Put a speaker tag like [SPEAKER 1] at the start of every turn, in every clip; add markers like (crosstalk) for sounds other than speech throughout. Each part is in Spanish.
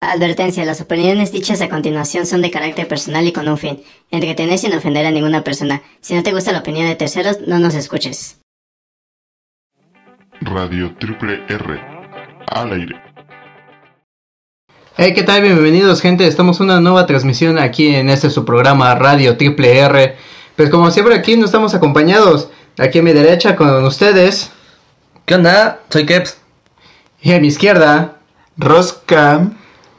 [SPEAKER 1] Advertencia: las opiniones dichas a continuación son de carácter personal y con un fin, entretener sin ofender a ninguna persona. Si no te gusta la opinión de terceros, no nos escuches.
[SPEAKER 2] Radio Triple R. Al aire.
[SPEAKER 3] Hey, ¿qué tal? Bienvenidos, gente. Estamos en una nueva transmisión aquí en este su programa Radio Triple R. Pues como siempre aquí no estamos acompañados. Aquí a mi derecha con ustedes
[SPEAKER 4] ¿Qué onda? Soy Keps.
[SPEAKER 3] y a mi izquierda.
[SPEAKER 5] Rosca.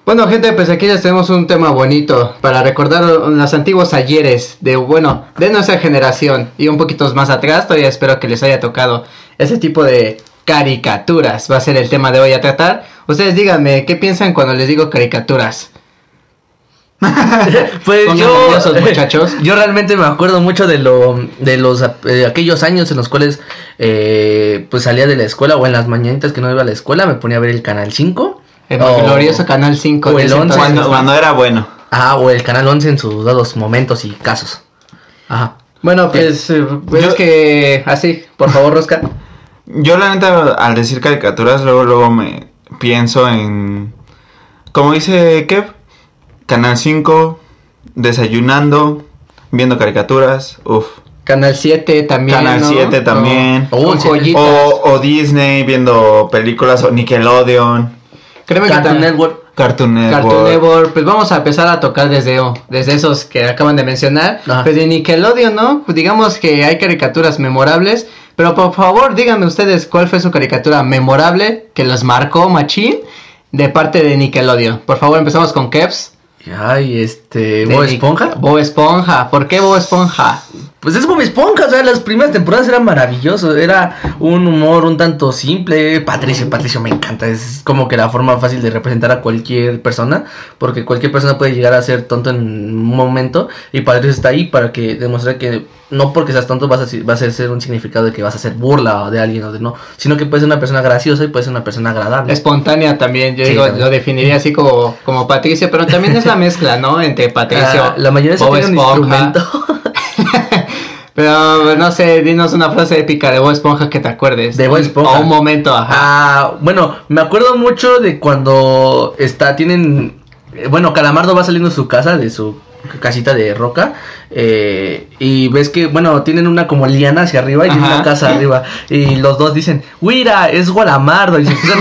[SPEAKER 3] Bueno, gente, pues aquí les tenemos un tema bonito para recordar los antiguos ayeres de, bueno, de nuestra generación y un poquito más atrás. Todavía espero que les haya tocado ese tipo de caricaturas. Va a ser el tema de hoy a tratar. Ustedes díganme, ¿qué piensan cuando les digo caricaturas?
[SPEAKER 4] Pues
[SPEAKER 3] Pongan
[SPEAKER 4] yo,
[SPEAKER 3] nerviosos, (laughs) muchachos.
[SPEAKER 4] yo realmente me acuerdo mucho de lo, de los eh, aquellos años en los cuales eh, pues salía de la escuela o en las mañanitas que no iba a la escuela me ponía a ver el canal 5
[SPEAKER 3] El
[SPEAKER 4] o-
[SPEAKER 3] glorioso Canal 5.
[SPEAKER 4] o
[SPEAKER 3] de
[SPEAKER 4] el
[SPEAKER 3] ese
[SPEAKER 4] once.
[SPEAKER 3] entonces.
[SPEAKER 5] Cuando, cuando era bueno.
[SPEAKER 4] ah o el canal 11 en sus dados momentos y casos. Ajá.
[SPEAKER 3] Bueno, pues, eh, pues
[SPEAKER 5] Yo-
[SPEAKER 3] es que así, por favor, Rosca.
[SPEAKER 5] Yo la neta, al decir caricaturas, luego, luego me pienso en... Como dice Kev, Canal 5, desayunando, viendo caricaturas, uff.
[SPEAKER 3] Canal 7 también.
[SPEAKER 5] Canal
[SPEAKER 3] ¿no?
[SPEAKER 5] 7 también.
[SPEAKER 3] No, con
[SPEAKER 4] Oh, sí.
[SPEAKER 3] joyitas.
[SPEAKER 5] O, o Disney viendo películas o Nickelodeon,
[SPEAKER 3] Créeme que
[SPEAKER 4] Cartoon
[SPEAKER 3] también.
[SPEAKER 4] Network.
[SPEAKER 5] Cartoon Network.
[SPEAKER 3] Cartoon Network, pues vamos a empezar a tocar desde, oh, desde esos que acaban de mencionar.
[SPEAKER 4] Ajá.
[SPEAKER 3] Pues de Nickelodeon, ¿no? Pues digamos que hay caricaturas memorables. Pero por favor, díganme ustedes cuál fue su caricatura memorable que los marcó Machín de parte de Nickelodeon. Por favor, empezamos con Kevs.
[SPEAKER 4] Ay,
[SPEAKER 3] de
[SPEAKER 4] este. ¿Bob
[SPEAKER 3] Nic-
[SPEAKER 4] Esponja?
[SPEAKER 3] Bob Esponja. ¿Por qué Bob Esponja?
[SPEAKER 4] Pues es Bob Esponja, o sea, las primeras temporadas eran maravilloso, era un humor un tanto simple. Patricio, Patricio me encanta, es como que la forma fácil de representar a cualquier persona, porque cualquier persona puede llegar a ser tonto en un momento y Patricio está ahí para que demostrar que no porque seas tonto vas a, si- vas a ser un significado de que vas a hacer burla de alguien o de no, sino que puedes ser una persona graciosa y puedes ser una persona agradable.
[SPEAKER 3] Espontánea también, yo
[SPEAKER 4] Sí,
[SPEAKER 3] digo,
[SPEAKER 4] también.
[SPEAKER 3] lo definiría así como, como Patricio, pero también es la mezcla, ¿no? Entre Patricio,
[SPEAKER 4] (laughs) Ah, la mayoría se
[SPEAKER 3] Bob
[SPEAKER 4] tiene un
[SPEAKER 3] Esponja.
[SPEAKER 4] instrumento
[SPEAKER 3] Pero no sé, dinos una frase épica de Bob Esponja que te acuerdes.
[SPEAKER 4] De Bob Esponja.
[SPEAKER 3] O un momento, ajá.
[SPEAKER 4] Ah, bueno, me acuerdo mucho de cuando está, tienen, eh, bueno, Calamardo va saliendo de su casa, de su casita de roca, eh, y ves que, bueno, tienen una como liana hacia arriba y tienen
[SPEAKER 3] Ajá.
[SPEAKER 4] una casa arriba, y los dos dicen, Huira, es Gualamardo, y se empiezan,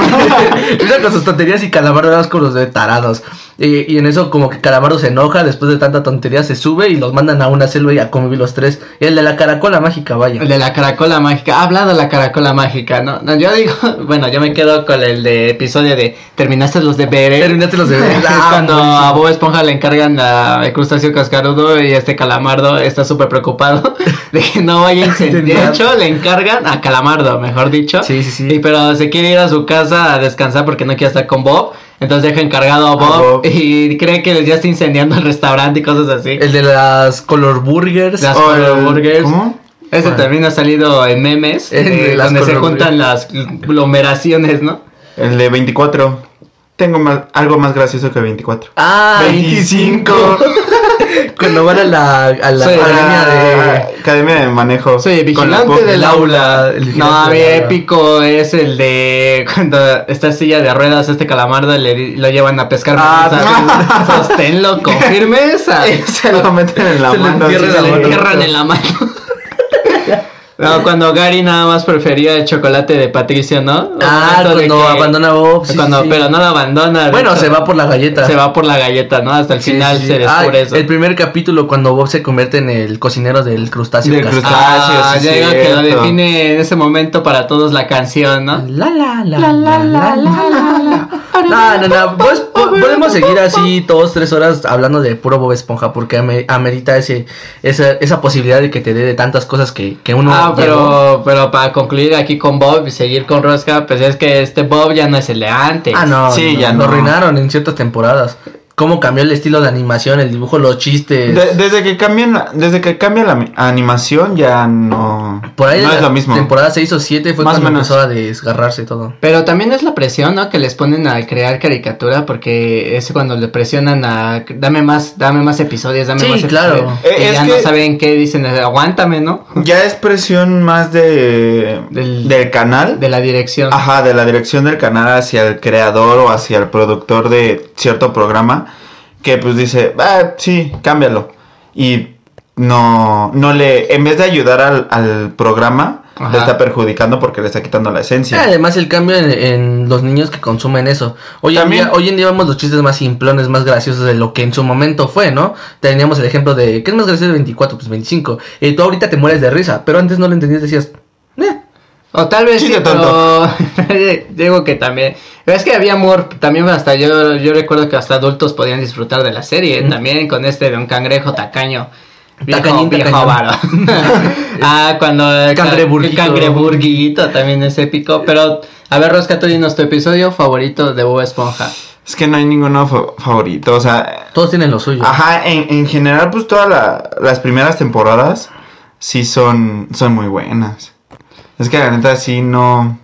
[SPEAKER 4] (laughs) empiezan con sus tonterías y Calamardo era con los de tarados, y, y en eso como que Calamardo se enoja, después de tanta tontería se sube y los mandan a una selva y a convivir los tres, el de la caracola mágica, vaya.
[SPEAKER 3] El de la caracola mágica. Ha hablado la caracola mágica, ¿no? No, Yo digo, (laughs) bueno, yo me quedo con el de episodio de Terminaste los deberes.
[SPEAKER 4] Terminaste los
[SPEAKER 3] (laughs)
[SPEAKER 4] deberes.
[SPEAKER 3] Es
[SPEAKER 4] Ah,
[SPEAKER 3] cuando
[SPEAKER 4] buenísimo.
[SPEAKER 3] a Bob Esponja le encargan a el crustáceo cascarudo y este calamardo está súper preocupado (laughs) de que no
[SPEAKER 4] (laughs)
[SPEAKER 3] vaya a incendiar. De
[SPEAKER 4] nada.
[SPEAKER 3] hecho, le encargan a calamardo, mejor dicho.
[SPEAKER 4] Sí, sí, sí.
[SPEAKER 3] Y pero se quiere ir a su casa a descansar porque no quiere estar con Bob. Entonces deja encargado a Bob,
[SPEAKER 5] Bob.
[SPEAKER 3] (laughs) y cree que ya está incendiando el restaurante y cosas así.
[SPEAKER 4] El de las color burgers.
[SPEAKER 3] Las
[SPEAKER 5] O el-
[SPEAKER 3] burgers.
[SPEAKER 5] ¿Cómo?
[SPEAKER 3] Ese
[SPEAKER 4] Bueno.
[SPEAKER 3] también ha salido en memes,
[SPEAKER 4] En
[SPEAKER 3] eh,
[SPEAKER 4] las
[SPEAKER 3] donde se
[SPEAKER 4] color-
[SPEAKER 3] juntan las glomeraciones, ¿no?
[SPEAKER 5] El de 24. Tengo más- algo más gracioso que 24.
[SPEAKER 4] Ah,
[SPEAKER 5] 25.
[SPEAKER 4] (laughs) Cuando van a la, a la
[SPEAKER 3] Sí.
[SPEAKER 4] academia de.
[SPEAKER 5] Academia de Manejo.
[SPEAKER 3] Soy el
[SPEAKER 5] Con la
[SPEAKER 3] vigilante
[SPEAKER 5] po-
[SPEAKER 3] del
[SPEAKER 4] la-
[SPEAKER 3] aula.
[SPEAKER 4] el vigilante
[SPEAKER 3] No, a mí
[SPEAKER 4] del aula.
[SPEAKER 3] épico es el de cuando esta silla de ruedas, este calamardo, le di- lo llevan a pescar.
[SPEAKER 5] Ah,
[SPEAKER 3] mariposas. (laughs)
[SPEAKER 4] (laughs)
[SPEAKER 3] Sosténlo con firmeza.
[SPEAKER 5] (laughs) Se lo meten en la
[SPEAKER 4] Se lo
[SPEAKER 5] mano.
[SPEAKER 4] entierran
[SPEAKER 5] así,
[SPEAKER 4] en la
[SPEAKER 3] le
[SPEAKER 4] mano.
[SPEAKER 3] entierran en la
[SPEAKER 4] (laughs)
[SPEAKER 3] mano. No, cuando Gary nada más prefería el chocolate de Patricio, ¿no? Un
[SPEAKER 4] Ah,
[SPEAKER 3] momento de
[SPEAKER 4] cuando
[SPEAKER 3] que-
[SPEAKER 4] abandona Bob. sí,
[SPEAKER 3] cuando,
[SPEAKER 4] sí.
[SPEAKER 3] Pero no lo abandona. de
[SPEAKER 4] Bueno,
[SPEAKER 3] hecho.
[SPEAKER 4] se va por la galleta.
[SPEAKER 3] Se va por la galleta, ¿no? Hasta el
[SPEAKER 4] Sí,
[SPEAKER 3] final
[SPEAKER 4] sí.
[SPEAKER 3] se
[SPEAKER 4] Ah,
[SPEAKER 3] descubre eso.
[SPEAKER 4] El primer capítulo, cuando Bob se convierte en el cocinero del crustáceo.
[SPEAKER 5] Del
[SPEAKER 4] cascado.
[SPEAKER 5] crustáceo.
[SPEAKER 3] Ah,
[SPEAKER 5] sí,
[SPEAKER 3] ya digo que lo
[SPEAKER 5] cierto.
[SPEAKER 3] define en ese momento para todos la canción,
[SPEAKER 4] Ah,
[SPEAKER 3] ¿no?
[SPEAKER 4] La la la la la la la. No, no, no. pues, (laughs) po- podemos seguir así todos tres horas hablando de puro Bob Esponja porque ame- amerita ese, esa, esa posibilidad de que te dé de tantas cosas que, que uno.
[SPEAKER 3] ah,
[SPEAKER 4] llevó.
[SPEAKER 3] pero, pero para concluir aquí con Bob y seguir con Rosca, pues es que este Bob ya no es el de antes.
[SPEAKER 4] Ah, no.
[SPEAKER 5] Sí,
[SPEAKER 4] no,
[SPEAKER 5] ya
[SPEAKER 4] Lo
[SPEAKER 5] no.
[SPEAKER 4] arruinaron en ciertas temporadas. cómo cambió el estilo de animación, el dibujo, los chistes.
[SPEAKER 5] De- desde que cambian la- desde que cambia la mi- animación ya no
[SPEAKER 4] Por ahí
[SPEAKER 5] no
[SPEAKER 4] en
[SPEAKER 5] es
[SPEAKER 4] la
[SPEAKER 5] lo mismo.
[SPEAKER 4] temporada 6 o 7 fue
[SPEAKER 5] Más o
[SPEAKER 4] cuando
[SPEAKER 5] menos.
[SPEAKER 4] empezó a desgarrarse todo.
[SPEAKER 3] Pero también es la presión, ¿no? Que les ponen al crear caricatura, porque es cuando le presionan a dame más, dame más episodios, dame
[SPEAKER 4] Sí,
[SPEAKER 3] más
[SPEAKER 4] claro.
[SPEAKER 3] episodios.
[SPEAKER 5] Eh,
[SPEAKER 3] Que
[SPEAKER 5] es
[SPEAKER 3] ya no
[SPEAKER 5] que-
[SPEAKER 3] saben qué dicen, eh, aguántame, ¿no?
[SPEAKER 5] Ya es presión más de
[SPEAKER 3] Del-
[SPEAKER 5] del, canal.
[SPEAKER 3] De la dirección.
[SPEAKER 5] Ajá, de la dirección del canal hacia el creador o hacia el productor de cierto programa que pues dice, ah, sí, cámbialo. Y no, no le, en vez de ayudar al, al programa,
[SPEAKER 3] Ajá.
[SPEAKER 5] le está perjudicando porque le está quitando la esencia.
[SPEAKER 4] Ah, Además el cambio en, en los niños que consumen eso. Hoy en,
[SPEAKER 5] También-
[SPEAKER 4] día, hoy en día vemos los chistes más simplones, más graciosos de lo que en su momento fue, ¿no? Teníamos el ejemplo de, ¿qué es más gracioso de 24? Pues 25. Y tú ahorita te mueres de risa, pero antes no lo entendías, decías, "Eh".
[SPEAKER 3] O tal vez sí,
[SPEAKER 5] Chiste
[SPEAKER 3] pero (laughs) digo que también. Pero es que había amor, también hasta yo, yo recuerdo que hasta adultos podían disfrutar de la serie, también con este de un cangrejo tacaño. Viejo,
[SPEAKER 4] Tacañín,
[SPEAKER 3] viejo
[SPEAKER 4] tacañón.
[SPEAKER 3] avaro.
[SPEAKER 4] (laughs)
[SPEAKER 3] (laughs) ah, cuando
[SPEAKER 4] Cangreburguito.
[SPEAKER 3] Cangreburguito también es épico. Pero, a ver, Rosca, tú dinos tu episodio favorito de Bob Esponja.
[SPEAKER 5] Es que no hay ninguno fa- favorito, o sea,
[SPEAKER 4] todos tienen lo suyo.
[SPEAKER 5] ajá, en, en general pues todas la- las primeras temporadas sí son, son muy buenas. Es que la neta sí no,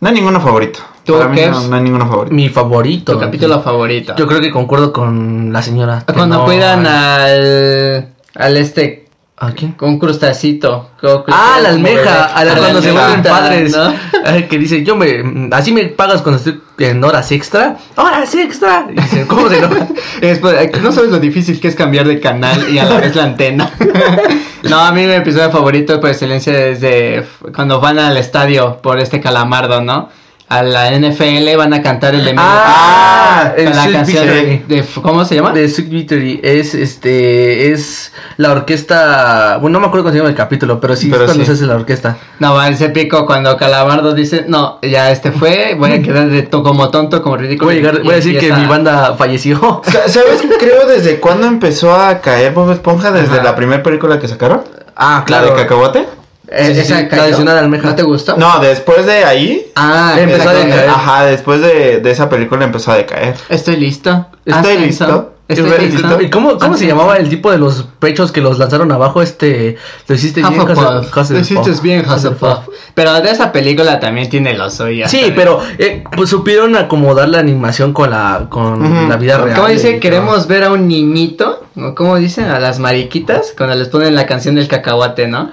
[SPEAKER 5] no hay ninguno favorito.
[SPEAKER 3] ¿Tú,
[SPEAKER 5] Para mí no,
[SPEAKER 3] Kevs?
[SPEAKER 5] no hay ninguno favorito.
[SPEAKER 4] Mi favorito.
[SPEAKER 3] Tu capítulo favorito.
[SPEAKER 4] Yo creo que concuerdo con la señora. que
[SPEAKER 3] cuando
[SPEAKER 4] no-
[SPEAKER 3] cuidan al, al este,
[SPEAKER 4] ¿A quién?
[SPEAKER 3] con crustacito. creo que-
[SPEAKER 4] Ah, la almeja,
[SPEAKER 3] como
[SPEAKER 4] a la
[SPEAKER 3] bebé.
[SPEAKER 4] cuando se
[SPEAKER 5] almeja.
[SPEAKER 4] vuelven padres.
[SPEAKER 3] ¿no?
[SPEAKER 4] Ay, Que dice, yo me. Así me pagas cuando estoy en horas extra. ¡Horas extra! Y dice, ¿cómo se (laughs) enoja?
[SPEAKER 3] Es por- eh, no sabes lo difícil que es cambiar de canal y a la vez la antena. (laughs) no, a mí mi episodio favorito por excelencia es de f- cuando van al estadio por este calamardo, ¿no? A la NFL van a cantar el de medio-
[SPEAKER 4] Ah,
[SPEAKER 3] con
[SPEAKER 4] el
[SPEAKER 3] la
[SPEAKER 4] Sweet
[SPEAKER 3] canción de,
[SPEAKER 4] Victory.
[SPEAKER 3] de f- ¿cómo se llama?
[SPEAKER 4] De Sweet Victory es este. Es la orquesta. Bueno, no me acuerdo cómo se llama el capítulo, pero sí
[SPEAKER 5] Pero
[SPEAKER 4] es cuando
[SPEAKER 5] sí.
[SPEAKER 4] se hace la orquesta.
[SPEAKER 3] No, va ese pico cuando Calamardo dice, no, ya este fue, voy a quedar de to- como tonto, como ridículo.
[SPEAKER 4] Voy a, llegar-
[SPEAKER 3] Y
[SPEAKER 4] voy a decir que
[SPEAKER 3] empieza-
[SPEAKER 4] mi banda falleció.
[SPEAKER 5] Sa- ¿Sabes? Creo desde cuándo empezó a caer Bob Esponja desde
[SPEAKER 3] Ajá.
[SPEAKER 5] la primera película que sacaron.
[SPEAKER 4] Ah,
[SPEAKER 5] ¿La de cacahuate?
[SPEAKER 3] Eh,
[SPEAKER 4] Sí, sí,
[SPEAKER 3] esa
[SPEAKER 4] sí, la
[SPEAKER 3] cayó.
[SPEAKER 4] adicional almeja.
[SPEAKER 3] ¿No te gustó?
[SPEAKER 5] No, después de ahí.
[SPEAKER 3] Ah,
[SPEAKER 4] Empezó
[SPEAKER 3] empezó
[SPEAKER 4] a decaer.
[SPEAKER 5] Ajá, después de, de esa película empezó a decaer.
[SPEAKER 3] Estoy listo.
[SPEAKER 5] Estoy
[SPEAKER 3] Haz
[SPEAKER 5] listo.
[SPEAKER 3] eso. Estoy
[SPEAKER 5] Estoy
[SPEAKER 3] listo.
[SPEAKER 5] listo.
[SPEAKER 4] Este, ¿Y cómo,
[SPEAKER 3] Ah,
[SPEAKER 4] cómo se llamaba el tipo de los pechos que los lanzaron abajo? Este. Lo hiciste bien,
[SPEAKER 3] Hufflepuff.
[SPEAKER 4] Hufflepuff.
[SPEAKER 3] Lo hiciste bien, Hufflepuff. Pero de esa película también tiene lo suyo.
[SPEAKER 4] Sí,
[SPEAKER 3] también.
[SPEAKER 4] pero eh, pues, supieron acomodar la animación con la con
[SPEAKER 5] Ujú.
[SPEAKER 4] la vida real.
[SPEAKER 3] ¿Cómo dice?
[SPEAKER 4] y
[SPEAKER 3] Queremos ver a un niñito. ¿no? ¿Cómo dicen? A las mariquitas. Cuando les ponen la canción del cacahuate, ¿no?
[SPEAKER 4] todo.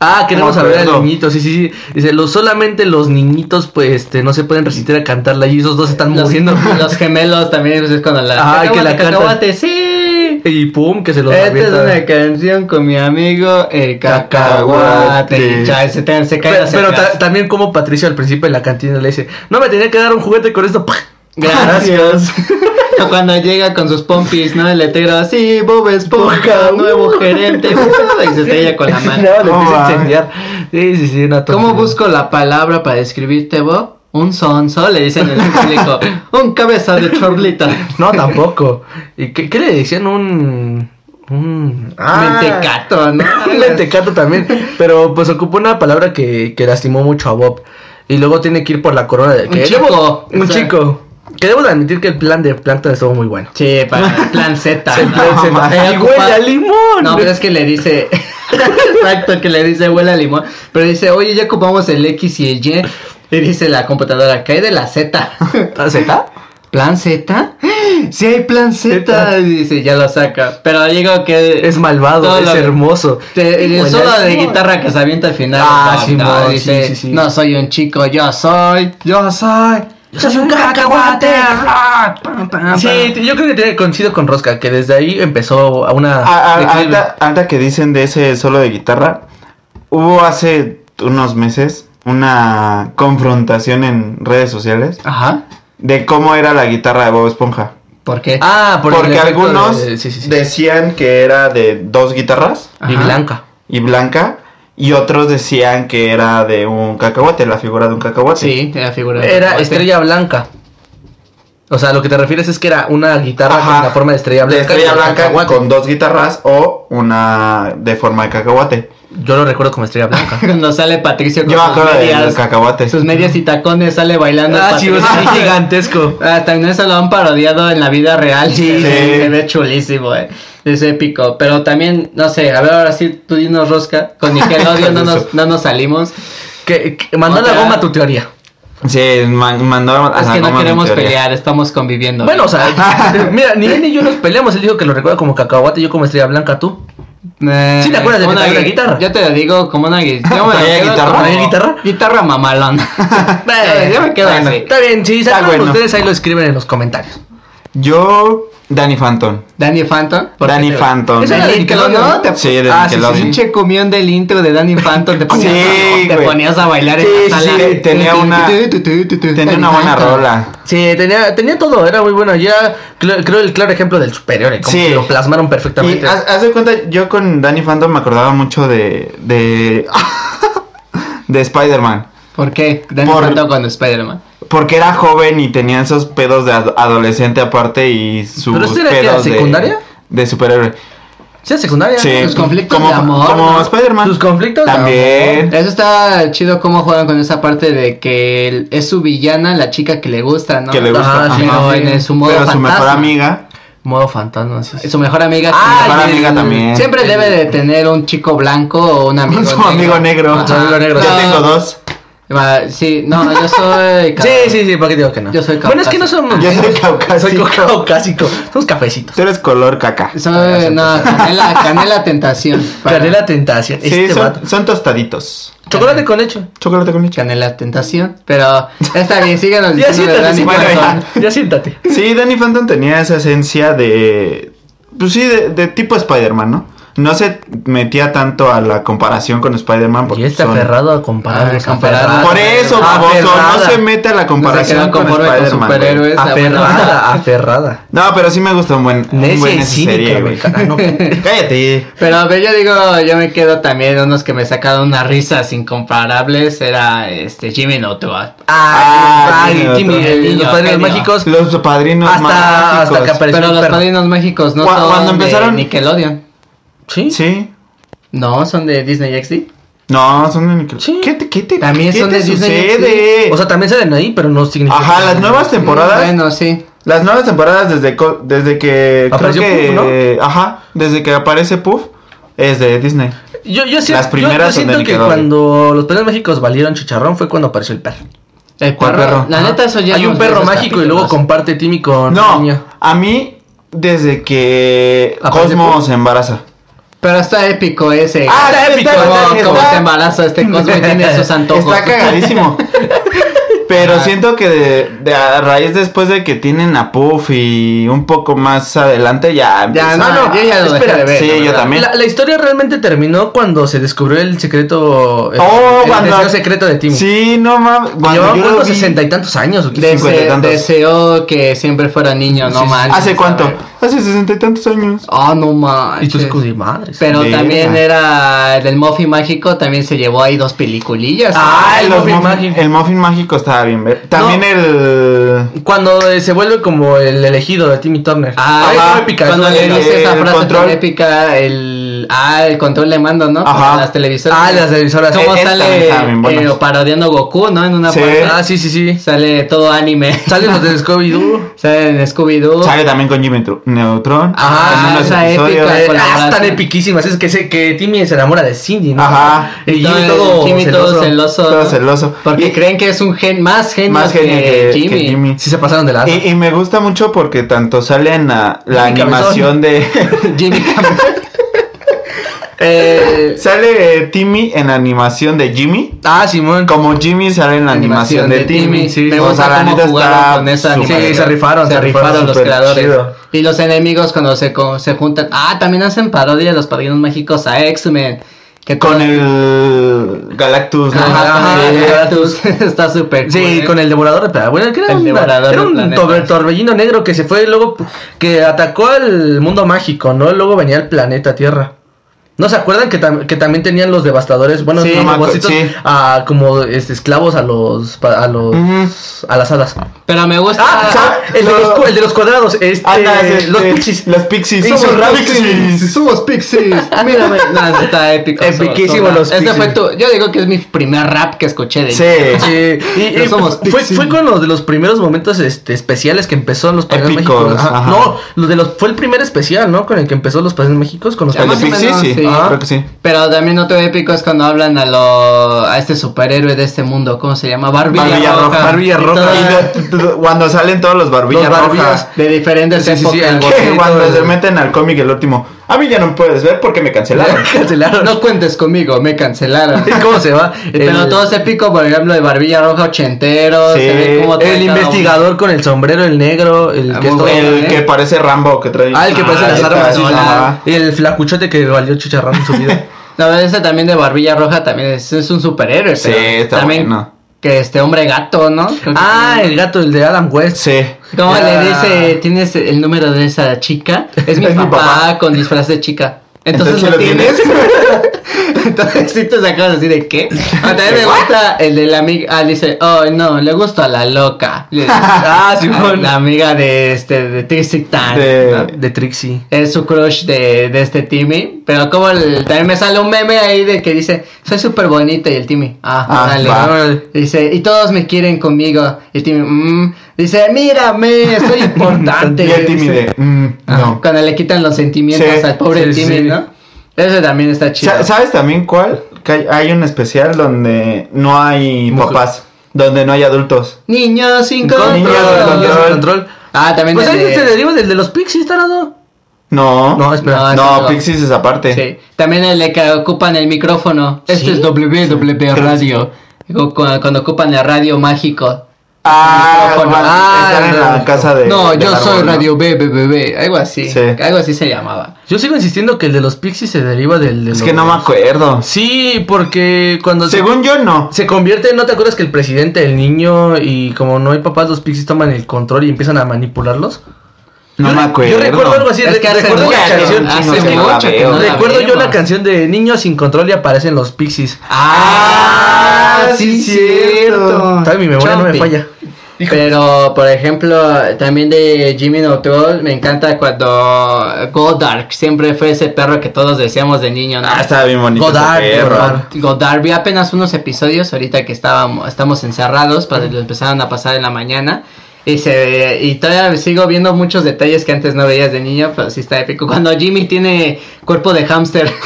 [SPEAKER 4] Ah, queremos
[SPEAKER 5] No,
[SPEAKER 4] saber a
[SPEAKER 5] perdón.
[SPEAKER 4] los niñitos. Sí, sí, sí. Dice, los, solamente los niñitos pues este, no se pueden resistir a cantarla y esos dos están
[SPEAKER 3] Los,
[SPEAKER 4] muriendo.
[SPEAKER 3] (laughs) los gemelos también. pues, es cuando la.
[SPEAKER 4] Ay, que la cantan.
[SPEAKER 3] cacahuate, sí.
[SPEAKER 4] (laughs) y pum, que se los
[SPEAKER 3] Esta Este es
[SPEAKER 4] avienta.
[SPEAKER 3] una canción con mi amigo el cacahuate.
[SPEAKER 5] Cacahuate.
[SPEAKER 3] Ya, se, te- se cae
[SPEAKER 4] Pero,
[SPEAKER 3] hacia
[SPEAKER 4] pero ta-
[SPEAKER 3] atrás.
[SPEAKER 4] también como Patricio al principio en la cantina le dice, no me tenía que dar un juguete con esto. (laughs)
[SPEAKER 3] Gracias. (laughs) O Cuando llega con sus pompis, ¿no? El letrero así, Bob Esponja, nuevo
[SPEAKER 4] uh". (laughs)
[SPEAKER 3] gerente. Y se estrella con la mano.
[SPEAKER 4] No, le
[SPEAKER 5] No,
[SPEAKER 4] empieza a
[SPEAKER 5] va.
[SPEAKER 4] incendiar. Sí, sí, sí, una
[SPEAKER 3] ¿Cómo
[SPEAKER 4] tontería.
[SPEAKER 3] busco la palabra para describirte, Bob? Un sonso, le dicen
[SPEAKER 4] (laughs)
[SPEAKER 3] en el público. Un cabeza de chorlita.
[SPEAKER 4] No, tampoco. ¿Y qué, qué le decían? Un. Un. ah,
[SPEAKER 3] Mentecato,
[SPEAKER 4] (laughs)
[SPEAKER 3] ¿no?
[SPEAKER 4] Un mentecato también. Pero pues ocupó una palabra que, que lastimó mucho a Bob. Y luego tiene que ir por la corona de.
[SPEAKER 3] Un
[SPEAKER 4] que
[SPEAKER 3] chico,
[SPEAKER 4] debo-
[SPEAKER 3] o
[SPEAKER 4] un
[SPEAKER 3] sea.
[SPEAKER 4] chico. Que debo de admitir que el plan de Plankton estuvo muy bueno.
[SPEAKER 3] Sí, para el plan Z. (laughs)
[SPEAKER 4] El
[SPEAKER 3] ¿no?
[SPEAKER 4] plan se-
[SPEAKER 5] man.
[SPEAKER 3] Era
[SPEAKER 4] ¡Y huele a
[SPEAKER 3] ocupar-
[SPEAKER 4] limón!
[SPEAKER 3] No, pero es que le dice. (laughs) Exacto, que le dice huele a limón. Pero dice, oye, ya ocupamos el X y el Y. Y dice la computadora, cae de la Z.
[SPEAKER 4] (laughs) ¿Ah, ¿Z?
[SPEAKER 3] ¿Plan Z? (gasps) Sí, hay plan Z.
[SPEAKER 4] Zeta.
[SPEAKER 3] Y dice, ya lo saca. Pero digo que.
[SPEAKER 4] Es malvado,
[SPEAKER 3] Todo
[SPEAKER 4] es
[SPEAKER 3] lo-
[SPEAKER 4] hermoso.
[SPEAKER 3] Te-
[SPEAKER 4] Y
[SPEAKER 3] el
[SPEAKER 4] huele
[SPEAKER 3] solo
[SPEAKER 4] a
[SPEAKER 3] de
[SPEAKER 4] limón.
[SPEAKER 3] guitarra que se avienta al final.
[SPEAKER 4] Ah,
[SPEAKER 3] no,
[SPEAKER 4] sí,
[SPEAKER 3] no,
[SPEAKER 4] no, sí,
[SPEAKER 3] dice,
[SPEAKER 4] sí, sí.
[SPEAKER 3] no soy un chico, yo soy. Yo soy. Yo soy un cacahuate.
[SPEAKER 4] Ah,
[SPEAKER 3] Pam, pam,
[SPEAKER 4] Sí,
[SPEAKER 3] pam.
[SPEAKER 4] yo creo que te- coincido con Rosca, que desde ahí empezó a una.
[SPEAKER 5] A- a-
[SPEAKER 4] declive.
[SPEAKER 5] Ah, ahorita- ahorita que dicen de ese solo de guitarra, hubo hace unos meses una confrontación en redes sociales
[SPEAKER 3] Ajá.
[SPEAKER 5] de cómo era la guitarra de Bob Esponja.
[SPEAKER 3] ¿Por qué?
[SPEAKER 4] Ah, por el
[SPEAKER 5] Porque
[SPEAKER 4] efecto
[SPEAKER 5] algunos
[SPEAKER 4] de- sí, sí, sí.
[SPEAKER 5] decían que era de dos guitarras
[SPEAKER 4] Y
[SPEAKER 3] Ajá.
[SPEAKER 4] blanca.
[SPEAKER 5] y blanca, y otros decían que era de un cacahuate, la figura de un cacahuate.
[SPEAKER 3] Sí, era figura de
[SPEAKER 4] Era este
[SPEAKER 3] cacahuate.
[SPEAKER 4] estrella blanca. O sea, lo que te refieres es que era una guitarra
[SPEAKER 5] Ajá.
[SPEAKER 4] con la forma de estrella
[SPEAKER 5] De
[SPEAKER 4] blanca. y
[SPEAKER 5] estrella
[SPEAKER 4] un
[SPEAKER 5] blanca
[SPEAKER 4] cacahuate.
[SPEAKER 5] con dos guitarras o una de forma de cacahuate.
[SPEAKER 4] Yo lo recuerdo como estrella blanca.
[SPEAKER 3] (laughs) Cuando sale Patricio con
[SPEAKER 5] Yo me
[SPEAKER 3] sus
[SPEAKER 5] acuerdo de los
[SPEAKER 3] medias,
[SPEAKER 5] cacahuates.
[SPEAKER 3] sus medias y tacones, sale bailando.
[SPEAKER 4] ah, sí,
[SPEAKER 3] Patricio.
[SPEAKER 4] o sea, gigantesco.
[SPEAKER 3] Ah, también se lo han parodiado en la vida real. Sí,
[SPEAKER 5] Sí.
[SPEAKER 3] Se ve chulísimo, eh. Es épico. Pero también, no sé, a ver, ahora sí, tú dinos rosca. Con Nickelodeon no,
[SPEAKER 4] (laughs)
[SPEAKER 3] nos, no nos salimos.
[SPEAKER 4] Que, que mandó
[SPEAKER 3] Otra.
[SPEAKER 4] la goma tu teoría.
[SPEAKER 5] Sí, man- mandó a
[SPEAKER 3] es
[SPEAKER 5] la
[SPEAKER 3] que no
[SPEAKER 5] goma mi
[SPEAKER 3] queremos
[SPEAKER 5] teoría.
[SPEAKER 3] pelear, estamos conviviendo.
[SPEAKER 4] Bueno, o (laughs) sea, mira, ni él ni yo nos peleamos. Él dijo que lo recuerda como cacahuate, yo como estrella blanca, tú.
[SPEAKER 3] Eh,
[SPEAKER 4] ¿sí te acuerdas de que
[SPEAKER 3] una
[SPEAKER 4] traía
[SPEAKER 3] gui-
[SPEAKER 4] guitarra?
[SPEAKER 3] Yo te lo digo como una guitarra. Yo me lo
[SPEAKER 5] ¿Traía
[SPEAKER 3] quedo
[SPEAKER 5] guitarra?
[SPEAKER 3] como-
[SPEAKER 4] (laughs) ¿Traía guitarra?
[SPEAKER 3] Guitarra
[SPEAKER 4] (laughs)
[SPEAKER 3] mamalona. (laughs) yo me quedo
[SPEAKER 5] bueno.
[SPEAKER 3] así.
[SPEAKER 4] Eh, Está bien, si
[SPEAKER 5] Está
[SPEAKER 4] saben
[SPEAKER 5] bueno.
[SPEAKER 4] ustedes, ahí lo escriben en los comentarios.
[SPEAKER 5] Yo, Danny Phantom.
[SPEAKER 3] Danny Phantom. ¿por qué
[SPEAKER 5] Danny
[SPEAKER 3] te-
[SPEAKER 5] Phantom.
[SPEAKER 4] Esa era de
[SPEAKER 3] ¿De Nickelodeon?
[SPEAKER 4] Nickelodeon,
[SPEAKER 3] ¿Te-
[SPEAKER 5] Sí, de
[SPEAKER 3] ah, sí,
[SPEAKER 5] Nickelodeon.
[SPEAKER 3] sí, pinche comión del intro de Danny Phantom. Te ponías,
[SPEAKER 5] Sí,
[SPEAKER 3] te
[SPEAKER 5] güey.
[SPEAKER 3] ponías a bailar
[SPEAKER 5] Sí,
[SPEAKER 3] en la sala.
[SPEAKER 5] sí, tenía una- Tenía una buena rola.
[SPEAKER 4] Sí, tenía, tenía todo, era muy bueno. Ya cl- creo el claro ejemplo del superior, eh, como
[SPEAKER 5] Sí.
[SPEAKER 4] que lo plasmaron
[SPEAKER 5] Y
[SPEAKER 4] perfectamente.
[SPEAKER 5] haz, haz de cuenta, yo con Danny Phantom me acordaba mucho de. de. (laughs) de Spider-Man.
[SPEAKER 3] ¿Por qué? Danny
[SPEAKER 5] Por-
[SPEAKER 3] Phantom con Spider-Man.
[SPEAKER 5] Porque era joven y tenía esos pedos de ad- adolescente aparte y sus
[SPEAKER 4] ¿Pero esto era qué,
[SPEAKER 5] pedos de.
[SPEAKER 4] secundaria?
[SPEAKER 5] De superhéroe.
[SPEAKER 4] ¿Sí, secundaria?
[SPEAKER 5] Sí.
[SPEAKER 3] sus conflictos
[SPEAKER 5] como,
[SPEAKER 3] de amor,
[SPEAKER 5] Como
[SPEAKER 3] ¿no?
[SPEAKER 5] Spider-Man.
[SPEAKER 4] Sus conflictos de
[SPEAKER 5] También.
[SPEAKER 3] Eso está chido cómo juegan con esa parte de que el- es su villana, la chica que le gusta, ¿no?
[SPEAKER 5] Que le gusta.
[SPEAKER 4] Ah, sí,
[SPEAKER 5] ajá.
[SPEAKER 3] no,
[SPEAKER 4] sí.
[SPEAKER 3] en su modo
[SPEAKER 5] Pero su mejor
[SPEAKER 3] fantasma.
[SPEAKER 5] amiga.
[SPEAKER 4] Modo fantasma, sí. sí.
[SPEAKER 3] Su mejor amiga.
[SPEAKER 5] Ah, mejor
[SPEAKER 3] y
[SPEAKER 5] amiga
[SPEAKER 3] el-
[SPEAKER 5] también.
[SPEAKER 3] Siempre debe de tener un chico blanco o un amigo
[SPEAKER 5] (laughs) Su amigo negro.
[SPEAKER 3] Ajá.
[SPEAKER 4] Su amigo negro.
[SPEAKER 5] Yo
[SPEAKER 3] No,
[SPEAKER 5] tengo dos.
[SPEAKER 3] va, Ah, Sí, no, yo soy...
[SPEAKER 4] (laughs) Sí, sí, sí, ¿para qué digo que no?
[SPEAKER 3] Yo soy
[SPEAKER 4] Bueno, es que no somos.
[SPEAKER 5] Yo soy
[SPEAKER 4] (laughs)
[SPEAKER 5] caucásico.
[SPEAKER 4] Soy caucásico. Somos cafecitos.
[SPEAKER 5] Tú eres color caca.
[SPEAKER 3] Soy, no, canela, canela tentación. para-
[SPEAKER 4] Canela tentación.
[SPEAKER 5] Sí,
[SPEAKER 4] este
[SPEAKER 5] son,
[SPEAKER 4] vato.
[SPEAKER 5] son tostaditos.
[SPEAKER 4] Chocolate con leche.
[SPEAKER 5] Chocolate con leche.
[SPEAKER 3] Canela tentación. Pero está bien, síguenos
[SPEAKER 4] Ya
[SPEAKER 3] diciendo de
[SPEAKER 4] siéntate,
[SPEAKER 3] Danny
[SPEAKER 4] sí, bueno,
[SPEAKER 3] Phantom.
[SPEAKER 4] ya, ya siéntate.
[SPEAKER 5] Sí, Danny Phantom tenía esa esencia de. Pues sí, de, de tipo Spider-Man, ¿no? No se metía tanto a la comparación con Spider-Man.
[SPEAKER 4] Y
[SPEAKER 5] porque
[SPEAKER 4] está
[SPEAKER 5] son-
[SPEAKER 4] aferrado a comparar.
[SPEAKER 3] Ah, comparado.
[SPEAKER 5] Por eso, baboso, no se mete a la comparación
[SPEAKER 3] quedó
[SPEAKER 5] con
[SPEAKER 3] conforme con
[SPEAKER 5] Spider-Man. güey.
[SPEAKER 3] superhéroes. Ah, bueno.
[SPEAKER 5] (laughs)
[SPEAKER 4] Aferrada, aferrada.
[SPEAKER 5] No, pero sí me gusta un buen, un
[SPEAKER 4] Necia
[SPEAKER 5] buen
[SPEAKER 4] y
[SPEAKER 5] esa
[SPEAKER 4] cínica,
[SPEAKER 5] serie,
[SPEAKER 4] güey.
[SPEAKER 5] güey.
[SPEAKER 4] Ah, no.
[SPEAKER 5] (laughs) Cállate.
[SPEAKER 3] Pero a ver, yo digo, yo me quedo también unos que me sacaron unas risas incomparables. Era este Jimmy Neutron.
[SPEAKER 5] Ah,
[SPEAKER 4] Ay,
[SPEAKER 5] tiene
[SPEAKER 4] Timmy,
[SPEAKER 5] otro.
[SPEAKER 4] eh, los
[SPEAKER 3] Genio,
[SPEAKER 4] padrinos
[SPEAKER 3] genio.
[SPEAKER 4] mágicos.
[SPEAKER 5] Los padrinos
[SPEAKER 4] Hasta-
[SPEAKER 5] mágicos.
[SPEAKER 4] hasta que apare- Pareció
[SPEAKER 3] Pero
[SPEAKER 4] un
[SPEAKER 3] los
[SPEAKER 4] perro.
[SPEAKER 3] padrinos mágicos no
[SPEAKER 5] Cu-
[SPEAKER 3] son
[SPEAKER 5] cuando empezaron-
[SPEAKER 3] de Nickelodeon.
[SPEAKER 4] Sí.
[SPEAKER 5] Sí.
[SPEAKER 3] No, son de Disney XD.
[SPEAKER 5] No, son de Nickelodeon.
[SPEAKER 4] Sí.
[SPEAKER 5] ¿Qué te, qué te,
[SPEAKER 3] También
[SPEAKER 5] qué
[SPEAKER 3] son
[SPEAKER 5] te
[SPEAKER 3] de Disney
[SPEAKER 5] sucede?
[SPEAKER 4] O sea, también salen ahí, pero no significa.
[SPEAKER 5] Ajá, las nuevas temporadas.
[SPEAKER 3] Bueno, sí.
[SPEAKER 5] Las nuevas temporadas desde, co- desde que.
[SPEAKER 4] Apareció
[SPEAKER 5] que Ajá, desde que aparece Puff es de Disney.
[SPEAKER 4] Yo, yo, siento,
[SPEAKER 5] Las primeras
[SPEAKER 4] yo- yo
[SPEAKER 5] son
[SPEAKER 4] siento
[SPEAKER 5] del
[SPEAKER 4] que
[SPEAKER 5] Nickelodeon.
[SPEAKER 4] cuando los padrinos mágicos valieron chicharrón fue cuando apareció el perro.
[SPEAKER 3] El
[SPEAKER 5] ¿Cuál
[SPEAKER 3] perro.
[SPEAKER 5] perro?
[SPEAKER 3] La
[SPEAKER 4] Ajá.
[SPEAKER 3] neta, eso ya.
[SPEAKER 4] Hay un
[SPEAKER 3] hemos
[SPEAKER 4] perro
[SPEAKER 3] visto
[SPEAKER 4] mágico y
[SPEAKER 3] capítulos.
[SPEAKER 4] luego comparte Timmy con la
[SPEAKER 5] No,
[SPEAKER 4] niña.
[SPEAKER 5] a mí desde que
[SPEAKER 4] Aparece
[SPEAKER 5] Cosmo
[SPEAKER 4] Puff.
[SPEAKER 5] se embaraza.
[SPEAKER 3] Pero está épico ese.
[SPEAKER 5] Ah, está épico, está
[SPEAKER 3] Como,
[SPEAKER 5] épico.
[SPEAKER 3] como
[SPEAKER 5] Está-
[SPEAKER 3] se embaraza este Cosmo y tiene sus antojos.
[SPEAKER 5] Está cagadísimo. Pero siento que de, de a raíz después de que tienen a Puff y un poco más adelante ya
[SPEAKER 3] Ya, no,
[SPEAKER 5] empieza-
[SPEAKER 4] no,
[SPEAKER 3] yo ya lo dejé
[SPEAKER 4] espera,
[SPEAKER 3] de ver.
[SPEAKER 5] sí,
[SPEAKER 3] la
[SPEAKER 5] yo
[SPEAKER 3] verdad.
[SPEAKER 5] también.
[SPEAKER 4] La, la historia realmente terminó cuando se descubrió el secreto. El, el deseo secreto de Timmy.
[SPEAKER 5] Oh, Sí, no mames. cuando
[SPEAKER 4] Llevaba
[SPEAKER 5] yo lo
[SPEAKER 4] cuántos
[SPEAKER 5] vi-
[SPEAKER 4] sesenta y tantos años. ¿o qué?
[SPEAKER 5] De- cincuenta y
[SPEAKER 3] Dese-
[SPEAKER 5] tantos.
[SPEAKER 3] deseó que siempre fuera niño,
[SPEAKER 4] Sí,
[SPEAKER 3] no
[SPEAKER 4] sí.
[SPEAKER 3] manches.
[SPEAKER 5] ¿Hace
[SPEAKER 3] a
[SPEAKER 5] cuánto?
[SPEAKER 3] ver.
[SPEAKER 5] Hace sesenta y tantos años.
[SPEAKER 3] Ah, no manches.
[SPEAKER 4] y tú escudí madres.
[SPEAKER 3] Pero
[SPEAKER 5] Verga.
[SPEAKER 3] también era el del Muffy Mágico, también se llevó ahí dos peliculillas.
[SPEAKER 4] Ah, el
[SPEAKER 5] los
[SPEAKER 4] muffin
[SPEAKER 5] muffin-
[SPEAKER 4] mágico.
[SPEAKER 5] El muffin mágico estaba bien. ver- También
[SPEAKER 4] No.
[SPEAKER 5] el.
[SPEAKER 4] Cuando eh, se vuelve como el elegido de Timmy Turner.
[SPEAKER 3] Ah,
[SPEAKER 5] Ay,
[SPEAKER 3] ajá.
[SPEAKER 5] qué épica,
[SPEAKER 3] cuando
[SPEAKER 5] es
[SPEAKER 3] le
[SPEAKER 5] una-
[SPEAKER 3] dice esa
[SPEAKER 5] el
[SPEAKER 3] frase
[SPEAKER 5] control.
[SPEAKER 3] tan épica, el, ah, el control de mando, ¿no?
[SPEAKER 5] Ajá.
[SPEAKER 3] Para Las televisoras.
[SPEAKER 4] Ah, las televisoras.
[SPEAKER 3] ¿Cómo
[SPEAKER 5] Eh, esta
[SPEAKER 3] sale
[SPEAKER 5] está bien buena.
[SPEAKER 3] eh, o parodiando Goku, no? En una
[SPEAKER 5] Sí.
[SPEAKER 3] parte.
[SPEAKER 4] Ah, sí, sí, sí.
[SPEAKER 3] Sale todo anime.
[SPEAKER 4] Salen los de Scooby-Doo.
[SPEAKER 3] (laughs) Sale en Scooby-Doo.
[SPEAKER 5] Sale también con Jimmy Tru- Neutron.
[SPEAKER 3] Ajá,
[SPEAKER 5] en unos
[SPEAKER 3] esa
[SPEAKER 5] episodios.
[SPEAKER 3] épica.
[SPEAKER 4] Eh, ah,
[SPEAKER 3] colaboración.
[SPEAKER 4] están epiquísimas. Es que, se, que Timmy se enamora de Cindy, ¿no?
[SPEAKER 5] Ajá.
[SPEAKER 4] Y
[SPEAKER 3] Todo
[SPEAKER 4] Jimmy
[SPEAKER 3] el-
[SPEAKER 4] todo,
[SPEAKER 3] Jimmy todo
[SPEAKER 4] celoso.
[SPEAKER 3] celoso.
[SPEAKER 5] Todo
[SPEAKER 3] ¿no?
[SPEAKER 5] celoso.
[SPEAKER 3] Porque
[SPEAKER 5] Y-
[SPEAKER 3] creen que es un gen más genio,
[SPEAKER 5] Más genio
[SPEAKER 3] que,
[SPEAKER 5] que, que
[SPEAKER 3] Jimmy.
[SPEAKER 5] Jimmy.
[SPEAKER 4] Sí, se pasaron de la.
[SPEAKER 5] Y, y me gusta mucho porque tanto sale en la, la
[SPEAKER 4] Jimmy
[SPEAKER 5] animación de.
[SPEAKER 3] (laughs) Jimmy
[SPEAKER 5] (laughs)
[SPEAKER 3] Cameron. Eh,
[SPEAKER 5] sale eh, Timmy en la animación de Jimmy.
[SPEAKER 4] Ah, Simón.
[SPEAKER 5] Como Jimmy sale en la animación, de, Timmy.
[SPEAKER 3] sí. Me
[SPEAKER 5] O
[SPEAKER 3] gusta
[SPEAKER 5] sea, la
[SPEAKER 3] cómo
[SPEAKER 5] neta
[SPEAKER 3] jugaron
[SPEAKER 5] está
[SPEAKER 3] con esa
[SPEAKER 5] súper-
[SPEAKER 3] animación.
[SPEAKER 4] Sí, se rifaron,
[SPEAKER 3] se,
[SPEAKER 4] se rifaron
[SPEAKER 3] rifaron los
[SPEAKER 5] súper
[SPEAKER 3] creadores.
[SPEAKER 5] chido.
[SPEAKER 3] Y los enemigos cuando se, co- se juntan. Ah, también hacen parodia de los padrinos mágicos a X-Men. Que
[SPEAKER 5] Con
[SPEAKER 3] todo-
[SPEAKER 5] el Galactus, ¿no?
[SPEAKER 3] Ajá,
[SPEAKER 4] Ajá,
[SPEAKER 3] con el
[SPEAKER 4] sí.
[SPEAKER 3] Galactus. (laughs) Está súper.
[SPEAKER 4] Sí,
[SPEAKER 3] cool,
[SPEAKER 4] con
[SPEAKER 3] ¿eh?
[SPEAKER 4] el devorador de planetas. Bueno, que era,
[SPEAKER 3] El
[SPEAKER 4] una-
[SPEAKER 3] devorador
[SPEAKER 4] era
[SPEAKER 3] de
[SPEAKER 4] un
[SPEAKER 3] planetas.
[SPEAKER 4] tobe- torbellino negro que se fue y luego que atacó al mundo mágico, ¿no? Luego venía el planeta Tierra. ¿No se acuerdan que, tam- que también tenían los devastadores? Bueno,
[SPEAKER 5] Sí,
[SPEAKER 4] los
[SPEAKER 5] me acu-
[SPEAKER 4] robotcitos,
[SPEAKER 5] sí.
[SPEAKER 4] ah, como este, esclavos a los, pa- a los,
[SPEAKER 5] Ujú.
[SPEAKER 4] a las hadas.
[SPEAKER 3] Pero me gusta.
[SPEAKER 4] Ah, ¿sabe? el, de los, cu- el de los cuadrados, este,
[SPEAKER 3] Ah,
[SPEAKER 5] Anda, es este,
[SPEAKER 4] los pichis.
[SPEAKER 5] Los pixies.
[SPEAKER 4] Somos
[SPEAKER 5] Somos
[SPEAKER 3] pixies, somos pixies. Mírame. No, está épico.
[SPEAKER 4] Epiquísimo los
[SPEAKER 3] Este
[SPEAKER 4] pixies.
[SPEAKER 3] fue tu. Yo digo que es mi primer rap que escuché de
[SPEAKER 5] Sí.
[SPEAKER 4] Sí, y,
[SPEAKER 3] No
[SPEAKER 4] y
[SPEAKER 3] somos
[SPEAKER 4] fue,
[SPEAKER 3] Pixie.
[SPEAKER 4] fue con los de los primeros momentos este, especiales que empezó en los Países
[SPEAKER 5] Épicos,
[SPEAKER 4] México. Ajá.
[SPEAKER 5] ajá.
[SPEAKER 4] No, los de los, fue el primer especial, ¿no? Con el que empezó los Países México, con los
[SPEAKER 3] Ya,
[SPEAKER 5] ¿El de
[SPEAKER 3] más o
[SPEAKER 4] Países
[SPEAKER 5] pixies?
[SPEAKER 3] menos,
[SPEAKER 5] sí.
[SPEAKER 3] sí.
[SPEAKER 5] Ah, Creo que sí.
[SPEAKER 3] Pero también otro épico es cuando hablan a lo a este superhéroe de este mundo, ¿cómo se llama? Barbilla,
[SPEAKER 5] Barbilla roja.
[SPEAKER 4] Barbilla
[SPEAKER 3] Y
[SPEAKER 4] roja.
[SPEAKER 3] toda-
[SPEAKER 5] Y de- de- de- cuando salen todos los
[SPEAKER 4] Los
[SPEAKER 5] barbillas
[SPEAKER 4] barbillas.
[SPEAKER 5] rojas.
[SPEAKER 3] de diferentes
[SPEAKER 4] Sí, sí, sí,
[SPEAKER 3] (laughs) épocas.
[SPEAKER 4] el
[SPEAKER 5] Que
[SPEAKER 4] Bonito,
[SPEAKER 5] cuando
[SPEAKER 4] el-
[SPEAKER 5] se meten al cómic el último. A mí ya no me puedes ver porque
[SPEAKER 3] (laughs)
[SPEAKER 5] me cancelaron.
[SPEAKER 4] Cancelaron.
[SPEAKER 3] No cuentes conmigo, me cancelaron.
[SPEAKER 4] (laughs) ¿Cómo se va?
[SPEAKER 3] (laughs) Pero
[SPEAKER 4] El-
[SPEAKER 3] todo es épico, por ejemplo, de Barbilla Roja ochentero.
[SPEAKER 5] Sí,
[SPEAKER 3] se ve cómo trae
[SPEAKER 4] El
[SPEAKER 3] cada
[SPEAKER 4] investigador con el sombrero, el negro, el
[SPEAKER 3] Ah, muy
[SPEAKER 4] que es todo-
[SPEAKER 3] bueno.
[SPEAKER 5] el
[SPEAKER 3] ¿eh?
[SPEAKER 5] que parece Rambo que trae.
[SPEAKER 4] Ah, el que parece
[SPEAKER 3] Ah,
[SPEAKER 4] las
[SPEAKER 5] ya
[SPEAKER 4] armas.
[SPEAKER 5] está,
[SPEAKER 3] no,
[SPEAKER 5] ajá.
[SPEAKER 4] Y el flacuchote que valió chicharrón en su vida.
[SPEAKER 3] uno. No, ese también de Barbilla Roja también es, es un superhéroe.
[SPEAKER 5] Sí,
[SPEAKER 3] pero
[SPEAKER 5] está
[SPEAKER 3] también
[SPEAKER 5] bueno.
[SPEAKER 3] Que este hombre gato, ¿no? (laughs) Creo que
[SPEAKER 4] ah,
[SPEAKER 3] también-
[SPEAKER 4] el gato, el de Adam West.
[SPEAKER 5] Sí.
[SPEAKER 3] ¿Cómo
[SPEAKER 4] Ya.
[SPEAKER 3] le dice, tienes el número de esa chica? Es mi,
[SPEAKER 5] Es mi
[SPEAKER 3] papá,
[SPEAKER 5] papá.
[SPEAKER 3] con disfraz de chica. Entonces,
[SPEAKER 5] Entonces, ¿sí
[SPEAKER 3] lo
[SPEAKER 5] lo
[SPEAKER 3] tienes. Entonces sí te sacas así de qué. Ah, También me gusta el de la amiga. Ah, dice, oh no, le gusta a la loca. Le-
[SPEAKER 5] (laughs)
[SPEAKER 4] Ah, sí, bueno.
[SPEAKER 3] La amiga de este, de Trixie Tan.
[SPEAKER 5] De-
[SPEAKER 4] De Trixie.
[SPEAKER 3] Es su crush de, de este Timmy. Pero como el- también me sale un meme ahí de que dice, soy súper bonita y el Timmy. Ah,
[SPEAKER 5] Ah,
[SPEAKER 3] dale.
[SPEAKER 5] va.
[SPEAKER 3] órale. Dice, y todos me quieren conmigo. Y el Timmy, "Mm". dice, mírame, soy
[SPEAKER 5] (laughs)
[SPEAKER 3] importante.
[SPEAKER 5] Y el Timmy
[SPEAKER 3] dice.
[SPEAKER 5] de, mm,
[SPEAKER 3] Ajá,
[SPEAKER 5] no.
[SPEAKER 3] Cuando le quitan los sentimientos
[SPEAKER 5] Sí,
[SPEAKER 3] al pobre
[SPEAKER 4] sí,
[SPEAKER 3] Timmy,
[SPEAKER 4] sí.
[SPEAKER 3] ¿no? Ese también está chido.
[SPEAKER 5] Sa- ¿Sabes también cuál? Que hay, hay un especial donde no hay
[SPEAKER 4] Mujer.
[SPEAKER 5] papás, donde no hay adultos.
[SPEAKER 3] Niños sin
[SPEAKER 5] Niños
[SPEAKER 3] control.
[SPEAKER 5] sin
[SPEAKER 4] Niños sin control.
[SPEAKER 3] Ah, también
[SPEAKER 4] Pues
[SPEAKER 3] el
[SPEAKER 4] ahí
[SPEAKER 3] de-
[SPEAKER 4] se deriva del de los Pixies, tarado.
[SPEAKER 5] No.
[SPEAKER 4] No, espera.
[SPEAKER 5] No,
[SPEAKER 3] No, es otro.
[SPEAKER 5] Pixies es aparte.
[SPEAKER 3] Sí, también el de que ocupan el micrófono. Este
[SPEAKER 4] ¿Sí?
[SPEAKER 3] es WW Radio. Cu- cu- Cuando ocupan el radio mágico.
[SPEAKER 5] Ah,
[SPEAKER 3] Micrófono.
[SPEAKER 5] van-
[SPEAKER 4] Ah,
[SPEAKER 5] están en la
[SPEAKER 4] no.
[SPEAKER 5] casa de.
[SPEAKER 3] no,
[SPEAKER 5] del
[SPEAKER 3] yo
[SPEAKER 5] árbol,
[SPEAKER 3] soy
[SPEAKER 5] ¿no?
[SPEAKER 3] Radio BBBB, algo así.
[SPEAKER 5] Sí.
[SPEAKER 3] Algo así se llamaba.
[SPEAKER 4] Yo sigo insistiendo que el de los Pixies se deriva del de
[SPEAKER 5] Es que
[SPEAKER 4] los-
[SPEAKER 5] no me acuerdo.
[SPEAKER 4] Sí, porque cuando se-
[SPEAKER 5] Según yo, no.
[SPEAKER 4] se, convierte, ¿no te acuerdas que el presidente, el niño y como no hay papás, los Pixies toman el control y empiezan a manipularlos?
[SPEAKER 5] No
[SPEAKER 4] Yo
[SPEAKER 5] me
[SPEAKER 4] re-
[SPEAKER 5] acuerdo.
[SPEAKER 4] Yo recuerdo algo así,
[SPEAKER 3] Es
[SPEAKER 4] re-
[SPEAKER 3] que hace
[SPEAKER 4] recuerdo la
[SPEAKER 3] mucho,
[SPEAKER 4] canción.
[SPEAKER 3] hace
[SPEAKER 5] chingo, que no la
[SPEAKER 3] mucho que
[SPEAKER 5] veo.
[SPEAKER 3] no la
[SPEAKER 4] recuerdo yo
[SPEAKER 3] vemos.
[SPEAKER 4] la canción de Niños sin control y aparecen los Pixies.
[SPEAKER 5] Ah, sí, cierto.
[SPEAKER 4] Todavía mi memoria no
[SPEAKER 3] Chompy.
[SPEAKER 4] me falla.
[SPEAKER 3] Pero, por ejemplo, también de Jimmy Neutron, me encanta cuando Godark siempre fue ese perro que todos decíamos de niño, ¿no? este
[SPEAKER 5] Ah, estaba bien bonito. ese
[SPEAKER 4] Godard,
[SPEAKER 5] perro.
[SPEAKER 4] Godard.
[SPEAKER 3] Godard vi apenas unos episodios ahorita que estábamos estamos encerrados para lo empezaron a pasar en la mañana y se y todavía sigo viendo muchos detalles que antes no veías de niño pero sí está épico cuando Jimmy tiene cuerpo de hámster
[SPEAKER 4] (laughs)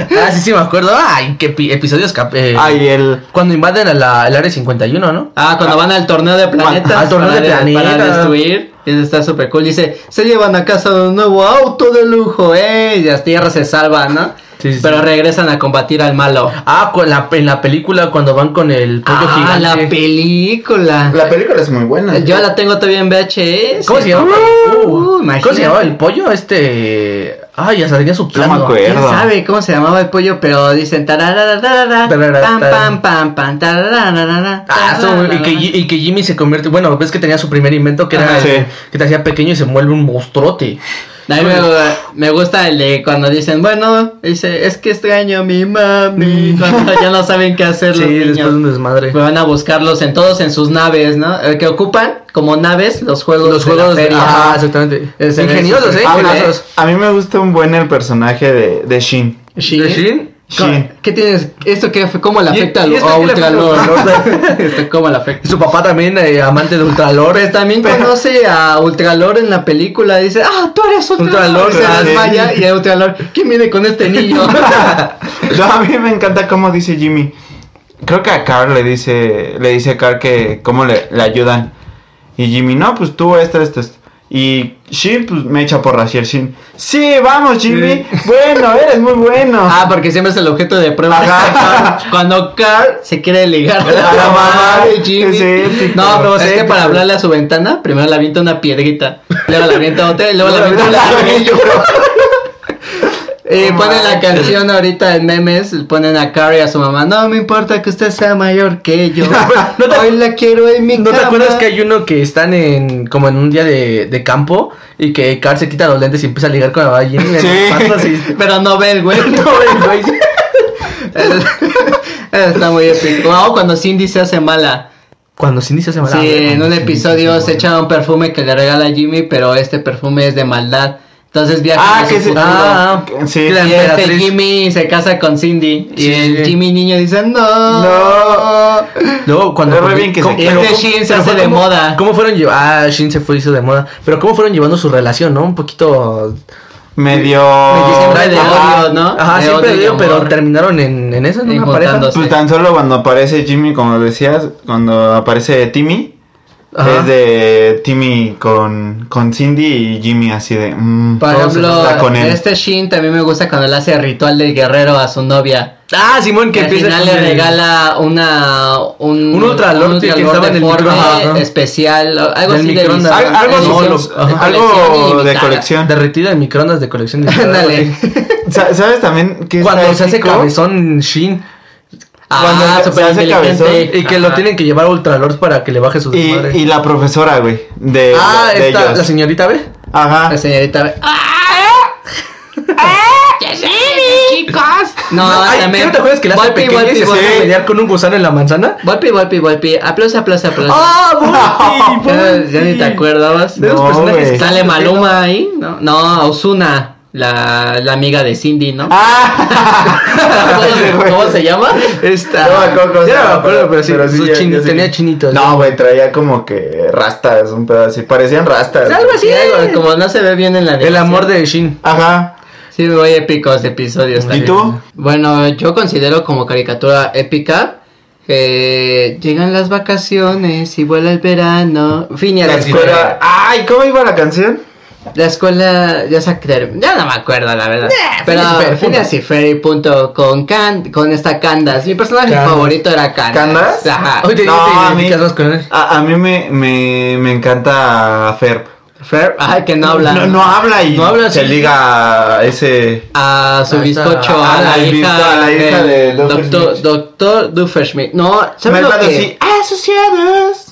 [SPEAKER 4] Ah, sí, sí, me acuerdo. Ay, qué epi- episodios. cap- eh,
[SPEAKER 5] Ay, el.
[SPEAKER 4] Cuando invaden a la- el área 51, ¿no?
[SPEAKER 3] ah cuando van al torneo de planetas
[SPEAKER 4] Al torneo
[SPEAKER 3] para
[SPEAKER 4] de planetas.
[SPEAKER 3] para destruir eso está súper cool dice se llevan a casa un nuevo auto de lujo eh y las tierras se salvan no
[SPEAKER 4] Sí, sí,
[SPEAKER 3] pero
[SPEAKER 4] sí.
[SPEAKER 3] regresan a combatir al malo
[SPEAKER 4] Ah, con la, en la película cuando van con el pollo
[SPEAKER 3] ah
[SPEAKER 4] gigante.
[SPEAKER 3] la película
[SPEAKER 5] La película es muy buena.
[SPEAKER 3] Yo la tengo todavía en VHS.
[SPEAKER 4] ¿Cómo se llamaba?
[SPEAKER 3] Uh,
[SPEAKER 4] Uh, ¿Cómo
[SPEAKER 3] imagínate.
[SPEAKER 4] se llamaba el pollo? Este. Ay, ya sabía su plano.
[SPEAKER 5] acuerdo.
[SPEAKER 3] ¿Quién
[SPEAKER 5] Perdón.
[SPEAKER 3] sabe cómo se llamaba el pollo? Pero dicen tararararara,
[SPEAKER 4] Tarara,
[SPEAKER 3] pam
[SPEAKER 4] tarara.
[SPEAKER 3] pam pam pam tararararara,
[SPEAKER 4] Ah, eso, y,
[SPEAKER 3] tarararara.
[SPEAKER 4] que, y que Jimmy se convierte. Bueno, ves que tenía su primer invento que era
[SPEAKER 5] Ajá, sí.
[SPEAKER 4] el- que te hacía pequeño y se vuelve un monstruote.
[SPEAKER 3] A mí me, me gusta el de cuando dicen, bueno, dice, es que extraño a mi mami. Cuando ya no saben qué
[SPEAKER 4] (laughs)
[SPEAKER 3] hacer
[SPEAKER 4] Mm. Sí,
[SPEAKER 3] los niños.
[SPEAKER 4] después de un desmadre.
[SPEAKER 3] Me van a buscarlos en todos en sus naves, ¿no? Eh, que ocupan como naves los juegos
[SPEAKER 4] Los
[SPEAKER 3] de la
[SPEAKER 4] juegos de.
[SPEAKER 3] feria.
[SPEAKER 4] Ajá, exactamente.
[SPEAKER 3] Ese-
[SPEAKER 4] Ingeniosos,
[SPEAKER 3] ese-
[SPEAKER 4] eh.
[SPEAKER 5] Ah, me-
[SPEAKER 4] Ingeniosos.
[SPEAKER 5] a mí me gusta un buen el personaje de, de Shin.
[SPEAKER 3] ¿Sí?
[SPEAKER 4] ¿De Shin?
[SPEAKER 5] Shin.
[SPEAKER 3] ¿Qué tienes? ¿Esto qué fue? ¿eh? ¿Cómo le
[SPEAKER 4] Y-
[SPEAKER 3] afecta
[SPEAKER 4] y
[SPEAKER 3] al
[SPEAKER 4] esto que
[SPEAKER 3] a
[SPEAKER 4] le afecta
[SPEAKER 3] (laughs)
[SPEAKER 4] al
[SPEAKER 3] Ultralor? ¿Esto ¿Cómo le afecta?
[SPEAKER 4] Su papá también, eh, amante de Ultralor.
[SPEAKER 3] Pues también conoce a Ultralor en la película. Dice, ah, tú eres Ultralor.
[SPEAKER 4] Ultralor,
[SPEAKER 3] se
[SPEAKER 5] ah, sí.
[SPEAKER 3] desmaya y a Ultralor, ¿quién viene con este niño?
[SPEAKER 5] (laughs) No, a mí me encanta cómo dice Jimmy. Creo que a Carl le dice, le dice a Carl que cómo le, le ayudan. Y Jimmy, no, pues tú esto, esto, esto. Y Shin, pues me echa porras. Y el Shin, sí, vamos Jimmy. Bueno, eres muy bueno.
[SPEAKER 3] ah, porque siempre es el objeto de prueba.
[SPEAKER 5] Ajá.
[SPEAKER 3] Cuando Carl se quiere ligar a
[SPEAKER 5] A
[SPEAKER 3] la
[SPEAKER 5] la
[SPEAKER 3] mamá
[SPEAKER 5] mamá
[SPEAKER 3] de Jimmy.
[SPEAKER 5] es épico.
[SPEAKER 3] no, pero es
[SPEAKER 5] Es
[SPEAKER 3] que para
[SPEAKER 5] épico.
[SPEAKER 3] hablarle a su ventana, primero le avienta una piedrita. Luego le avienta otra y luego le avienta un
[SPEAKER 5] Luego le avienta
[SPEAKER 3] ladrillo. Y
[SPEAKER 5] No
[SPEAKER 3] Eh, ponen la
[SPEAKER 5] manches.
[SPEAKER 3] canción ahorita en memes, ponen a Carrie a su mamá, no me importa que usted sea mayor que yo,
[SPEAKER 4] (laughs) No te-
[SPEAKER 3] hoy la quiero en mi
[SPEAKER 4] ¿No te
[SPEAKER 3] cama".
[SPEAKER 4] acuerdas que hay uno que están en como en un día de, de campo y que Carl se quita los lentes y empieza a ligar con la ballena? en el
[SPEAKER 5] Sí.
[SPEAKER 4] pasto, así?
[SPEAKER 3] (laughs) Pero no ve el
[SPEAKER 4] (laughs)
[SPEAKER 3] güey.
[SPEAKER 4] No, el güey.
[SPEAKER 3] (laughs) Está muy épico. O oh, cuando Cindy se hace mala.
[SPEAKER 4] Cuando se inicia se me la-
[SPEAKER 3] Sí, en
[SPEAKER 4] Cuando
[SPEAKER 3] un
[SPEAKER 4] se inicia
[SPEAKER 3] episodio se
[SPEAKER 4] me la-
[SPEAKER 3] echa un perfume que le regala a Jimmy, pero este perfume es de maldad. Entonces viaja
[SPEAKER 5] Ah,
[SPEAKER 3] a su
[SPEAKER 5] que se-
[SPEAKER 3] futuro.
[SPEAKER 5] ah, que- sí.
[SPEAKER 3] Y
[SPEAKER 4] la
[SPEAKER 3] este
[SPEAKER 4] emperatriz.
[SPEAKER 3] Jimmy se casa con Cindy. Y
[SPEAKER 4] Sí.
[SPEAKER 3] el Jimmy niño dice, no.
[SPEAKER 5] No.
[SPEAKER 4] Luego cuando
[SPEAKER 5] Pero re bien que
[SPEAKER 4] ¿cómo-
[SPEAKER 5] se-
[SPEAKER 3] Y
[SPEAKER 4] pero
[SPEAKER 3] este
[SPEAKER 4] cómo-
[SPEAKER 3] Shin se
[SPEAKER 4] pero
[SPEAKER 3] hace
[SPEAKER 4] fue
[SPEAKER 3] de
[SPEAKER 4] como-
[SPEAKER 3] moda.
[SPEAKER 4] ¿Cómo fueron llevando? Ah, Shin se fue hizo de moda. Pero ¿cómo fueron llevando su relación, no? Un poquito.
[SPEAKER 5] Medio.
[SPEAKER 3] siempre de
[SPEAKER 5] Ajá.
[SPEAKER 3] odio, ¿no?
[SPEAKER 4] Ajá,
[SPEAKER 3] De
[SPEAKER 4] siempre
[SPEAKER 3] odio y
[SPEAKER 4] digo, pero
[SPEAKER 3] amor.
[SPEAKER 4] terminaron en, en eso, en
[SPEAKER 3] Y
[SPEAKER 4] una pareja.
[SPEAKER 3] juntándose.
[SPEAKER 5] Pues tan solo cuando aparece Jimmy, como decías, cuando aparece Timmy,
[SPEAKER 4] Ajá.
[SPEAKER 5] es de Timmy con, con Cindy y Jimmy así de... mm,
[SPEAKER 3] Por
[SPEAKER 5] todos está
[SPEAKER 3] ejemplo,
[SPEAKER 5] con él.
[SPEAKER 3] este Shin también me gusta cuando le hace el ritual del guerrero a su novia.
[SPEAKER 4] Ah, Simón,
[SPEAKER 3] que
[SPEAKER 4] que
[SPEAKER 3] al
[SPEAKER 4] empieza
[SPEAKER 3] final
[SPEAKER 4] con
[SPEAKER 3] le
[SPEAKER 4] el-
[SPEAKER 3] regala una un,
[SPEAKER 4] Un ultralord que
[SPEAKER 3] ultralord
[SPEAKER 4] estaba en el
[SPEAKER 3] deforme
[SPEAKER 4] microondas, ¿no?
[SPEAKER 3] especial o- algo
[SPEAKER 4] Del
[SPEAKER 3] así de
[SPEAKER 4] microondas.
[SPEAKER 5] Al-
[SPEAKER 3] edición-
[SPEAKER 5] algo
[SPEAKER 3] de
[SPEAKER 5] solo,
[SPEAKER 3] edición-
[SPEAKER 5] ajá,
[SPEAKER 3] de
[SPEAKER 5] algo
[SPEAKER 3] colección
[SPEAKER 5] de
[SPEAKER 3] limitada.
[SPEAKER 5] colección.
[SPEAKER 4] Derretida en microondas de colección de
[SPEAKER 3] (laughs) Ándale.
[SPEAKER 4] (laughs)
[SPEAKER 5] Sa- ¿Sabes también que
[SPEAKER 4] Cuando se hace cabezón Shin
[SPEAKER 5] Cuando
[SPEAKER 3] Ah,
[SPEAKER 5] se- se
[SPEAKER 3] súper
[SPEAKER 5] hace
[SPEAKER 3] inteligente.
[SPEAKER 5] cabezón
[SPEAKER 4] y que lo tienen que llevar a Ultralord para que le baje su
[SPEAKER 5] Y,
[SPEAKER 4] desmadre.
[SPEAKER 5] y la profesora, güey, de,
[SPEAKER 4] ah,
[SPEAKER 5] de
[SPEAKER 4] esta,
[SPEAKER 5] ellos.
[SPEAKER 4] la señorita B.
[SPEAKER 5] Ajá.
[SPEAKER 3] La
[SPEAKER 5] (laughs)
[SPEAKER 3] señorita. "Ah, ¡Chicos! eh, No,
[SPEAKER 4] Ay, ¿qué
[SPEAKER 3] también.
[SPEAKER 4] ¿No te acuerdas que la hace
[SPEAKER 3] Volpi,
[SPEAKER 4] pequeña y
[SPEAKER 3] Volpi,
[SPEAKER 4] se
[SPEAKER 3] Volpi.
[SPEAKER 4] pone a pelear con un gusano en la manzana?
[SPEAKER 3] Volpi, Volpi, Volpi. Aplauso, aplauso, aplauso.
[SPEAKER 5] Oh,
[SPEAKER 4] ¡Ah,
[SPEAKER 5] (laughs)
[SPEAKER 4] Volpi!
[SPEAKER 3] Ya-
[SPEAKER 4] Volpi!
[SPEAKER 3] ya ni te acuerdas.
[SPEAKER 4] De esos
[SPEAKER 5] No,
[SPEAKER 4] personajes
[SPEAKER 5] güey.
[SPEAKER 4] que
[SPEAKER 3] Sale
[SPEAKER 4] están
[SPEAKER 3] Maluma ahí, ¿no? No, Osuna, la, la amiga de Cindy, ¿no?
[SPEAKER 5] Ah. Ese
[SPEAKER 3] (laughs) ¿Cómo,
[SPEAKER 5] güey.
[SPEAKER 3] cómo se llama?
[SPEAKER 4] Esta.
[SPEAKER 5] No me acuerdo cómo se
[SPEAKER 4] Ya no me
[SPEAKER 5] llama,
[SPEAKER 4] acuerdo, pero sí, su
[SPEAKER 5] ya-
[SPEAKER 4] chin-
[SPEAKER 5] ya sé
[SPEAKER 4] tenía
[SPEAKER 5] que-
[SPEAKER 4] chinitos.
[SPEAKER 5] No, güey, traía como que rastas, un pedazo así. Parecían rastas.
[SPEAKER 4] Algo así.
[SPEAKER 3] Sí, algo, como no se ve bien en la
[SPEAKER 4] El
[SPEAKER 3] animación.
[SPEAKER 4] amor de Shin.
[SPEAKER 5] Ajá.
[SPEAKER 3] Sí, muy épicos episodios.
[SPEAKER 5] ¿Y
[SPEAKER 3] también.
[SPEAKER 5] tú?
[SPEAKER 3] Bueno, yo considero como caricatura épica. eh, llegan las vacaciones y vuela el verano. Fin y a
[SPEAKER 5] La
[SPEAKER 3] la
[SPEAKER 5] escuela.
[SPEAKER 3] escuela.
[SPEAKER 5] Ay, ¿cómo iba la canción?
[SPEAKER 3] La escuela ya se ter- Ya no me acuerdo, la verdad. Pero
[SPEAKER 4] Phineas y Ferb,
[SPEAKER 3] Phineas y Ferb, punto. Con, Can- con esta Candace. Mi personaje
[SPEAKER 4] Candace.
[SPEAKER 3] favorito era Candace.
[SPEAKER 5] ¿Candace? Ah,
[SPEAKER 3] Ajá.
[SPEAKER 4] Ah, Hoy te digo,
[SPEAKER 5] No,
[SPEAKER 4] te
[SPEAKER 5] a mí-
[SPEAKER 4] identificas más con él.
[SPEAKER 5] A, a mí me, me, me encanta Ferb.
[SPEAKER 3] Ferb, ay, que no habla.
[SPEAKER 5] No, no habla y
[SPEAKER 4] No habla,
[SPEAKER 5] se
[SPEAKER 4] sí.
[SPEAKER 5] liga a ese.
[SPEAKER 3] a su
[SPEAKER 4] Ahí está.
[SPEAKER 3] bizcocho
[SPEAKER 5] Ah,
[SPEAKER 3] a, la
[SPEAKER 5] al bizco-
[SPEAKER 3] hija,
[SPEAKER 5] a la hija
[SPEAKER 3] del
[SPEAKER 5] de
[SPEAKER 3] doctor,
[SPEAKER 5] Doofenshmirtz.
[SPEAKER 3] doctor Doofenshmirtz. No, ¿sabes
[SPEAKER 5] Me
[SPEAKER 3] lo
[SPEAKER 5] va a
[SPEAKER 3] que?
[SPEAKER 5] decir, asociados.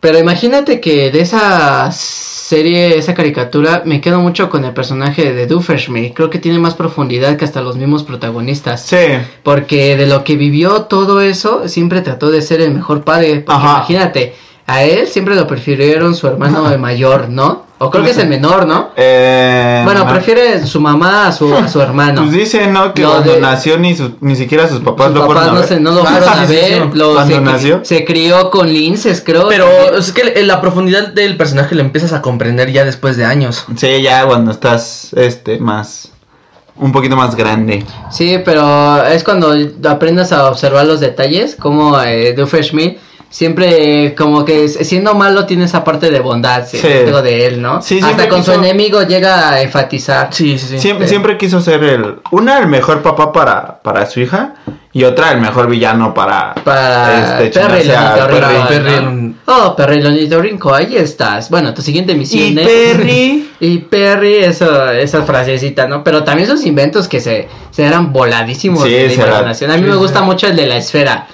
[SPEAKER 3] Pero imagínate que de esa serie, esa caricatura, me quedo mucho con el personaje de Doofenshmirtz. Creo que tiene más profundidad que hasta los mismos protagonistas.
[SPEAKER 5] Sí.
[SPEAKER 3] Porque de lo que vivió todo eso, siempre trató de ser el mejor padre. Porque
[SPEAKER 5] Ajá.
[SPEAKER 3] imagínate, a él siempre lo prefirieron su hermano el mayor, ¿no? O creo que es el menor, ¿no?
[SPEAKER 5] Eh,
[SPEAKER 3] Bueno,
[SPEAKER 5] no.
[SPEAKER 3] prefiere su mamá a su, a su hermano.
[SPEAKER 5] Pues dicen, ¿no? Que
[SPEAKER 3] Lo
[SPEAKER 5] cuando
[SPEAKER 3] de-
[SPEAKER 5] nació ni, sus- ni siquiera sus papás
[SPEAKER 3] Sus
[SPEAKER 5] lo
[SPEAKER 3] papás
[SPEAKER 5] fueron a
[SPEAKER 3] no,
[SPEAKER 5] ver.
[SPEAKER 3] se, no lo
[SPEAKER 5] (laughs) Ah,
[SPEAKER 3] fueron a
[SPEAKER 5] sí, sí, sí,
[SPEAKER 3] ver.
[SPEAKER 5] no.
[SPEAKER 3] lo-
[SPEAKER 5] cuando
[SPEAKER 3] se, cri-
[SPEAKER 5] nació.
[SPEAKER 3] Se crió con linces, creo.
[SPEAKER 4] Pero es que le- la profundidad del personaje la empiezas a comprender ya después de años.
[SPEAKER 5] Sí, ya cuando estás, este, más. Un poquito más grande.
[SPEAKER 3] Sí, pero es cuando aprendas a observar los detalles, como eh, Doofenshmirtz siempre eh, como que s- siendo malo tiene esa parte de bondad, sí,
[SPEAKER 5] Sí.
[SPEAKER 3] digo, de él, ¿no?
[SPEAKER 5] Sí, siempre
[SPEAKER 3] Hasta con
[SPEAKER 5] quiso-
[SPEAKER 3] su enemigo llega a enfatizar.
[SPEAKER 4] Ah, Sí, sí, sí.
[SPEAKER 5] siempre,
[SPEAKER 3] sí.
[SPEAKER 5] siempre quiso ser el. Una, el mejor papá para, para su hija. Y otra, el mejor villano para.
[SPEAKER 3] Para
[SPEAKER 5] este,
[SPEAKER 3] Perry
[SPEAKER 5] chingarse a
[SPEAKER 3] Lonito
[SPEAKER 5] Perry.
[SPEAKER 3] Rinco.
[SPEAKER 4] Perry, un-
[SPEAKER 3] Oh, Perry Lonito Rinco, ahí estás. Bueno, tu siguiente
[SPEAKER 5] Y
[SPEAKER 3] misión es...
[SPEAKER 5] Perry.
[SPEAKER 3] Y Perry, eso, esa frasecita, ¿no? Pero también esos inventos que se, se eran voladísimos
[SPEAKER 5] Sí,
[SPEAKER 3] de la
[SPEAKER 5] se era-
[SPEAKER 3] imaginación. A mí
[SPEAKER 4] sí,
[SPEAKER 3] me
[SPEAKER 4] sí.
[SPEAKER 3] gusta mucho el de la esfera.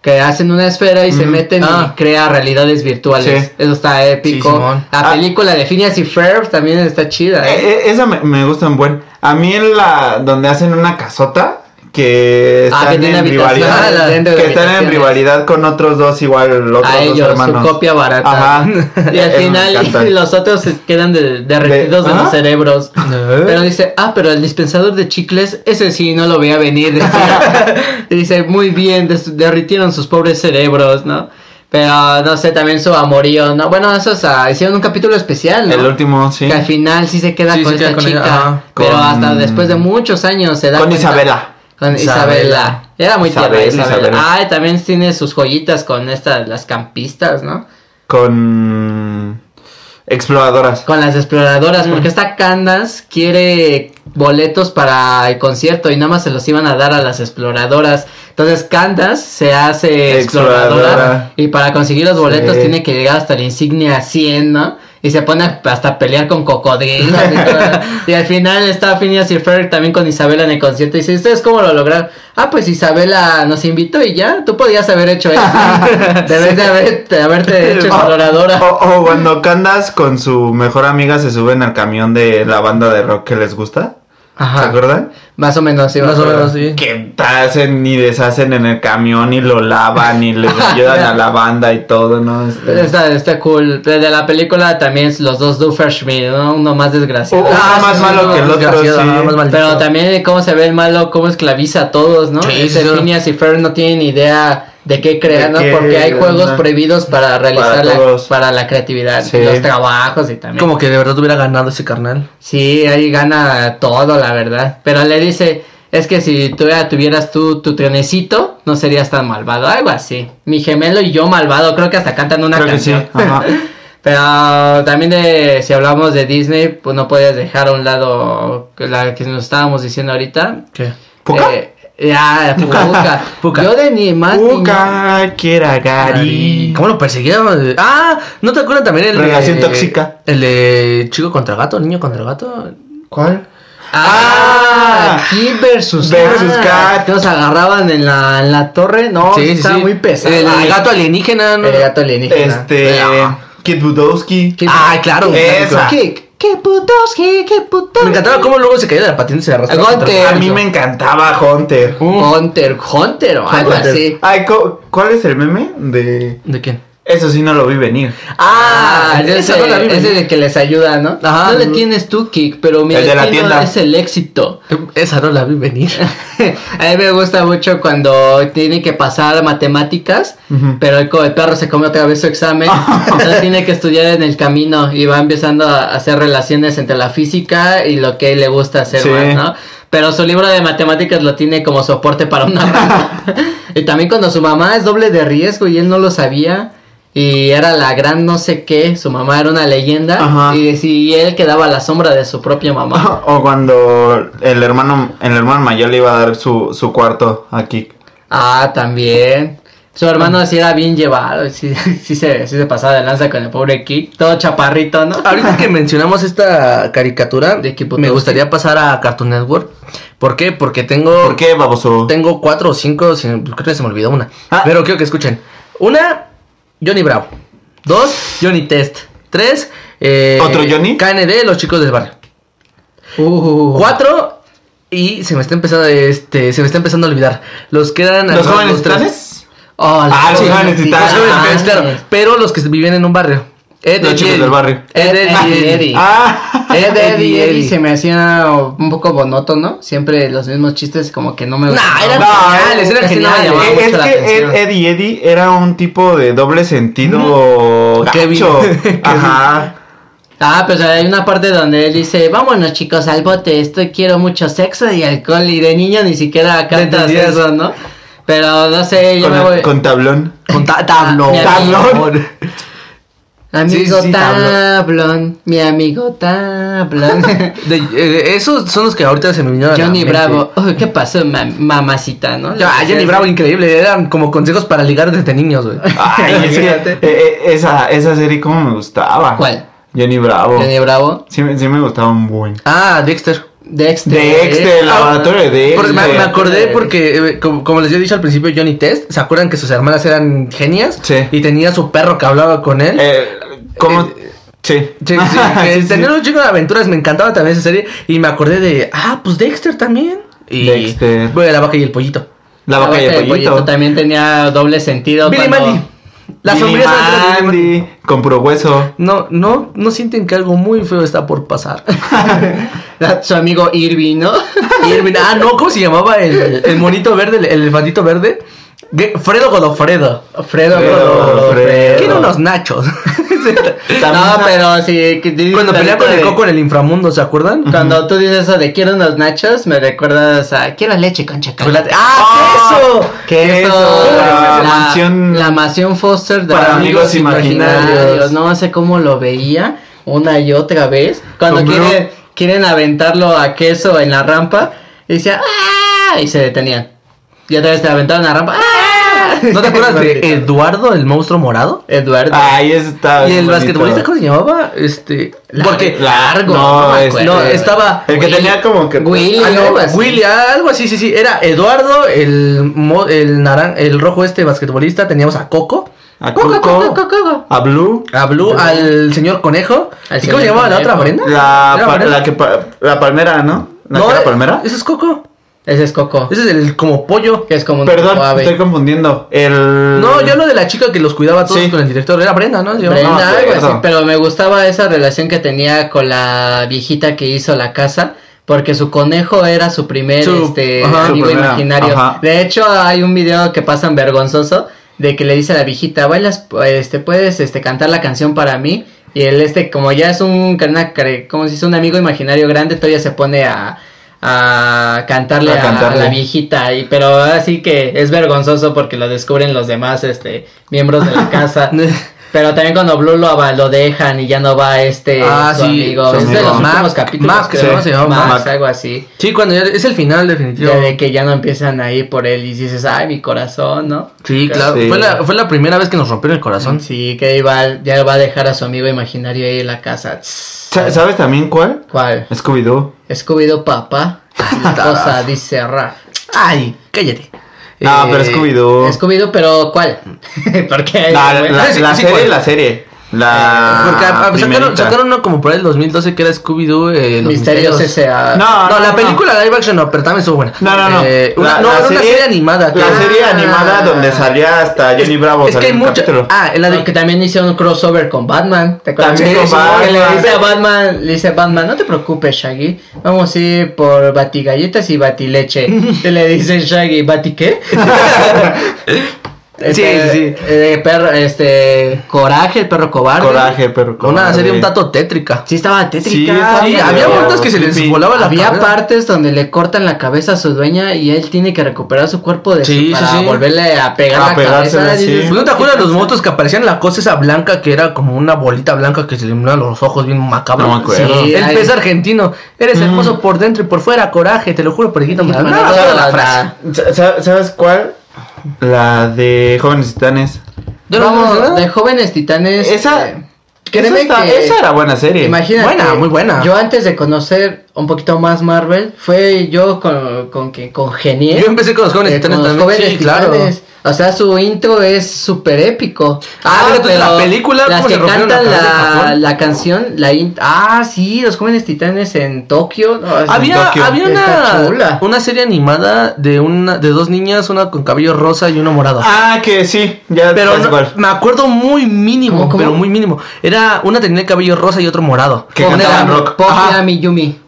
[SPEAKER 3] Que hacen una esfera y se
[SPEAKER 5] Ujú.
[SPEAKER 3] meten
[SPEAKER 4] Ah.
[SPEAKER 3] y crea realidades virtuales.
[SPEAKER 5] Sí.
[SPEAKER 3] Eso está
[SPEAKER 4] Sí,
[SPEAKER 3] épico.
[SPEAKER 4] Simón.
[SPEAKER 3] la
[SPEAKER 5] Ah.
[SPEAKER 3] película de Phineas y Ferb también está chida. (laughs) ¿eh?
[SPEAKER 5] Eh, eh, esa me, me gusta un buen. A mí en la donde hacen una casota que
[SPEAKER 3] Ah,
[SPEAKER 5] están
[SPEAKER 3] que tiene
[SPEAKER 5] en
[SPEAKER 3] habitaciones,
[SPEAKER 5] rivalidad,
[SPEAKER 3] ah, dentro de
[SPEAKER 5] que están en
[SPEAKER 3] habitaciones.
[SPEAKER 5] rivalidad con otros dos igual otros
[SPEAKER 3] a
[SPEAKER 5] dos
[SPEAKER 3] ellos,
[SPEAKER 5] hermanos.
[SPEAKER 3] su copia barata.
[SPEAKER 5] Ajá.
[SPEAKER 3] (laughs) Y al
[SPEAKER 5] Eso me encanta.
[SPEAKER 3] final (laughs) los otros se quedan de- derretidos de,
[SPEAKER 5] De-
[SPEAKER 3] los
[SPEAKER 5] ¿Ah?
[SPEAKER 3] cerebros.
[SPEAKER 4] No.
[SPEAKER 3] Pero dice, ah, pero el dispensador de chicles, ese sí no lo veía venir. decía. Y dice, muy bien, des- derritieron sus pobres cerebros, ¿no? Pero no sé, también su amorío, ¿no? Bueno, eso es, ah, hicieron un capítulo especial, ¿no?
[SPEAKER 5] El último, sí.
[SPEAKER 3] Que al final sí se queda
[SPEAKER 4] Sí,
[SPEAKER 3] con
[SPEAKER 4] se
[SPEAKER 3] esta
[SPEAKER 4] queda con
[SPEAKER 3] chica.
[SPEAKER 4] ella, ajá.
[SPEAKER 3] pero
[SPEAKER 5] Con-
[SPEAKER 3] hasta después de muchos años se da
[SPEAKER 5] Con
[SPEAKER 3] cuenta-
[SPEAKER 5] Isabela.
[SPEAKER 3] Con Isabela.
[SPEAKER 4] Isabela.
[SPEAKER 3] Era muy tierna
[SPEAKER 5] Isabel,
[SPEAKER 3] Isabela.
[SPEAKER 5] Isabela.
[SPEAKER 3] Ah, y también tiene sus joyitas con estas, las campistas, ¿no?
[SPEAKER 5] Con exploradoras.
[SPEAKER 3] Con las exploradoras,
[SPEAKER 5] Mm.
[SPEAKER 3] porque esta Candas quiere boletos para el concierto y nada más se los iban a dar a las exploradoras. Entonces Candas se hace exploradora,
[SPEAKER 5] Exploradora.
[SPEAKER 3] y para conseguir los boletos
[SPEAKER 5] Sí.
[SPEAKER 3] tiene que llegar hasta la insignia 100, ¿no? y se pone a- hasta a pelear con cocodrilos y,
[SPEAKER 5] (laughs)
[SPEAKER 3] todo. Y al final está Phineas y Ferb también con Isabela en el concierto y dice, ¿ustedes cómo lo lograron? Ah, pues Isabela nos invitó y ya, tú podías haber hecho
[SPEAKER 5] (laughs)
[SPEAKER 3] eso. (laughs) Debes de haber- de (laughs) haberte hecho exploradora.
[SPEAKER 5] O, o cuando Candas con su mejor amiga se suben al camión de la banda de rock que les gusta. ¿Se
[SPEAKER 3] Ajá,
[SPEAKER 5] acuerdan?
[SPEAKER 3] más o menos, sí. me
[SPEAKER 4] Más o
[SPEAKER 3] acuerdo.
[SPEAKER 4] menos, sí.
[SPEAKER 5] Que hacen y deshacen en el camión y lo lavan
[SPEAKER 3] (laughs)
[SPEAKER 5] y les ayudan a la banda y todo, ¿no? Este-
[SPEAKER 3] Está, está cool. De de la película también los dos Dufferschmidt, ¿no? uno más desgraciado.
[SPEAKER 5] Uno
[SPEAKER 4] Ah,
[SPEAKER 5] más
[SPEAKER 4] sí,
[SPEAKER 5] malo que el otro,
[SPEAKER 4] desgraciado,
[SPEAKER 5] sí.
[SPEAKER 4] ah, más maldito.
[SPEAKER 3] Pero también cómo se ve el malo, cómo esclaviza a todos, ¿no?
[SPEAKER 4] Sí, sí,
[SPEAKER 3] Ese
[SPEAKER 4] sí.
[SPEAKER 3] Phineas y Ferb no tienen idea de qué crear, ¿no?
[SPEAKER 5] qué,
[SPEAKER 3] Porque hay juegos
[SPEAKER 5] ajá.
[SPEAKER 3] prohibidos para realizar la- para,
[SPEAKER 5] todos.
[SPEAKER 3] la creatividad,
[SPEAKER 5] Sí.
[SPEAKER 3] los trabajos y también.
[SPEAKER 4] Como que de verdad hubiera ganado ese carnal.
[SPEAKER 3] Sí, ahí gana todo, la verdad. Pero le dice, es que si tú ya tuvieras tú tu trenecito, no serías tan malvado, algo así. Mi gemelo y yo malvado, creo que hasta cantan una
[SPEAKER 5] Creo que sí.
[SPEAKER 3] canción.
[SPEAKER 5] ajá.
[SPEAKER 3] Pero también de, si hablamos de Disney, pues no puedes dejar a un lado la que nos estábamos diciendo ahorita.
[SPEAKER 4] ¿Qué?
[SPEAKER 5] ¿Puca?
[SPEAKER 3] Eh, ya,
[SPEAKER 4] (laughs)
[SPEAKER 3] Puca.
[SPEAKER 4] Puca.
[SPEAKER 3] Yo de ni (laughs) más ni menos-
[SPEAKER 5] Puka, Kiragari.
[SPEAKER 4] ¿Cómo lo perseguía? Ah, ¿no te acuerdas también el de-
[SPEAKER 5] Relación tóxica.
[SPEAKER 4] El de chico contra gato, niño contra gato.
[SPEAKER 5] ¿Cuál?
[SPEAKER 3] Ah,
[SPEAKER 5] Ah,
[SPEAKER 3] aquí versus
[SPEAKER 5] versus Cat.
[SPEAKER 3] Que nos agarraban en la, en la torre. No, está muy pesado.
[SPEAKER 4] El,
[SPEAKER 3] Ay,
[SPEAKER 4] gato alienígena, ¿no?
[SPEAKER 3] el gato alienígena.
[SPEAKER 5] Este.
[SPEAKER 3] Ah.
[SPEAKER 5] Kid Budowski.
[SPEAKER 3] Qué-
[SPEAKER 4] Ah, claro,
[SPEAKER 5] esa.
[SPEAKER 3] Qué, qué putos, qué, qué putos.
[SPEAKER 4] Me encantaba cómo luego se caía de la patina y se arrastraba.
[SPEAKER 3] Agote.
[SPEAKER 4] contra-
[SPEAKER 5] A mí me encantaba Hunter.
[SPEAKER 3] Hunter, Hunter o Uh, algo
[SPEAKER 5] Hunter.
[SPEAKER 3] así.
[SPEAKER 5] Ay, co- ¿cuál es el meme? De.
[SPEAKER 4] ¿De quién?
[SPEAKER 5] Eso sí no lo vi venir.
[SPEAKER 3] Ah, ese,
[SPEAKER 4] esa no la vi
[SPEAKER 3] ese
[SPEAKER 4] venir.
[SPEAKER 3] de que les ayuda, ¿no?
[SPEAKER 4] Ajá.
[SPEAKER 3] no le tienes tú, Kick, pero mi
[SPEAKER 5] El de la
[SPEAKER 3] destino
[SPEAKER 5] tienda.
[SPEAKER 3] es el éxito.
[SPEAKER 4] Esa no la vi venir.
[SPEAKER 3] (laughs) A mí me gusta mucho cuando tienen que pasar matemáticas,
[SPEAKER 5] Ujú.
[SPEAKER 3] pero el, co- el perro se come otra vez su
[SPEAKER 5] (laughs)
[SPEAKER 3] examen, entonces tiene que estudiar en el camino y va empezando a hacer relaciones entre la física y lo que le gusta hacer
[SPEAKER 5] Sí.
[SPEAKER 3] más, ¿no? Pero su libro de matemáticas lo tiene como soporte para una
[SPEAKER 5] (laughs)
[SPEAKER 3] rama. y también cuando su mamá es doble de riesgo y él no lo sabía. Y era la gran no sé qué, su mamá era una leyenda
[SPEAKER 5] Ajá.
[SPEAKER 3] y, dec- y él quedaba a la sombra de su propia mamá.
[SPEAKER 5] (laughs) O cuando el hermano, el hermano mayor le iba a dar su, su cuarto a Kik.
[SPEAKER 3] Ah, también. Su hermano sí era bien llevado, sí, (laughs) sí, se, sí se pasaba de lanza con el pobre Kik, todo chaparrito, ¿no?
[SPEAKER 4] (laughs) Ahorita que mencionamos esta caricatura,
[SPEAKER 3] De equipo
[SPEAKER 4] me
[SPEAKER 3] todos.
[SPEAKER 4] gustaría pasar a Cartoon Network. ¿Por qué? Porque tengo.
[SPEAKER 5] ¿Por qué, baboso?
[SPEAKER 4] Tengo cuatro o cinco, si- creo que se me olvidó una.
[SPEAKER 5] Ah.
[SPEAKER 4] Pero quiero que escuchen. Una, Johnny Bravo. Dos, Johnny Test. Tres, eh,
[SPEAKER 5] ¿Otro Johnny?
[SPEAKER 4] KND, los chicos del barrio.
[SPEAKER 3] Uh,
[SPEAKER 4] Cuatro, y se me está empezando, este, se me está empezando a olvidar. Los que eran
[SPEAKER 5] ¿Los
[SPEAKER 4] algunos
[SPEAKER 5] jóvenes
[SPEAKER 4] otros-
[SPEAKER 5] titanes?
[SPEAKER 3] oh,
[SPEAKER 5] Ah, los
[SPEAKER 3] sí,
[SPEAKER 5] jóvenes
[SPEAKER 3] sí, Eh,
[SPEAKER 5] titanes.
[SPEAKER 3] sí,
[SPEAKER 4] Los jóvenes
[SPEAKER 3] sí,
[SPEAKER 4] titanes, claro. Pero los que vivían en un barrio. Ed,
[SPEAKER 5] Los
[SPEAKER 4] Ed y
[SPEAKER 5] chicos
[SPEAKER 4] Eddie.
[SPEAKER 5] del barrio.
[SPEAKER 4] Ed, Ed y
[SPEAKER 3] Ed,
[SPEAKER 4] Eddie.
[SPEAKER 3] Eddie.
[SPEAKER 5] Ah,
[SPEAKER 3] (laughs) Ed, Eddie,
[SPEAKER 4] Eddie,
[SPEAKER 3] Eddie
[SPEAKER 4] Eddie.
[SPEAKER 3] se me hacía un poco bonotono, siempre los mismos chistes como que no me
[SPEAKER 4] Nah,
[SPEAKER 3] gustaban.
[SPEAKER 4] eran
[SPEAKER 5] No,
[SPEAKER 4] geniales, eran
[SPEAKER 3] casi no me
[SPEAKER 4] geniales.
[SPEAKER 3] llamaba
[SPEAKER 5] (laughs) es
[SPEAKER 3] mucho la
[SPEAKER 5] que Ed,
[SPEAKER 3] atención.
[SPEAKER 5] Ed y Eddie era un tipo de doble sentido
[SPEAKER 4] Kevin.
[SPEAKER 5] gacho.
[SPEAKER 3] (laughs)
[SPEAKER 5] Ajá.
[SPEAKER 3] Ah, pues hay una parte donde él dice, vámonos chicos al bote, estoy quiero mucho sexo y alcohol y de niño ni siquiera cantas
[SPEAKER 4] entendías.
[SPEAKER 3] eso, ¿no? Pero no sé, yo
[SPEAKER 5] Con,
[SPEAKER 3] me voy...
[SPEAKER 5] con tablón.
[SPEAKER 4] Con ta-
[SPEAKER 5] (laughs)
[SPEAKER 4] tablón.
[SPEAKER 3] Mi amigo. (laughs)
[SPEAKER 4] Tablón.
[SPEAKER 3] Amigo
[SPEAKER 4] Sí, sí,
[SPEAKER 3] Tablón, mi amigo
[SPEAKER 5] (laughs)
[SPEAKER 3] Tablón.
[SPEAKER 4] De- eh, esos son los que ahorita se me vinieron a la
[SPEAKER 3] Johnny
[SPEAKER 4] mente.
[SPEAKER 3] Bravo, Uy, ¿qué pasó, ma- mamacita, no?
[SPEAKER 4] Yo- ah, Johnny Bravo, increíble. Eran como consejos para ligar desde niños, güey.
[SPEAKER 5] (laughs)
[SPEAKER 4] (laughs)
[SPEAKER 5] Ay, es que, eh, eh, esa, esa serie como me gustaba.
[SPEAKER 3] ¿Cuál?
[SPEAKER 5] Jenny Bravo.
[SPEAKER 3] Johnny Bravo,
[SPEAKER 5] Sí, me- sí me gustaba un buen.
[SPEAKER 4] Ah, Dexter.
[SPEAKER 3] Dexter. Ah,
[SPEAKER 5] Dexter, el laboratorio de
[SPEAKER 4] Porque
[SPEAKER 5] Dexter.
[SPEAKER 4] me, me acordé porque, eh, como, como les había dicho al principio, Johnny Test, ¿se acuerdan que sus hermanas eran genias?
[SPEAKER 5] Sí.
[SPEAKER 4] Y tenía su perro que hablaba con él.
[SPEAKER 5] Eh, ¿Cómo? sí.
[SPEAKER 4] Sí, sí,
[SPEAKER 5] (laughs) Sí,
[SPEAKER 4] que
[SPEAKER 5] sí.
[SPEAKER 4] tener un chico de aventuras me encantaba también esa serie. Y me acordé de, ah, pues Dexter también. Y,
[SPEAKER 5] Dexter.
[SPEAKER 4] Bueno, la vaca y el pollito.
[SPEAKER 5] La vaca y el pollito.
[SPEAKER 3] también tenía doble sentido.
[SPEAKER 4] Billy
[SPEAKER 3] cuando-
[SPEAKER 4] Mandy. La
[SPEAKER 5] Billy
[SPEAKER 4] sombría aventuras de Billy Mandy.
[SPEAKER 5] Mandy, con puro hueso.
[SPEAKER 4] No, no, no sienten que algo muy feo está por pasar. (laughs)
[SPEAKER 3] la- su amigo Irving, ¿no? (laughs)
[SPEAKER 4] Irving, ah, no, ¿cómo se llamaba el, el monito verde, el, el elefantito verde? Ge- Fredo Godofredo.
[SPEAKER 3] Fredo,
[SPEAKER 5] Fredo,
[SPEAKER 3] Fredo.
[SPEAKER 5] Fredo.
[SPEAKER 4] Quiero unos nachos.
[SPEAKER 3] No, pero sí. que-
[SPEAKER 4] (laughs) Cuando pelea con el
[SPEAKER 3] de-
[SPEAKER 4] coco en el inframundo, ¿se acuerdan?
[SPEAKER 3] Cuando tú dices eso de quiero unos nachos, me recuerdas a quiero leche con chocolate.
[SPEAKER 4] ¡Ah,
[SPEAKER 5] Ah,
[SPEAKER 4] eso!
[SPEAKER 5] ¿Qué es eso? La mansión-
[SPEAKER 3] la mansión Foster de
[SPEAKER 5] Para amigos imaginarios.
[SPEAKER 3] No sé cómo lo veía una y otra vez. Cuando
[SPEAKER 5] Con Bru-
[SPEAKER 3] quieren, quieren aventarlo a queso en la rampa, y decía ¡ah! Y se detenían. Y otra vez te aventaron a la rampa ¡ah!
[SPEAKER 4] ¿No te acuerdas
[SPEAKER 3] (laughs)
[SPEAKER 4] de Eduardo, el monstruo morado?
[SPEAKER 3] Eduardo.
[SPEAKER 5] Ahí está.
[SPEAKER 4] Y el
[SPEAKER 5] Ah, bonito.
[SPEAKER 4] basquetbolista, ¿cómo se llamaba? Este.
[SPEAKER 3] Largo.
[SPEAKER 4] Porque.
[SPEAKER 5] Largo. No,
[SPEAKER 4] No, me
[SPEAKER 5] este-
[SPEAKER 4] acuerdo. No, estaba.
[SPEAKER 5] El que
[SPEAKER 4] Will-
[SPEAKER 5] tenía como que.
[SPEAKER 3] Will.
[SPEAKER 4] Ah, no,
[SPEAKER 3] algo así.
[SPEAKER 4] Willy, algo así, sí, sí. Era Eduardo, el, mo- el, naran- el rojo este basquetbolista. Teníamos a Coco. Ah,
[SPEAKER 5] A Coco. A Blue.
[SPEAKER 4] A Blue, al señor Conejo.
[SPEAKER 3] Al
[SPEAKER 4] ¿Y
[SPEAKER 3] señor
[SPEAKER 4] cómo se llamaba la otra
[SPEAKER 3] Conejo.
[SPEAKER 4] Brenda?
[SPEAKER 5] La,
[SPEAKER 4] ¿Era
[SPEAKER 5] pa-
[SPEAKER 4] Brenda?
[SPEAKER 5] la, que pa- la palmera, ¿no? ¿La que era
[SPEAKER 4] eh,
[SPEAKER 5] palmera?
[SPEAKER 4] Ese es Coco.
[SPEAKER 3] Ese es Coco.
[SPEAKER 4] Ese es el como pollo.
[SPEAKER 3] Que es como un
[SPEAKER 5] Perdón,
[SPEAKER 3] tipo ave.
[SPEAKER 5] estoy confundiendo. El.
[SPEAKER 4] No, yo lo de la chica que los cuidaba a todos
[SPEAKER 5] Sí.
[SPEAKER 4] con el director. Era Brenda, ¿no? Se llamaba-
[SPEAKER 3] Brenda,
[SPEAKER 5] No me
[SPEAKER 3] algo
[SPEAKER 5] acuerdo.
[SPEAKER 3] así, pero me gustaba esa relación que tenía con la viejita que hizo la casa. Porque su conejo era su primer
[SPEAKER 4] Su-
[SPEAKER 3] este,
[SPEAKER 4] ajá, su
[SPEAKER 3] amigo
[SPEAKER 5] primera,
[SPEAKER 3] imaginario.
[SPEAKER 5] ajá.
[SPEAKER 3] De hecho, hay un video que pasan vergonzoso de que le dice a la viejita, bailas, este, puedes este, cantar la canción para mí. Y él, este, como ya es un, una care- como si es un amigo imaginario grande, todavía se pone a, a cantarle
[SPEAKER 5] A
[SPEAKER 3] a, a
[SPEAKER 5] cantarle.
[SPEAKER 3] la viejita. Y, pero así que es vergonzoso porque lo descubren los demás este, miembros de
[SPEAKER 5] (laughs)
[SPEAKER 3] la casa. Pero también cuando Blue lo, ava- lo dejan y ya no va este
[SPEAKER 4] Ah,
[SPEAKER 3] su
[SPEAKER 4] sí,
[SPEAKER 3] amigo.
[SPEAKER 5] su
[SPEAKER 3] es de
[SPEAKER 5] amigo.
[SPEAKER 3] los
[SPEAKER 4] Mac-
[SPEAKER 3] últimos capítulos.
[SPEAKER 4] Mac,
[SPEAKER 3] creo.
[SPEAKER 5] ¿no? Se
[SPEAKER 4] llamaba
[SPEAKER 3] Max,
[SPEAKER 5] Mac.
[SPEAKER 3] algo así.
[SPEAKER 4] (laughs) Sí, cuando ya- es el final definitivo.
[SPEAKER 3] Ya de que ya no empiezan a ir por él y dices, ay, mi corazón, ¿no?
[SPEAKER 4] Sí, claro.
[SPEAKER 5] Sí.
[SPEAKER 4] Fue, la, fue la primera vez que nos rompieron el corazón.
[SPEAKER 3] Sí, que iba, ya va a dejar a su amigo imaginario ahí en la casa. Tss,
[SPEAKER 5] Sa- ¿Sabes también cuál?
[SPEAKER 3] ¿Cuál?
[SPEAKER 5] Scooby-Doo.
[SPEAKER 3] Scooby-Doo papá. La cosa dice ra.
[SPEAKER 4] Ay, cállate.
[SPEAKER 5] Ah,
[SPEAKER 4] Eh,
[SPEAKER 5] pero Scooby-Doo.
[SPEAKER 3] Scooby-Doo, pero ¿cuál? Porque
[SPEAKER 5] La,
[SPEAKER 3] bueno,
[SPEAKER 5] la-
[SPEAKER 4] Ah, sí,
[SPEAKER 5] la
[SPEAKER 4] sí,
[SPEAKER 5] serie,
[SPEAKER 4] ¿cuál?
[SPEAKER 5] la serie. La.
[SPEAKER 4] Porque ah, sacaron,
[SPEAKER 5] primerita.
[SPEAKER 4] sacaron uno como por ahí el 2012 que era Scooby-Doo. eh, los
[SPEAKER 3] Misterios S.A.
[SPEAKER 5] No,
[SPEAKER 4] No,
[SPEAKER 5] no,
[SPEAKER 4] la
[SPEAKER 5] no.
[SPEAKER 4] película live action no, pero también estuvo buena.
[SPEAKER 5] No, no, no.
[SPEAKER 4] Eh, una,
[SPEAKER 5] La-
[SPEAKER 4] no,
[SPEAKER 5] la
[SPEAKER 4] era una
[SPEAKER 5] serie-
[SPEAKER 4] serie animada.
[SPEAKER 5] La
[SPEAKER 4] creo. Ah.
[SPEAKER 5] serie animada donde salía hasta Johnny Bravo.
[SPEAKER 4] Es que
[SPEAKER 5] salía
[SPEAKER 4] hay
[SPEAKER 5] en un
[SPEAKER 4] mucha.
[SPEAKER 5] capítulo.
[SPEAKER 4] Ah, en la de.
[SPEAKER 3] que también hicieron un crossover con Batman. ¿Te acuerdas? Sí,
[SPEAKER 5] También con
[SPEAKER 3] sí, que
[SPEAKER 5] Batman.
[SPEAKER 3] Le dice a Batman, le dice a Batman, no te preocupes, Shaggy. Vamos a ir por batigalletas y batileche.
[SPEAKER 5] (laughs)
[SPEAKER 3] Te le dice Shaggy, ¿bati qué? Este,
[SPEAKER 4] Sí, sí, sí.
[SPEAKER 3] eh, perro, este, Coraje, el perro cobarde.
[SPEAKER 5] Coraje, pero.
[SPEAKER 4] Una
[SPEAKER 5] cobarde.
[SPEAKER 4] serie un tanto tétrica.
[SPEAKER 3] Sí, estaba tétrica.
[SPEAKER 5] Sí, estaba
[SPEAKER 4] Sí,
[SPEAKER 5] medio
[SPEAKER 4] había momentos que se
[SPEAKER 5] creepy.
[SPEAKER 4] les volaba la
[SPEAKER 3] Había
[SPEAKER 4] cabeza.
[SPEAKER 3] partes donde le cortan la cabeza a su dueña y él tiene que recuperar su cuerpo de
[SPEAKER 4] Sí, sí,
[SPEAKER 3] para
[SPEAKER 4] sí.
[SPEAKER 3] volverle a pegar
[SPEAKER 5] A
[SPEAKER 3] la cabeza.
[SPEAKER 5] pegársela, sí.
[SPEAKER 3] Dices,
[SPEAKER 4] Pues, ¿No te acuerdas de los monstruos que aparecían en la cosa esa blanca que era como una bolita blanca que se le iluminaban los ojos bien macabro?
[SPEAKER 5] No me acuerdo. Mm.
[SPEAKER 4] Sí, el
[SPEAKER 3] Ay.
[SPEAKER 4] pez argentino. Eres hermoso por dentro y por fuera, coraje, te lo juro, por aquí no me
[SPEAKER 3] No, no,
[SPEAKER 4] no, me acuerdo la
[SPEAKER 3] no,
[SPEAKER 4] frase.
[SPEAKER 3] no.
[SPEAKER 5] Sa- sa- ¿Sabes cuál? La de Jóvenes Titanes.
[SPEAKER 4] Yo no me acuerdo.
[SPEAKER 3] Vamos, de jóvenes titanes.
[SPEAKER 5] Esa-
[SPEAKER 3] eh, créeme
[SPEAKER 5] esa, está-
[SPEAKER 3] que.
[SPEAKER 5] esa era buena serie.
[SPEAKER 3] Imagínate.
[SPEAKER 4] Buena, muy buena.
[SPEAKER 3] Yo antes de conocer un poquito más Marvel, fue yo con, con que congenié.
[SPEAKER 4] Yo empecé con los jóvenes
[SPEAKER 3] eh,
[SPEAKER 4] titanes
[SPEAKER 3] con los
[SPEAKER 4] también.
[SPEAKER 3] jóvenes
[SPEAKER 4] Sí, claro.
[SPEAKER 3] titanes. O sea, su intro es súper épico.
[SPEAKER 4] Ah, deja tú de la
[SPEAKER 3] pero
[SPEAKER 4] película,
[SPEAKER 3] Las
[SPEAKER 4] cómo
[SPEAKER 3] que
[SPEAKER 4] se rompieron la
[SPEAKER 3] cantan
[SPEAKER 4] cabeza en
[SPEAKER 3] la,
[SPEAKER 4] Japón.
[SPEAKER 3] la canción, la in- Ah, sí, los jóvenes titanes en Tokio. no, es-
[SPEAKER 5] en
[SPEAKER 4] Había,
[SPEAKER 5] Tokio.
[SPEAKER 4] había
[SPEAKER 3] Está
[SPEAKER 4] una,
[SPEAKER 3] chula.
[SPEAKER 4] una serie animada de una de dos niñas, una con cabello rosa y uno morado.
[SPEAKER 5] Ah, que sí. Ya
[SPEAKER 4] pero
[SPEAKER 5] sabes
[SPEAKER 4] no-
[SPEAKER 5] cuál.
[SPEAKER 4] me acuerdo muy mínimo,
[SPEAKER 3] ¿Cómo, cómo?
[SPEAKER 4] pero muy mínimo. Era una tenía el cabello rosa y otro morado.
[SPEAKER 5] Que
[SPEAKER 4] Una
[SPEAKER 5] cantaban
[SPEAKER 4] era-
[SPEAKER 5] rock.
[SPEAKER 3] Poki
[SPEAKER 4] Ajá.
[SPEAKER 3] Ami Yumi.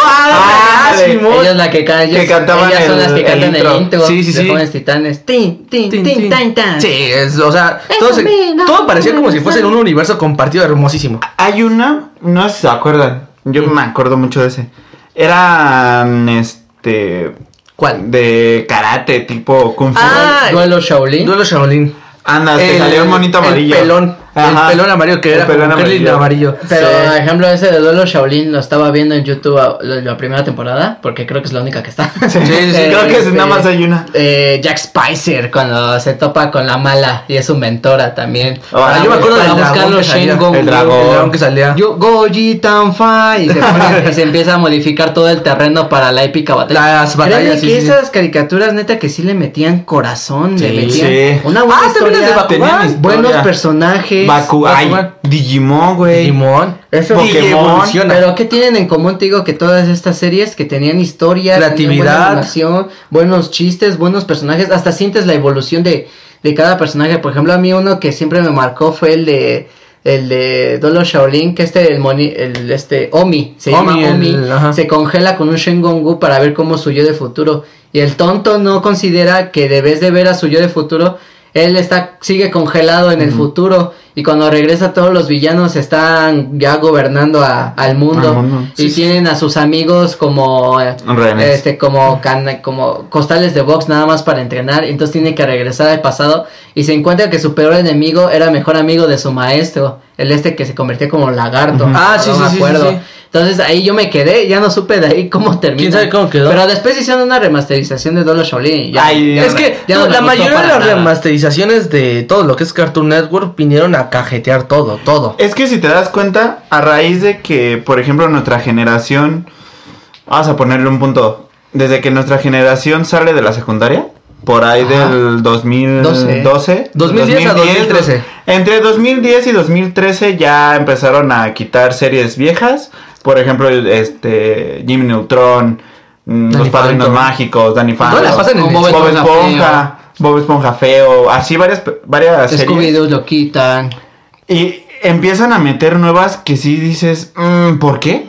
[SPEAKER 4] ¡Ah,
[SPEAKER 5] Ándale.
[SPEAKER 4] Simón!
[SPEAKER 3] Ellas la que, ca- ellos-
[SPEAKER 5] Que cantaban
[SPEAKER 3] ellas son las que
[SPEAKER 5] el- el
[SPEAKER 3] cantan
[SPEAKER 5] intro.
[SPEAKER 3] el intro
[SPEAKER 4] Sí, sí,
[SPEAKER 3] de
[SPEAKER 4] sí.
[SPEAKER 3] Jóvenes Titanes. Tin, tin, tin,
[SPEAKER 4] Tin, tin.
[SPEAKER 3] tan, tan.
[SPEAKER 4] Sí, es- o sea,
[SPEAKER 3] Eso
[SPEAKER 4] todo, se-
[SPEAKER 3] me da
[SPEAKER 4] todo parecía como si
[SPEAKER 3] vergüenza.
[SPEAKER 4] fuese en un universo compartido hermosísimo.
[SPEAKER 5] Hay una, no sé si se acuerdan. Yo me acuerdo mucho de ese. Eran este.
[SPEAKER 4] ¿Cuál?
[SPEAKER 5] De karate, tipo Kung Fu.
[SPEAKER 4] Ah,
[SPEAKER 3] Duelo Shaolin.
[SPEAKER 4] Duelo Shaolin.
[SPEAKER 5] Anda, te salió un monito amarillo.
[SPEAKER 4] El pelón.
[SPEAKER 5] Ajá.
[SPEAKER 4] El pelón amarillo que
[SPEAKER 5] El
[SPEAKER 4] era como
[SPEAKER 5] pelón
[SPEAKER 4] un curly amarillo.
[SPEAKER 3] Pero, por
[SPEAKER 4] Sí.
[SPEAKER 3] ejemplo, ese de Duelo Shaolin lo estaba viendo en YouTube a- la, la primera temporada, porque creo que es la única que está. (laughs) Este,
[SPEAKER 5] Sí, sí, sí. Creo que es- nada más hay una.
[SPEAKER 3] eh, Jack Spicer, cuando se topa con la mala y es su mentora también.
[SPEAKER 5] Ah,
[SPEAKER 3] Para
[SPEAKER 5] yo me
[SPEAKER 4] acuerdo
[SPEAKER 3] para
[SPEAKER 4] del dragón
[SPEAKER 3] buscarlo
[SPEAKER 4] que salía.
[SPEAKER 3] Shen Gong
[SPEAKER 5] El
[SPEAKER 3] Wu.
[SPEAKER 5] dragón.
[SPEAKER 4] El dragón que salía.
[SPEAKER 3] Yo, Goji Tanfa. Y se,
[SPEAKER 4] (laughs)
[SPEAKER 3] pone- y se empieza a modificar todo el terreno para la épica batalla.
[SPEAKER 4] Las batallas,
[SPEAKER 3] Créeme
[SPEAKER 4] sí,
[SPEAKER 3] que
[SPEAKER 4] sí.
[SPEAKER 3] esas caricaturas, neta, que sí le metían corazón. le
[SPEAKER 4] Sí.
[SPEAKER 3] metían
[SPEAKER 5] Sí.
[SPEAKER 3] una buena
[SPEAKER 4] Ah, también
[SPEAKER 3] historia,
[SPEAKER 4] las de Bakugan.
[SPEAKER 5] Tenían historia.
[SPEAKER 3] Buenos personajes.
[SPEAKER 5] Bakugan. Digimon, güey.
[SPEAKER 4] Simón.
[SPEAKER 3] Eso-
[SPEAKER 5] Pokémon.
[SPEAKER 4] Evoluciona.
[SPEAKER 3] Pero ¿qué tienen en común? Te digo que todas estas series que tenían historia, tenían
[SPEAKER 4] Creatividad.
[SPEAKER 3] buena animación, buenos chistes, buenos personajes, hasta sientes la evolución de, de cada personaje. Por ejemplo, a mí uno que siempre me marcó fue el de el de Dolo Shaolin, que este el, moni- el este Omi, se
[SPEAKER 4] Omi,
[SPEAKER 3] llama Omi,
[SPEAKER 4] el- ajá.
[SPEAKER 3] se congela con un Shengongu para ver cómo su yo de futuro y el tonto no considera que debes de ver a su yo de futuro él está sigue congelado en el futuro y cuando regresa todos los villanos están ya gobernando a- al mundo,
[SPEAKER 5] Al mundo,
[SPEAKER 3] y tienen a sus amigos como eh,
[SPEAKER 5] Rehenes.
[SPEAKER 3] este como can- como costales de box nada más para entrenar entonces tiene que regresar al pasado y se encuentra que su peor enemigo era mejor amigo de su maestro el este que se convirtió como lagarto
[SPEAKER 4] Ah, sí,
[SPEAKER 3] no
[SPEAKER 4] sí,
[SPEAKER 3] me
[SPEAKER 4] sí, sí,
[SPEAKER 3] acuerdo
[SPEAKER 4] sí.
[SPEAKER 3] Entonces ahí yo me quedé, ya no supe de ahí cómo terminó.
[SPEAKER 4] ¿Quién sabe cómo quedó?
[SPEAKER 3] Pero después hicieron una remasterización de Dolo Shaolin. y ya-
[SPEAKER 5] Ay,
[SPEAKER 3] ya
[SPEAKER 4] es
[SPEAKER 3] no-
[SPEAKER 4] que
[SPEAKER 3] ya no
[SPEAKER 4] tú-
[SPEAKER 3] me
[SPEAKER 4] la
[SPEAKER 3] gustó
[SPEAKER 4] mayoría de
[SPEAKER 3] para
[SPEAKER 4] las
[SPEAKER 3] nada.
[SPEAKER 4] remasterizaciones de todo lo que es Cartoon Network vinieron a cajetear todo, todo.
[SPEAKER 5] Es que si te das cuenta, a raíz de que, por ejemplo, nuestra generación, vamos a ponerle un punto, desde que nuestra generación sale de la secundaria, por ahí
[SPEAKER 3] Ajá.
[SPEAKER 5] del 2012,
[SPEAKER 4] 2010 a 2013.
[SPEAKER 5] Entre 2010 y 2013 ya empezaron a quitar series viejas, por ejemplo, este Jimmy Neutron, mm, Los
[SPEAKER 4] Danny
[SPEAKER 5] Padrinos
[SPEAKER 4] Phantom.
[SPEAKER 5] Mágicos, Danny Phantom,
[SPEAKER 3] las pasan en
[SPEAKER 5] Bob
[SPEAKER 3] el Bob
[SPEAKER 5] Esponja,
[SPEAKER 3] Esponja
[SPEAKER 5] Bob Esponja Feo, así varias, varias series.
[SPEAKER 3] Scooby-Doo lo quitan.
[SPEAKER 5] Y empiezan a meter nuevas que sí dices, mm, ¿por qué?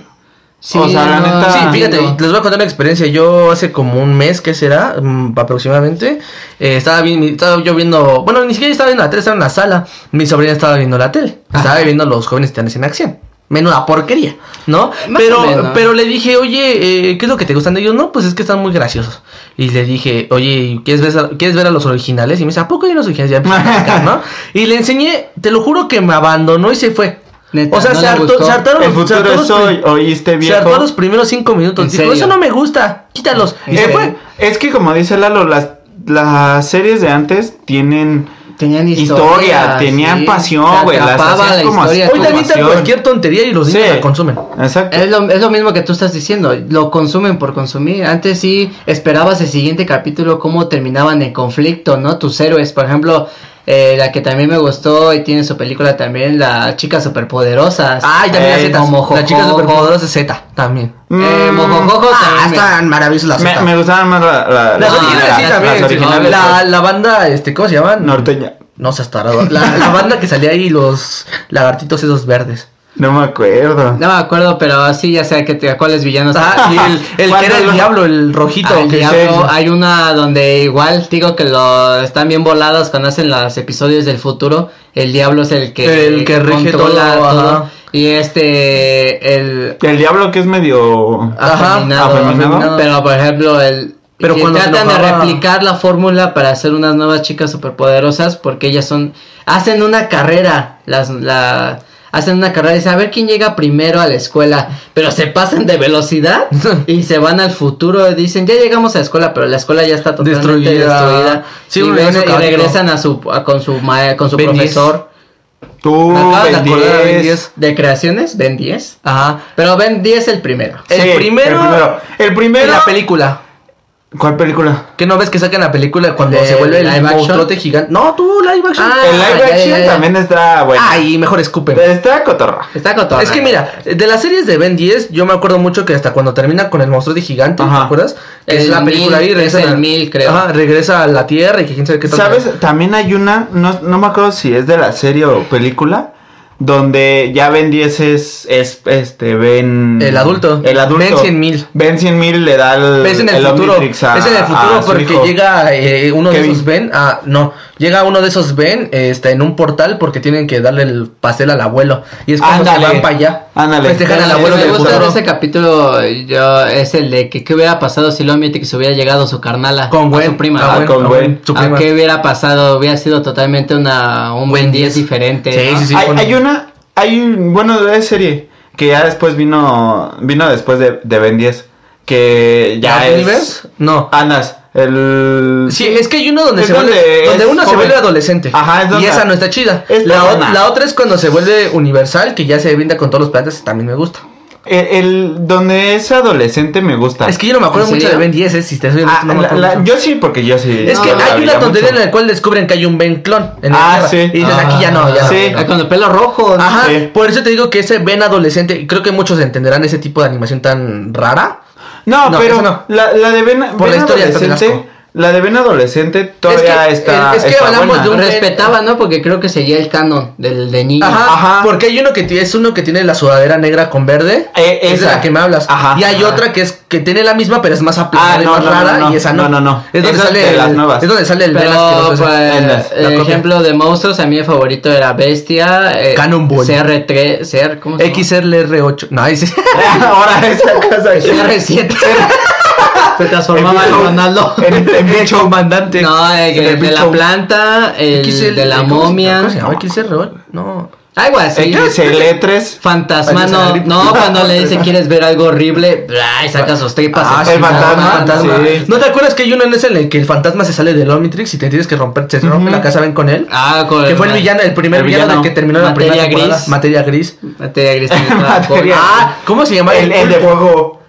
[SPEAKER 5] O sea, la neta-
[SPEAKER 4] Sí,
[SPEAKER 5] Ah,
[SPEAKER 4] fíjate,
[SPEAKER 3] entiendo.
[SPEAKER 4] les voy a contar una experiencia. Yo hace como un mes, ¿qué será? Mm, aproximadamente. eh, estaba, vi- estaba yo viendo. Bueno, ni siquiera estaba viendo la tele, estaba en la sala. Mi sobrina estaba viendo la tele. Estaba viendo los jóvenes titanes en acción. Menuda porquería, ¿no?
[SPEAKER 3] Más o
[SPEAKER 4] Pero,
[SPEAKER 3] menos.
[SPEAKER 4] pero le dije, oye, eh, ¿qué es lo que te gustan de ellos? No, pues es que están muy graciosos. Y le dije, oye, ¿y ¿quieres ver a, ¿quieres ver a los originales? Y me dice, ¿a poco hay los originales? Ya empezó a
[SPEAKER 3] (laughs)
[SPEAKER 4] platicar, ¿no? Y le enseñé, te lo juro que me abandonó y se fue.
[SPEAKER 3] Neta,
[SPEAKER 4] o sea,
[SPEAKER 3] no
[SPEAKER 4] se,
[SPEAKER 3] le
[SPEAKER 4] hartó-
[SPEAKER 3] gustó.
[SPEAKER 4] se hartaron
[SPEAKER 5] El
[SPEAKER 4] los- se
[SPEAKER 5] futuro
[SPEAKER 4] hartó
[SPEAKER 5] es
[SPEAKER 4] los-
[SPEAKER 5] hoy, oíste
[SPEAKER 4] se hartó
[SPEAKER 5] Este viejo.
[SPEAKER 4] los primeros cinco minutos.
[SPEAKER 3] ¿En
[SPEAKER 4] Dijo,
[SPEAKER 3] serio?
[SPEAKER 4] eso no me gusta, quítalos. Y
[SPEAKER 5] Eh,
[SPEAKER 4] se
[SPEAKER 3] ¿En
[SPEAKER 4] fue.
[SPEAKER 3] serio?
[SPEAKER 5] es que como dice Lalo, las, las series de antes tienen
[SPEAKER 3] Tenían
[SPEAKER 5] historia,
[SPEAKER 3] historia,
[SPEAKER 5] tenían
[SPEAKER 3] sí.
[SPEAKER 5] pasión,
[SPEAKER 3] Te
[SPEAKER 5] güey. Las
[SPEAKER 3] atrapaba
[SPEAKER 5] hacías
[SPEAKER 3] la
[SPEAKER 5] como
[SPEAKER 3] historia.
[SPEAKER 5] así,
[SPEAKER 4] Hoy
[SPEAKER 5] como
[SPEAKER 4] te avientan
[SPEAKER 5] pasión.
[SPEAKER 4] cualquier tontería y los niños
[SPEAKER 5] Sí.
[SPEAKER 4] la consumen.
[SPEAKER 5] Exacto.
[SPEAKER 3] Es lo, es lo mismo que tú estás diciendo, lo consumen por consumir. Antes sí esperabas el siguiente capítulo, cómo terminaban el conflicto, ¿no? Tus héroes, por ejemplo, eh, la que también me gustó y tiene su película también, la chica superpoderosa.
[SPEAKER 4] Ah, y también la
[SPEAKER 5] Eh,
[SPEAKER 4] Z.
[SPEAKER 3] como Jojojo.
[SPEAKER 4] La chica superpoderosa es Z también.
[SPEAKER 3] Eh,
[SPEAKER 5] Mm,
[SPEAKER 3] Mojojojo
[SPEAKER 4] Ah,
[SPEAKER 3] también me-
[SPEAKER 4] están maravillosas las
[SPEAKER 5] me,
[SPEAKER 4] Z.
[SPEAKER 5] me gustaban más la- la-
[SPEAKER 4] Las
[SPEAKER 3] Ah,
[SPEAKER 5] la-
[SPEAKER 4] originales sí
[SPEAKER 5] la-
[SPEAKER 4] también.
[SPEAKER 5] las
[SPEAKER 4] sí,
[SPEAKER 5] originales, pues,
[SPEAKER 4] La, la banda, este, ¿cómo se llaman?
[SPEAKER 5] norteña.
[SPEAKER 4] No se tarado. La, la banda que salía ahí, los lagartitos esos verdes.
[SPEAKER 5] No me acuerdo.
[SPEAKER 3] No me acuerdo, pero así ya sé que te, cuáles villanos. (laughs)
[SPEAKER 4] Ah, y (laughs) el, el que
[SPEAKER 5] Cuando
[SPEAKER 4] era el
[SPEAKER 5] lo-
[SPEAKER 4] diablo, el rojito.
[SPEAKER 3] Ah, el
[SPEAKER 4] que-
[SPEAKER 3] diablo,
[SPEAKER 5] sí.
[SPEAKER 3] hay una donde igual digo que lo están bien volados cuando hacen los episodios del futuro. El diablo es el que
[SPEAKER 4] El que rige
[SPEAKER 3] controla
[SPEAKER 4] todo, ajá.
[SPEAKER 3] y este el
[SPEAKER 5] El diablo que es medio...
[SPEAKER 4] Ajá,
[SPEAKER 3] afeminado,
[SPEAKER 5] afeminado.
[SPEAKER 3] afeminado, pero por ejemplo el
[SPEAKER 4] Pero
[SPEAKER 3] que
[SPEAKER 4] cuando se
[SPEAKER 3] tratan de
[SPEAKER 4] enojaba-
[SPEAKER 3] replicar la fórmula para hacer unas nuevas chicas superpoderosas porque ellas son hacen una carrera las la hacen una carrera y dicen a ver quién llega primero a la escuela pero se pasan de
[SPEAKER 4] (laughs)
[SPEAKER 3] velocidad y se van al futuro y dicen ya llegamos a la escuela pero la escuela ya está totalmente
[SPEAKER 4] Destruida.
[SPEAKER 3] destruida,
[SPEAKER 4] Sí,
[SPEAKER 3] y,
[SPEAKER 4] un
[SPEAKER 3] ven-
[SPEAKER 4] universo
[SPEAKER 3] y
[SPEAKER 4] caótico.
[SPEAKER 3] regresan a su a- con su ma- con su
[SPEAKER 4] Ben 10.
[SPEAKER 3] profesor
[SPEAKER 5] Tú,
[SPEAKER 4] Me acabo de
[SPEAKER 5] Ben
[SPEAKER 4] acordar de Ben
[SPEAKER 5] 10.
[SPEAKER 4] 10.
[SPEAKER 3] de creaciones Ben 10
[SPEAKER 4] Ajá.
[SPEAKER 3] pero Ben 10 el primero
[SPEAKER 4] El
[SPEAKER 5] Sí,
[SPEAKER 4] primero-
[SPEAKER 5] El primero. El
[SPEAKER 4] Pero...
[SPEAKER 5] primero-
[SPEAKER 4] la película.
[SPEAKER 5] ¿Cuál película?
[SPEAKER 4] ¿Qué no ves que sacan la película cuando
[SPEAKER 3] ¿De
[SPEAKER 4] se vuelve
[SPEAKER 3] live
[SPEAKER 4] el
[SPEAKER 3] action?
[SPEAKER 4] monstruote gigante? No, tú, live action.
[SPEAKER 3] Ah,
[SPEAKER 5] el live
[SPEAKER 3] ya, ya,
[SPEAKER 5] action
[SPEAKER 3] ya, ya.
[SPEAKER 5] también está bueno.
[SPEAKER 4] Ay, mejor escupe.
[SPEAKER 5] Está cotorra.
[SPEAKER 3] está cotorra.
[SPEAKER 4] Es que mira, de las series de Ben 10, yo me acuerdo mucho que hasta cuando termina con el monstruo de gigante,
[SPEAKER 5] Ajá.
[SPEAKER 4] ¿te acuerdas? Que
[SPEAKER 3] El
[SPEAKER 4] es la película
[SPEAKER 3] mil,
[SPEAKER 4] ahí, regresa.
[SPEAKER 3] es el
[SPEAKER 4] a-
[SPEAKER 3] mil, creo.
[SPEAKER 4] Ajá, regresa a la Tierra y que quién sabe qué tal.
[SPEAKER 5] ¿Sabes? También hay una, no, no me acuerdo si es de la serie o película, donde ya Ben 10 es, es este, Ben...
[SPEAKER 4] El adulto.
[SPEAKER 5] El adulto.
[SPEAKER 4] Ben 100.000.
[SPEAKER 5] Ben 100.000 le da el...
[SPEAKER 4] Es en el, futuro.
[SPEAKER 5] Omnitrix a-
[SPEAKER 4] es en el
[SPEAKER 5] a
[SPEAKER 4] futuro
[SPEAKER 5] su
[SPEAKER 4] porque
[SPEAKER 5] hijo.
[SPEAKER 4] llega eh, uno de
[SPEAKER 5] Kevin.
[SPEAKER 4] esos Ben. ah, no, llega uno de esos Ben este, en un portal porque tienen que darle el pastel al abuelo. Y es cuando
[SPEAKER 5] Ándale.
[SPEAKER 4] se van para allá.
[SPEAKER 5] Ándale.
[SPEAKER 4] Festejan
[SPEAKER 5] Pero
[SPEAKER 4] al
[SPEAKER 5] sí,
[SPEAKER 4] abuelo
[SPEAKER 3] me
[SPEAKER 4] del
[SPEAKER 3] gusta de
[SPEAKER 4] futuro.
[SPEAKER 3] ese capítulo yo, es el de que qué hubiera pasado si Omnitrix hubiera llegado a su carnala
[SPEAKER 4] Con
[SPEAKER 3] a
[SPEAKER 4] Gwen.
[SPEAKER 3] su prima.
[SPEAKER 5] Ah,
[SPEAKER 4] a Gwen,
[SPEAKER 5] con
[SPEAKER 4] a
[SPEAKER 5] Gwen.
[SPEAKER 4] Su
[SPEAKER 3] ¿A
[SPEAKER 4] prima.
[SPEAKER 3] qué hubiera pasado? Hubiera sido totalmente una, un buen 10 diferente.
[SPEAKER 4] Sí,
[SPEAKER 3] ¿no?
[SPEAKER 4] sí, sí.
[SPEAKER 5] hay,
[SPEAKER 4] bueno.
[SPEAKER 5] hay una, hay un, bueno, de serie, que ya después vino, vino después de, de Ben 10, que ya
[SPEAKER 4] ¿La
[SPEAKER 5] es...
[SPEAKER 4] Universe? No.
[SPEAKER 5] Anas, el...
[SPEAKER 4] Sí, es que hay uno donde
[SPEAKER 5] Es
[SPEAKER 4] se vuelve,
[SPEAKER 5] donde
[SPEAKER 4] donde,
[SPEAKER 5] es
[SPEAKER 4] uno se
[SPEAKER 5] joven.
[SPEAKER 4] vuelve adolescente.
[SPEAKER 5] Ajá, es donde-
[SPEAKER 4] y esa no está chida.
[SPEAKER 5] Está
[SPEAKER 4] la, o-
[SPEAKER 5] buena.
[SPEAKER 4] la otra es cuando se vuelve universal, que ya se brinda con todos los planetas, también me gusta.
[SPEAKER 5] El, el- donde es adolescente me gusta.
[SPEAKER 4] Es que yo no me acuerdo
[SPEAKER 3] ¿En
[SPEAKER 4] mucho de
[SPEAKER 3] serio?
[SPEAKER 4] Ben 10, eh, si te soy honesto,
[SPEAKER 5] Ah,
[SPEAKER 4] no me
[SPEAKER 5] la-
[SPEAKER 4] acuerdo
[SPEAKER 5] la-
[SPEAKER 4] mucho.
[SPEAKER 5] yo sí, porque yo sí.
[SPEAKER 4] Es que
[SPEAKER 5] no la
[SPEAKER 4] hay una
[SPEAKER 5] veía
[SPEAKER 4] tontería
[SPEAKER 5] mucho.
[SPEAKER 4] en la cual descubren que hay un Ben clon en la
[SPEAKER 5] Ah,
[SPEAKER 4] Tierra.
[SPEAKER 5] sí.
[SPEAKER 4] Y dices, aquí ya no, ya no,
[SPEAKER 5] Sí.
[SPEAKER 4] ya
[SPEAKER 3] Ah,
[SPEAKER 4] no.
[SPEAKER 3] Con el pelo rojo. ¿no?
[SPEAKER 4] Ajá,
[SPEAKER 5] Sí.
[SPEAKER 4] por eso te digo que ese Ben adolescente, creo que muchos entenderán ese tipo de animación tan rara.
[SPEAKER 5] No,
[SPEAKER 4] No,
[SPEAKER 5] pero
[SPEAKER 4] esa no.
[SPEAKER 5] La, la de Ben,
[SPEAKER 4] Por la
[SPEAKER 5] Ben
[SPEAKER 4] historia, está bien
[SPEAKER 5] adolescente.
[SPEAKER 4] asco.
[SPEAKER 5] La de Ben adolescente todavía
[SPEAKER 4] que-
[SPEAKER 5] está.
[SPEAKER 4] es que
[SPEAKER 5] está
[SPEAKER 4] hablamos
[SPEAKER 5] buena.
[SPEAKER 4] de un-
[SPEAKER 3] Respetaba, ¿no? Porque creo que seguía el canon del de niño.
[SPEAKER 4] Ajá,
[SPEAKER 5] Ajá.
[SPEAKER 4] Porque hay uno que ti- es uno que tiene la sudadera negra con verde.
[SPEAKER 5] Eh,
[SPEAKER 4] es de
[SPEAKER 5] esa.
[SPEAKER 4] la que me hablas.
[SPEAKER 5] Ajá.
[SPEAKER 4] y hay
[SPEAKER 5] Ajá.
[SPEAKER 4] otra que es que tiene la misma, pero es más
[SPEAKER 5] Ah,
[SPEAKER 4] aplanada y
[SPEAKER 5] no,
[SPEAKER 4] más
[SPEAKER 5] no,
[SPEAKER 4] rara.
[SPEAKER 5] no, no.
[SPEAKER 4] y esa no.
[SPEAKER 5] No, no, no.
[SPEAKER 4] Es donde
[SPEAKER 5] Esa es
[SPEAKER 4] sale
[SPEAKER 5] de
[SPEAKER 4] el,
[SPEAKER 5] las nuevas.
[SPEAKER 4] Es donde sale el
[SPEAKER 3] Pero,
[SPEAKER 4] Ben asqueroso ese.
[SPEAKER 3] pues,
[SPEAKER 5] En las-
[SPEAKER 4] la
[SPEAKER 3] el
[SPEAKER 4] copia.
[SPEAKER 3] ejemplo de monstruos, a mí mi favorito era Bestia, eh,
[SPEAKER 4] Cannonball.
[SPEAKER 3] CR3, CR, ¿cómo se llama?
[SPEAKER 4] XLR8. No, ahí sí.
[SPEAKER 5] (laughs) Ahora esa cosa aquí.
[SPEAKER 3] CR7. se transformaba en
[SPEAKER 5] bicho-
[SPEAKER 3] Ronaldo.
[SPEAKER 5] En, en bicho
[SPEAKER 4] comandante.
[SPEAKER 3] No, el,
[SPEAKER 4] En
[SPEAKER 3] el de la
[SPEAKER 4] bicho-
[SPEAKER 3] planta, el
[SPEAKER 4] XL
[SPEAKER 3] de la
[SPEAKER 4] ¿cómo se-
[SPEAKER 3] momia.
[SPEAKER 4] ¿Cómo se llama? XLR8. No.
[SPEAKER 3] Algo así.
[SPEAKER 5] E XL3.
[SPEAKER 3] Fantasma, no, no, cuando le
[SPEAKER 4] (laughs)
[SPEAKER 3] dice quieres ver algo horrible, ay, saca sus tripas.
[SPEAKER 5] Ah,
[SPEAKER 3] se
[SPEAKER 5] el
[SPEAKER 3] pone
[SPEAKER 5] fantasma,
[SPEAKER 3] mal,
[SPEAKER 5] fantasma. sí.
[SPEAKER 4] ¿No te acuerdas que hay uno en ese en el que el fantasma se sale del Omnitrix y te tienes que romper, se rompe
[SPEAKER 5] Ujú.
[SPEAKER 4] la casa, ven con él?
[SPEAKER 3] Ah, con
[SPEAKER 4] que fue el villano, el primer
[SPEAKER 5] El
[SPEAKER 4] villano,
[SPEAKER 5] villano.
[SPEAKER 4] del que terminó la
[SPEAKER 3] Materia
[SPEAKER 4] primera temporada.
[SPEAKER 3] gris.
[SPEAKER 4] Materia gris.
[SPEAKER 3] Materia gris
[SPEAKER 4] (laughs)
[SPEAKER 3] también estaba
[SPEAKER 5] Materia-
[SPEAKER 3] cool.
[SPEAKER 4] Ah, ¿cómo se llamaba?
[SPEAKER 5] El, el de fuego.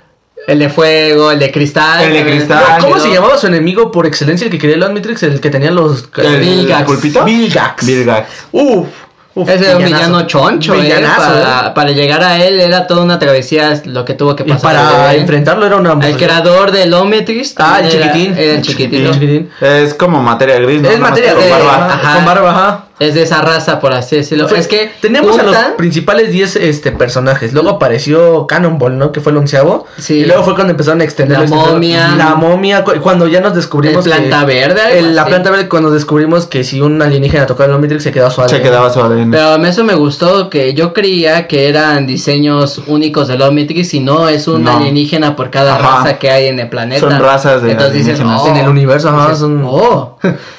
[SPEAKER 3] El de fuego, el de cristal.
[SPEAKER 5] El de cristal.
[SPEAKER 4] No, ¿Cómo
[SPEAKER 3] ¿no?
[SPEAKER 4] se llamaba su enemigo por excelencia el que quería el Omnitrix? El que tenía los...
[SPEAKER 5] El-
[SPEAKER 3] Vilgax.
[SPEAKER 5] ¿Pulpito?
[SPEAKER 4] Vilgax.
[SPEAKER 5] Vilgax.
[SPEAKER 4] Uf. uf,
[SPEAKER 3] Ese era un
[SPEAKER 4] villanazo.
[SPEAKER 3] villano choncho, eh,
[SPEAKER 4] Villanazo,
[SPEAKER 3] para,
[SPEAKER 4] ¿eh?
[SPEAKER 3] para llegar a él era toda una travesía es lo que tuvo que
[SPEAKER 4] Y
[SPEAKER 3] pasar.
[SPEAKER 4] para
[SPEAKER 3] güey.
[SPEAKER 4] enfrentarlo era una...
[SPEAKER 3] El creador del Omnitrix.
[SPEAKER 4] Ah, el
[SPEAKER 3] también era-
[SPEAKER 4] chiquitín.
[SPEAKER 3] Era
[SPEAKER 4] El
[SPEAKER 3] el chiquitito.
[SPEAKER 4] chiquitín.
[SPEAKER 5] Es como materia gris. ¿no?
[SPEAKER 4] Es
[SPEAKER 5] Nada más
[SPEAKER 4] materia
[SPEAKER 5] que
[SPEAKER 4] gris, Ah,
[SPEAKER 5] con
[SPEAKER 4] ajá,
[SPEAKER 5] barba.
[SPEAKER 4] Con barba, ajá.
[SPEAKER 3] Es de esa raza, por así decirlo.
[SPEAKER 4] Fue-
[SPEAKER 3] es que
[SPEAKER 4] tenemos a
[SPEAKER 3] juntan-
[SPEAKER 4] los principales 10 este, personajes. Luego apareció Cannonball, ¿no? Que fue el onceavo.
[SPEAKER 3] Sí.
[SPEAKER 4] Y luego fue cuando empezaron a extender
[SPEAKER 3] La momia.
[SPEAKER 4] La momia. cu- Cuando ya nos descubrimos.
[SPEAKER 3] El planta
[SPEAKER 4] que-
[SPEAKER 3] verde, algo
[SPEAKER 4] el- la
[SPEAKER 3] así.
[SPEAKER 4] planta verde, cuando descubrimos que si un alienígena tocaba el Omnitrix se quedaba suave.
[SPEAKER 5] Se quedaba su ADN.
[SPEAKER 3] Pero a mí eso me gustó, que yo creía que eran diseños únicos del Omnitrix y no es un
[SPEAKER 5] No.
[SPEAKER 3] alienígena por cada
[SPEAKER 5] Ajá.
[SPEAKER 3] raza que hay en el planeta.
[SPEAKER 5] Son razas de
[SPEAKER 3] Entonces dices,
[SPEAKER 5] alienígenas.
[SPEAKER 3] "Oh".
[SPEAKER 4] En el universo, ajá,
[SPEAKER 3] Dices,
[SPEAKER 4] son-
[SPEAKER 3] "Oh".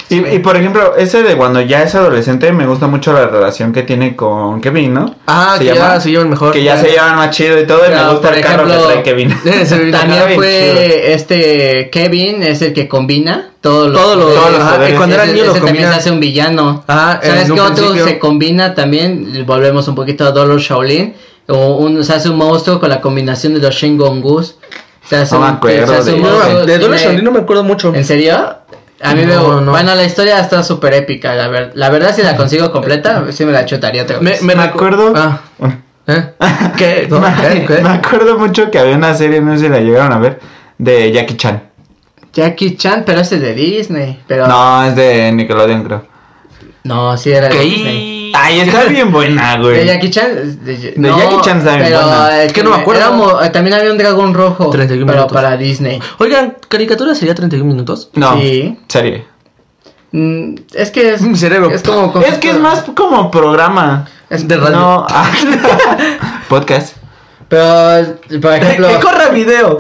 [SPEAKER 5] Y, y, por ejemplo, ese de cuando ya es adolescente, me gusta mucho la relación que tiene con Kevin, ¿no?
[SPEAKER 4] Ah,
[SPEAKER 5] ¿Se
[SPEAKER 4] que ya
[SPEAKER 5] llama?
[SPEAKER 4] se llevan mejor.
[SPEAKER 5] Que ya se llevan más chido y todo, y
[SPEAKER 3] Pero,
[SPEAKER 5] me gusta
[SPEAKER 3] por
[SPEAKER 5] el carro
[SPEAKER 3] ejemplo,
[SPEAKER 5] que
[SPEAKER 3] (laughs)
[SPEAKER 4] (laughs)
[SPEAKER 5] trae Kevin. (laughs)
[SPEAKER 3] También
[SPEAKER 5] Kevin, chido.
[SPEAKER 3] fue este Kevin, es el que combina todos los
[SPEAKER 4] Todos los-
[SPEAKER 5] Todos los
[SPEAKER 4] ajá,
[SPEAKER 5] poderes.
[SPEAKER 4] que cuando
[SPEAKER 3] Ese-
[SPEAKER 4] era niño lo
[SPEAKER 3] ese también se
[SPEAKER 4] combinan.
[SPEAKER 3] hace un villano.
[SPEAKER 4] Ah,
[SPEAKER 3] ¿Sabes
[SPEAKER 4] en un
[SPEAKER 3] qué otro
[SPEAKER 4] principio.
[SPEAKER 3] se combina también? Volvemos un poquito a Dolor Shaolin. O un, se hace un monstruo con la combinación de los Shingongus. Se hace
[SPEAKER 5] No me
[SPEAKER 3] un,
[SPEAKER 5] acuerdo
[SPEAKER 3] se hace
[SPEAKER 5] de
[SPEAKER 3] un
[SPEAKER 5] eso.
[SPEAKER 3] monstruo,
[SPEAKER 4] No, de Dolor
[SPEAKER 3] tiene-
[SPEAKER 4] Shaolin no me acuerdo mucho.
[SPEAKER 3] ¿En serio? A mí me
[SPEAKER 4] No, no.
[SPEAKER 3] Bueno, la historia está súper épica. La, ver- la verdad, si la consigo completa, sí me la chutaría otra
[SPEAKER 4] Me,
[SPEAKER 3] vez.
[SPEAKER 4] me
[SPEAKER 5] Me
[SPEAKER 4] recu-
[SPEAKER 5] acuerdo. (laughs)
[SPEAKER 4] Ah, ¿eh? ¿Qué? (laughs) No, ¿qué? ¿Qué?
[SPEAKER 5] Me acuerdo mucho que había una serie, no sé si la llegaron a ver, de Jackie Chan.
[SPEAKER 3] Jackie Chan, pero ese es de Disney. Pero no,
[SPEAKER 5] No, es de Nickelodeon, creo.
[SPEAKER 3] sí era de
[SPEAKER 4] ¿Qué?
[SPEAKER 3] Disney.
[SPEAKER 4] (laughs)
[SPEAKER 5] Ay, está bien buena,
[SPEAKER 3] De
[SPEAKER 5] güey.
[SPEAKER 3] Jackie Chan. De,
[SPEAKER 5] De Jackie Chan también,
[SPEAKER 3] Pero
[SPEAKER 5] bueno.
[SPEAKER 3] eh,
[SPEAKER 4] Es que no me acuerdo.
[SPEAKER 3] éramos- eh, también había un dragón rojo.
[SPEAKER 4] 31
[SPEAKER 3] pero
[SPEAKER 4] minutos.
[SPEAKER 3] para Disney.
[SPEAKER 4] Oigan, ¿caricatura sería 31 minutos?
[SPEAKER 5] No,
[SPEAKER 3] Sí.
[SPEAKER 5] serie.
[SPEAKER 3] Mm, es que es.
[SPEAKER 4] Mi cerebro.
[SPEAKER 3] Es como.
[SPEAKER 5] Es que es más como programa.
[SPEAKER 3] Es
[SPEAKER 4] de radio.
[SPEAKER 5] No, (laughs) ah, podcast.
[SPEAKER 3] Pero,
[SPEAKER 4] (laughs)
[SPEAKER 3] por ejemplo.
[SPEAKER 4] ¡Que corra video!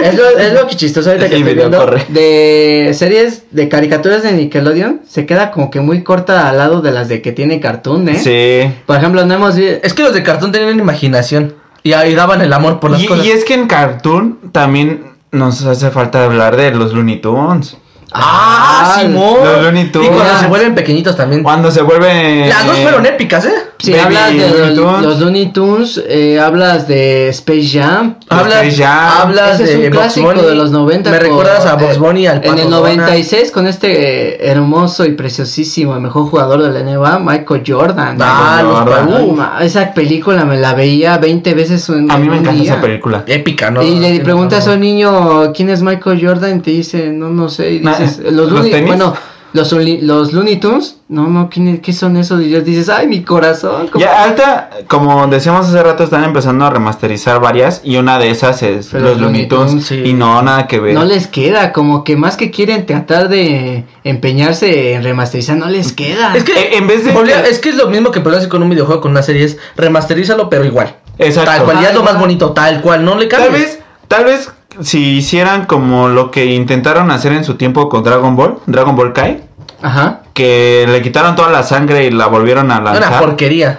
[SPEAKER 3] es, lo, es lo que chistoso ahorita que
[SPEAKER 5] Y
[SPEAKER 3] estoy
[SPEAKER 5] video
[SPEAKER 3] viendo.
[SPEAKER 5] corre.
[SPEAKER 3] De series, de caricaturas de Nickelodeon, se queda como que muy corta al lado de las de que tiene Cartoon, ¿eh?
[SPEAKER 5] Sí.
[SPEAKER 3] Por ejemplo, no hemos visto.
[SPEAKER 4] Es que los de cartón tenían imaginación y ahí daban el amor por las
[SPEAKER 5] y,
[SPEAKER 4] cosas.
[SPEAKER 5] y es que en Cartoon también nos hace falta hablar de los Looney Tunes.
[SPEAKER 4] ¡Ah,
[SPEAKER 3] Ah,
[SPEAKER 4] Simón!
[SPEAKER 5] los Looney
[SPEAKER 4] Y cuando
[SPEAKER 5] Tunes.
[SPEAKER 4] se vuelven pequeñitos también.
[SPEAKER 5] Cuando se vuelve.
[SPEAKER 4] Las dos fueron épicas, ¿eh?
[SPEAKER 3] Si
[SPEAKER 5] Baby
[SPEAKER 3] hablas de los-
[SPEAKER 5] Looney Tunes.
[SPEAKER 3] los Looney Tunes, eh, hablas de Space Jam.
[SPEAKER 4] Hablas,
[SPEAKER 5] Space Jam.
[SPEAKER 4] hablas
[SPEAKER 3] Ese es
[SPEAKER 4] de
[SPEAKER 3] un
[SPEAKER 4] Bugs
[SPEAKER 3] clásico
[SPEAKER 4] Bunny.
[SPEAKER 3] de los 90.
[SPEAKER 4] Me
[SPEAKER 3] con-
[SPEAKER 4] recuerdas a Box
[SPEAKER 3] eh,
[SPEAKER 4] Bunny, al
[SPEAKER 3] En
[SPEAKER 4] Pato
[SPEAKER 3] el
[SPEAKER 4] Donald.
[SPEAKER 3] 96 con este eh, hermoso y preciosísimo, el mejor jugador de la NBA, Michael Jordan.
[SPEAKER 4] Ah,
[SPEAKER 5] Michael
[SPEAKER 4] los
[SPEAKER 5] Jordan.
[SPEAKER 4] Pabu.
[SPEAKER 3] No, ma- esa película me la veía 20 veces en
[SPEAKER 5] A mí
[SPEAKER 3] en
[SPEAKER 5] me
[SPEAKER 3] un
[SPEAKER 5] encanta
[SPEAKER 3] día.
[SPEAKER 5] esa película.
[SPEAKER 4] Épica, ¿no?
[SPEAKER 3] y
[SPEAKER 4] Sí,
[SPEAKER 3] le preguntas a
[SPEAKER 4] no.
[SPEAKER 3] un niño quién es Michael Jordan y te dice, no, no sé. Y
[SPEAKER 5] Nah,
[SPEAKER 3] dices,
[SPEAKER 5] ¿los
[SPEAKER 3] los, Looney,
[SPEAKER 5] tenis?
[SPEAKER 3] bueno, los, Looney- los Looney Tunes, no, no, ¿quién es- ¿qué son esos? Y yo dices, ay, mi corazón. ¿cómo
[SPEAKER 5] Ya alta, como decíamos hace rato, están empezando a remasterizar varias y una de esas es
[SPEAKER 3] Pero
[SPEAKER 5] los Looney Tunes
[SPEAKER 4] sí.
[SPEAKER 5] y no nada que ver.
[SPEAKER 3] No les queda, como que más que quieren tratar de empeñarse en remasterizar, no les queda.
[SPEAKER 4] Es que,
[SPEAKER 5] Eh, en vez de-
[SPEAKER 4] Volvía- es que es lo mismo que podrías hacer con un videojuego, con una serie, es remasterízalo, pero igual.
[SPEAKER 5] Exacto.
[SPEAKER 4] Tal cual, ya es lo más bonito, tal cual, no le
[SPEAKER 5] Tal
[SPEAKER 4] cambies.
[SPEAKER 5] vez, tal vez si hicieran como lo que intentaron hacer en su tiempo con Dragon Ball, Dragon Ball Kai,
[SPEAKER 3] Ajá.
[SPEAKER 5] que le quitaron toda la sangre y la volvieron a lanzar.
[SPEAKER 4] Una porquería.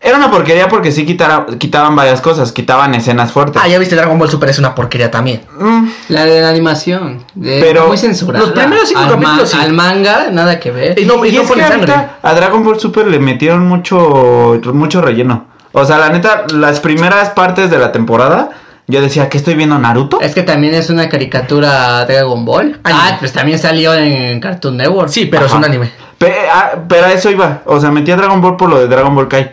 [SPEAKER 5] Era una porquería porque sí quitara- quitaban varias cosas, quitaban escenas fuertes.
[SPEAKER 4] Ah, ya viste, Dragon Ball Super es una porquería también.
[SPEAKER 5] Mm,
[SPEAKER 3] La de la animación. de-
[SPEAKER 5] Pero
[SPEAKER 3] muy censurada.
[SPEAKER 4] los primeros cinco
[SPEAKER 3] al
[SPEAKER 4] capítulos sí.
[SPEAKER 3] Al manga, nada que ver.
[SPEAKER 4] Y no, y
[SPEAKER 5] y
[SPEAKER 4] no
[SPEAKER 5] es que
[SPEAKER 4] ponen sangre.
[SPEAKER 5] ahorita a Dragon Ball Super le metieron mucho, mucho relleno. O sea, la neta, las primeras partes de la temporada, yo decía, ¿qué estoy viendo Naruto?
[SPEAKER 3] Es que también es una caricatura Dragon Ball. Ah, pues también salió en Cartoon Network.
[SPEAKER 4] Sí, pero es
[SPEAKER 5] Ajá.
[SPEAKER 4] un anime.
[SPEAKER 5] Pe- ah, pero a eso iba. O sea, metí a Dragon Ball por lo de Dragon Ball Kai.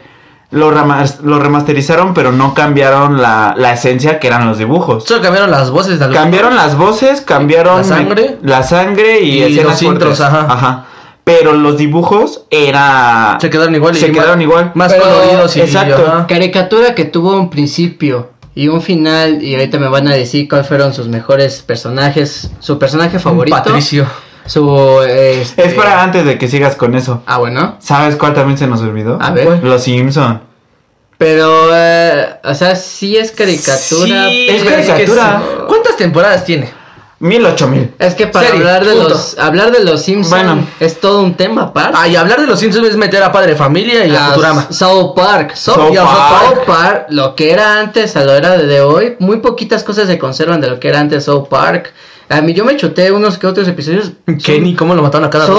[SPEAKER 5] Lo, remas- lo remasterizaron, pero no cambiaron la, la esencia que eran los dibujos.
[SPEAKER 4] Solo cambiaron las voces. de algunos.
[SPEAKER 5] Cambiaron las voces, cambiaron
[SPEAKER 4] La sangre.
[SPEAKER 5] la sangre y,
[SPEAKER 4] Y
[SPEAKER 5] escenas
[SPEAKER 4] los intros,
[SPEAKER 5] fuertes.
[SPEAKER 4] ajá.
[SPEAKER 5] Pero los dibujos era
[SPEAKER 4] Se quedaron igual. y
[SPEAKER 5] se
[SPEAKER 4] ma-
[SPEAKER 5] quedaron igual.
[SPEAKER 4] Más
[SPEAKER 3] Pero-
[SPEAKER 4] coloridos y...
[SPEAKER 5] Exacto.
[SPEAKER 4] ajá.
[SPEAKER 3] Caricatura que tuvo un principio y un final. Y ahorita me van a decir cuáles fueron sus mejores personajes. Su personaje favorito.
[SPEAKER 4] Patricio.
[SPEAKER 3] Su. eh, este-
[SPEAKER 5] Es para antes de que sigas con eso.
[SPEAKER 3] Ah, bueno.
[SPEAKER 5] ¿Sabes cuál también se nos olvidó?
[SPEAKER 3] A ver.
[SPEAKER 5] Los Simpson.
[SPEAKER 3] Pero, eh, o sea, sí es caricatura.
[SPEAKER 5] Sí,
[SPEAKER 3] pero-
[SPEAKER 5] es caricatura.
[SPEAKER 4] ¿Cuántas temporadas tiene?
[SPEAKER 5] Mil ocho mil.
[SPEAKER 3] Es que para
[SPEAKER 4] Serie,
[SPEAKER 3] hablar de
[SPEAKER 4] punto.
[SPEAKER 3] los hablar de los Simpsons
[SPEAKER 5] Bueno.
[SPEAKER 3] es todo un tema aparte.
[SPEAKER 4] Ah, y hablar de los Simpsons es meter a Padre Familia y a
[SPEAKER 3] Ah,
[SPEAKER 4] Futurama.
[SPEAKER 3] South Park. South,
[SPEAKER 5] South
[SPEAKER 3] y a South
[SPEAKER 5] Park.
[SPEAKER 3] Park. Lo que era antes a lo era de hoy. Muy poquitas cosas se conservan de lo que era antes South Park. A mí yo me chuté unos que otros episodios.
[SPEAKER 4] Kenny, ¿cómo lo mataron a cada
[SPEAKER 3] Son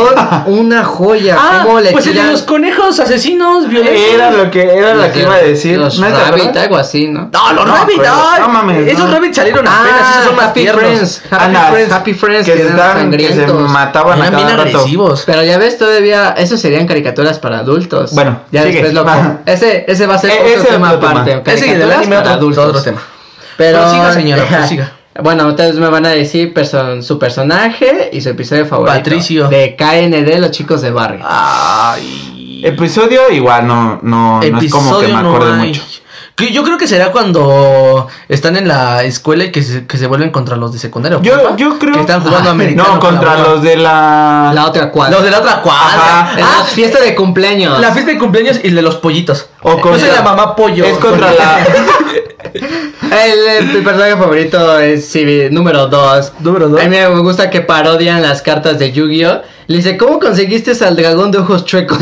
[SPEAKER 3] una joya.
[SPEAKER 4] (laughs) Ah,
[SPEAKER 3] ¿Cómo le
[SPEAKER 4] pues el de
[SPEAKER 3] tiran
[SPEAKER 4] los conejos asesinos violentos.
[SPEAKER 5] Era lo que, era lo que iba a decir.
[SPEAKER 3] Los
[SPEAKER 5] ¿No te
[SPEAKER 3] Rabbit,
[SPEAKER 5] acuerdas?
[SPEAKER 3] algo así, ¿no?
[SPEAKER 4] No, los
[SPEAKER 5] No,
[SPEAKER 4] Rabbit,
[SPEAKER 5] pero-
[SPEAKER 4] ay,
[SPEAKER 5] no mames,
[SPEAKER 4] Esos
[SPEAKER 5] no.
[SPEAKER 4] Rabbit salieron
[SPEAKER 5] Ah,
[SPEAKER 4] apenas, esos son más
[SPEAKER 3] Happy
[SPEAKER 4] tiernos.
[SPEAKER 3] Friends, Happy
[SPEAKER 5] Anda,
[SPEAKER 3] Friends, Happy Friends,
[SPEAKER 5] que,
[SPEAKER 3] que eran
[SPEAKER 5] estaban- que se
[SPEAKER 3] sangrientos.
[SPEAKER 5] mataban a
[SPEAKER 4] Eran bien
[SPEAKER 5] cada rato.
[SPEAKER 4] agresivos.
[SPEAKER 3] Pero ya ves, todavía, eso serían caricaturas para adultos.
[SPEAKER 5] Bueno,
[SPEAKER 3] ya
[SPEAKER 5] sigue.
[SPEAKER 3] después lo-
[SPEAKER 5] Ajá.
[SPEAKER 3] ese, ese va a ser
[SPEAKER 5] E- ese es
[SPEAKER 3] otro tema
[SPEAKER 5] otro tema.
[SPEAKER 3] aparte.
[SPEAKER 4] Ese y del
[SPEAKER 3] caricaturas
[SPEAKER 4] anime
[SPEAKER 3] para
[SPEAKER 4] otro,
[SPEAKER 3] adultos.
[SPEAKER 4] otro tema.
[SPEAKER 3] Pero,
[SPEAKER 4] Pero siga, señora,
[SPEAKER 3] (laughs)
[SPEAKER 4] pero siga.
[SPEAKER 3] Bueno, ustedes me van a decir person- su personaje y su episodio favorito.
[SPEAKER 4] Patricio. Ah.
[SPEAKER 3] De KND, los chicos de barrio.
[SPEAKER 4] Ay.
[SPEAKER 5] Episodio igual no, no, no es como que me
[SPEAKER 4] no
[SPEAKER 5] acuerde
[SPEAKER 4] hay.
[SPEAKER 5] mucho.
[SPEAKER 4] Que yo creo que será cuando están en la escuela y que se, que se vuelven contra los de secundaria. ¿o
[SPEAKER 5] Yo,
[SPEAKER 4] prepa?
[SPEAKER 5] yo creo.
[SPEAKER 4] Que están jugando
[SPEAKER 5] Ah,
[SPEAKER 4] americano.
[SPEAKER 5] No, contra
[SPEAKER 4] con la
[SPEAKER 5] los de la.
[SPEAKER 3] la otra
[SPEAKER 4] bola.
[SPEAKER 3] cuadra.
[SPEAKER 4] Los de la otra cuadra.
[SPEAKER 5] Ajá.
[SPEAKER 3] En la
[SPEAKER 4] Ah,
[SPEAKER 3] fiesta de cumpleaños.
[SPEAKER 4] la fiesta de cumpleaños y el de los pollitos.
[SPEAKER 5] O
[SPEAKER 4] Yo soy
[SPEAKER 5] contra-
[SPEAKER 4] la mamá pollo.
[SPEAKER 5] Es contra
[SPEAKER 4] (laughs)
[SPEAKER 5] la.
[SPEAKER 3] El, eh, mi personaje favorito es Civi, número 2.
[SPEAKER 4] Número dos.
[SPEAKER 3] A mí me gusta que parodian las cartas de Yu-Gi-Oh! Le dice, ¿cómo conseguiste al dragón de ojos
[SPEAKER 5] (laughs)
[SPEAKER 3] chuecos?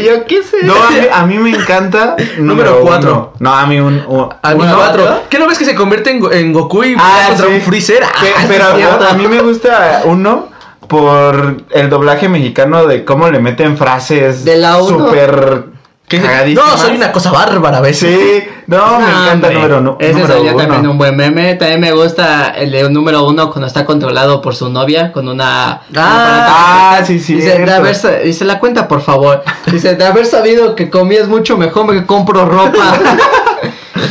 [SPEAKER 3] y yo, ¿qué sé?
[SPEAKER 5] No, a mí, a mí me encanta.
[SPEAKER 4] Número cuatro.
[SPEAKER 5] uno. No, a mí un. un-
[SPEAKER 4] Al
[SPEAKER 5] uno.
[SPEAKER 4] cuatro. ¿Qué no ves que se convierte en, Go- en Goku y va
[SPEAKER 5] Ah,
[SPEAKER 4] contra
[SPEAKER 5] sí.
[SPEAKER 4] un Freezer? Ah,
[SPEAKER 5] Que-
[SPEAKER 4] sí,
[SPEAKER 5] pero
[SPEAKER 4] es cierto.
[SPEAKER 5] a, a mí me gusta uno por el doblaje mexicano de cómo le meten frases
[SPEAKER 3] De la uno.
[SPEAKER 5] super
[SPEAKER 4] ¿Qué?
[SPEAKER 5] cagadísimas.
[SPEAKER 4] No, soy una cosa bárbara a veces.
[SPEAKER 5] Sí, no, me encanta el número, no,
[SPEAKER 3] Ese
[SPEAKER 5] número
[SPEAKER 3] salió
[SPEAKER 5] uno.
[SPEAKER 3] también un buen meme. También me gusta el de número uno cuando está controlado por su novia con una.
[SPEAKER 5] Ah, sí, sí.
[SPEAKER 3] Dice, de haber sa- dice, la cuenta, por favor. Dice, de haber sabido que comías mucho mejor, me compro
[SPEAKER 5] (laughs)
[SPEAKER 3] ropa. (laughs)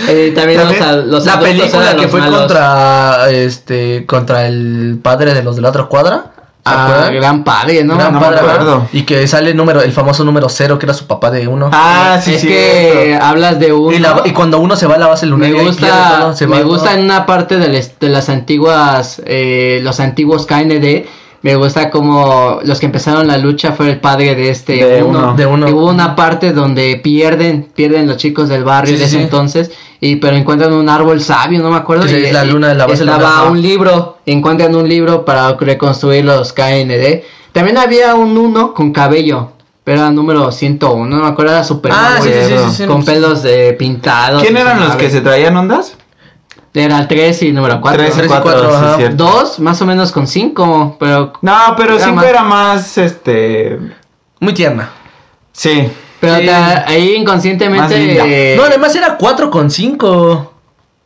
[SPEAKER 3] Eh, también,
[SPEAKER 5] También
[SPEAKER 3] los, a- los
[SPEAKER 4] la
[SPEAKER 3] adultos
[SPEAKER 4] película
[SPEAKER 3] eran
[SPEAKER 4] que
[SPEAKER 3] los
[SPEAKER 4] fue
[SPEAKER 3] malos.
[SPEAKER 4] contra este contra el padre de los de la otra cuadra. ¿Se
[SPEAKER 3] Ah,
[SPEAKER 4] acuerdan?
[SPEAKER 3] gran padre, ¿no?
[SPEAKER 4] Gran
[SPEAKER 5] no me
[SPEAKER 4] padre, ¿verdad?
[SPEAKER 5] acuerdo.
[SPEAKER 4] Y que sale el número, el famoso número cero, que era su papá de uno.
[SPEAKER 5] Ah, sí,
[SPEAKER 3] es
[SPEAKER 5] sí.
[SPEAKER 3] que hablas de uno.
[SPEAKER 4] y, la- y cuando uno se va a la base
[SPEAKER 3] me
[SPEAKER 4] lunar y pierde
[SPEAKER 3] gusta,
[SPEAKER 4] todo, se
[SPEAKER 3] me
[SPEAKER 4] va
[SPEAKER 3] gusta
[SPEAKER 4] todo.
[SPEAKER 3] en una parte de, les- de las antiguas, eh, los antiguos KND. Me gusta como los que empezaron la lucha fue el padre de este
[SPEAKER 5] De uno.
[SPEAKER 4] De uno.
[SPEAKER 3] Y hubo una parte donde pierden, pierden los chicos del barrio de
[SPEAKER 4] Sí, sí,
[SPEAKER 3] ese
[SPEAKER 4] sí.
[SPEAKER 3] entonces, y pero encuentran un árbol sabio, no me acuerdo.
[SPEAKER 4] Esa
[SPEAKER 3] y-
[SPEAKER 4] es la
[SPEAKER 3] y
[SPEAKER 4] luna de la base
[SPEAKER 3] estaba
[SPEAKER 4] lunar, ¿no?
[SPEAKER 3] un libro, encuentran un libro para reconstruir los KND. También había un uno con cabello, pero era número 101, no me acuerdo, era super
[SPEAKER 4] Ah,
[SPEAKER 5] sí, sí, sí, sí,
[SPEAKER 4] sí,
[SPEAKER 3] con
[SPEAKER 4] sí.
[SPEAKER 3] pelos de pintados.
[SPEAKER 5] ¿Quién
[SPEAKER 3] y
[SPEAKER 5] eran
[SPEAKER 3] su
[SPEAKER 5] los
[SPEAKER 3] nave.
[SPEAKER 5] que se traían ondas?
[SPEAKER 3] Era el 3 y número 4.
[SPEAKER 5] Tres
[SPEAKER 4] Tres y
[SPEAKER 5] y cuatro,
[SPEAKER 4] cuatro,
[SPEAKER 5] sí,
[SPEAKER 4] ajá.
[SPEAKER 5] cierto.
[SPEAKER 3] 2, más o menos con 5, pero...
[SPEAKER 5] No, pero
[SPEAKER 3] Era
[SPEAKER 5] cinco
[SPEAKER 3] más-
[SPEAKER 5] era más, este...
[SPEAKER 4] Muy tierna.
[SPEAKER 5] Sí.
[SPEAKER 3] Pero
[SPEAKER 4] Sí.
[SPEAKER 3] ta- ahí
[SPEAKER 5] Más linda.
[SPEAKER 3] inconscientemente... eh,
[SPEAKER 4] No, además era 4 con 5.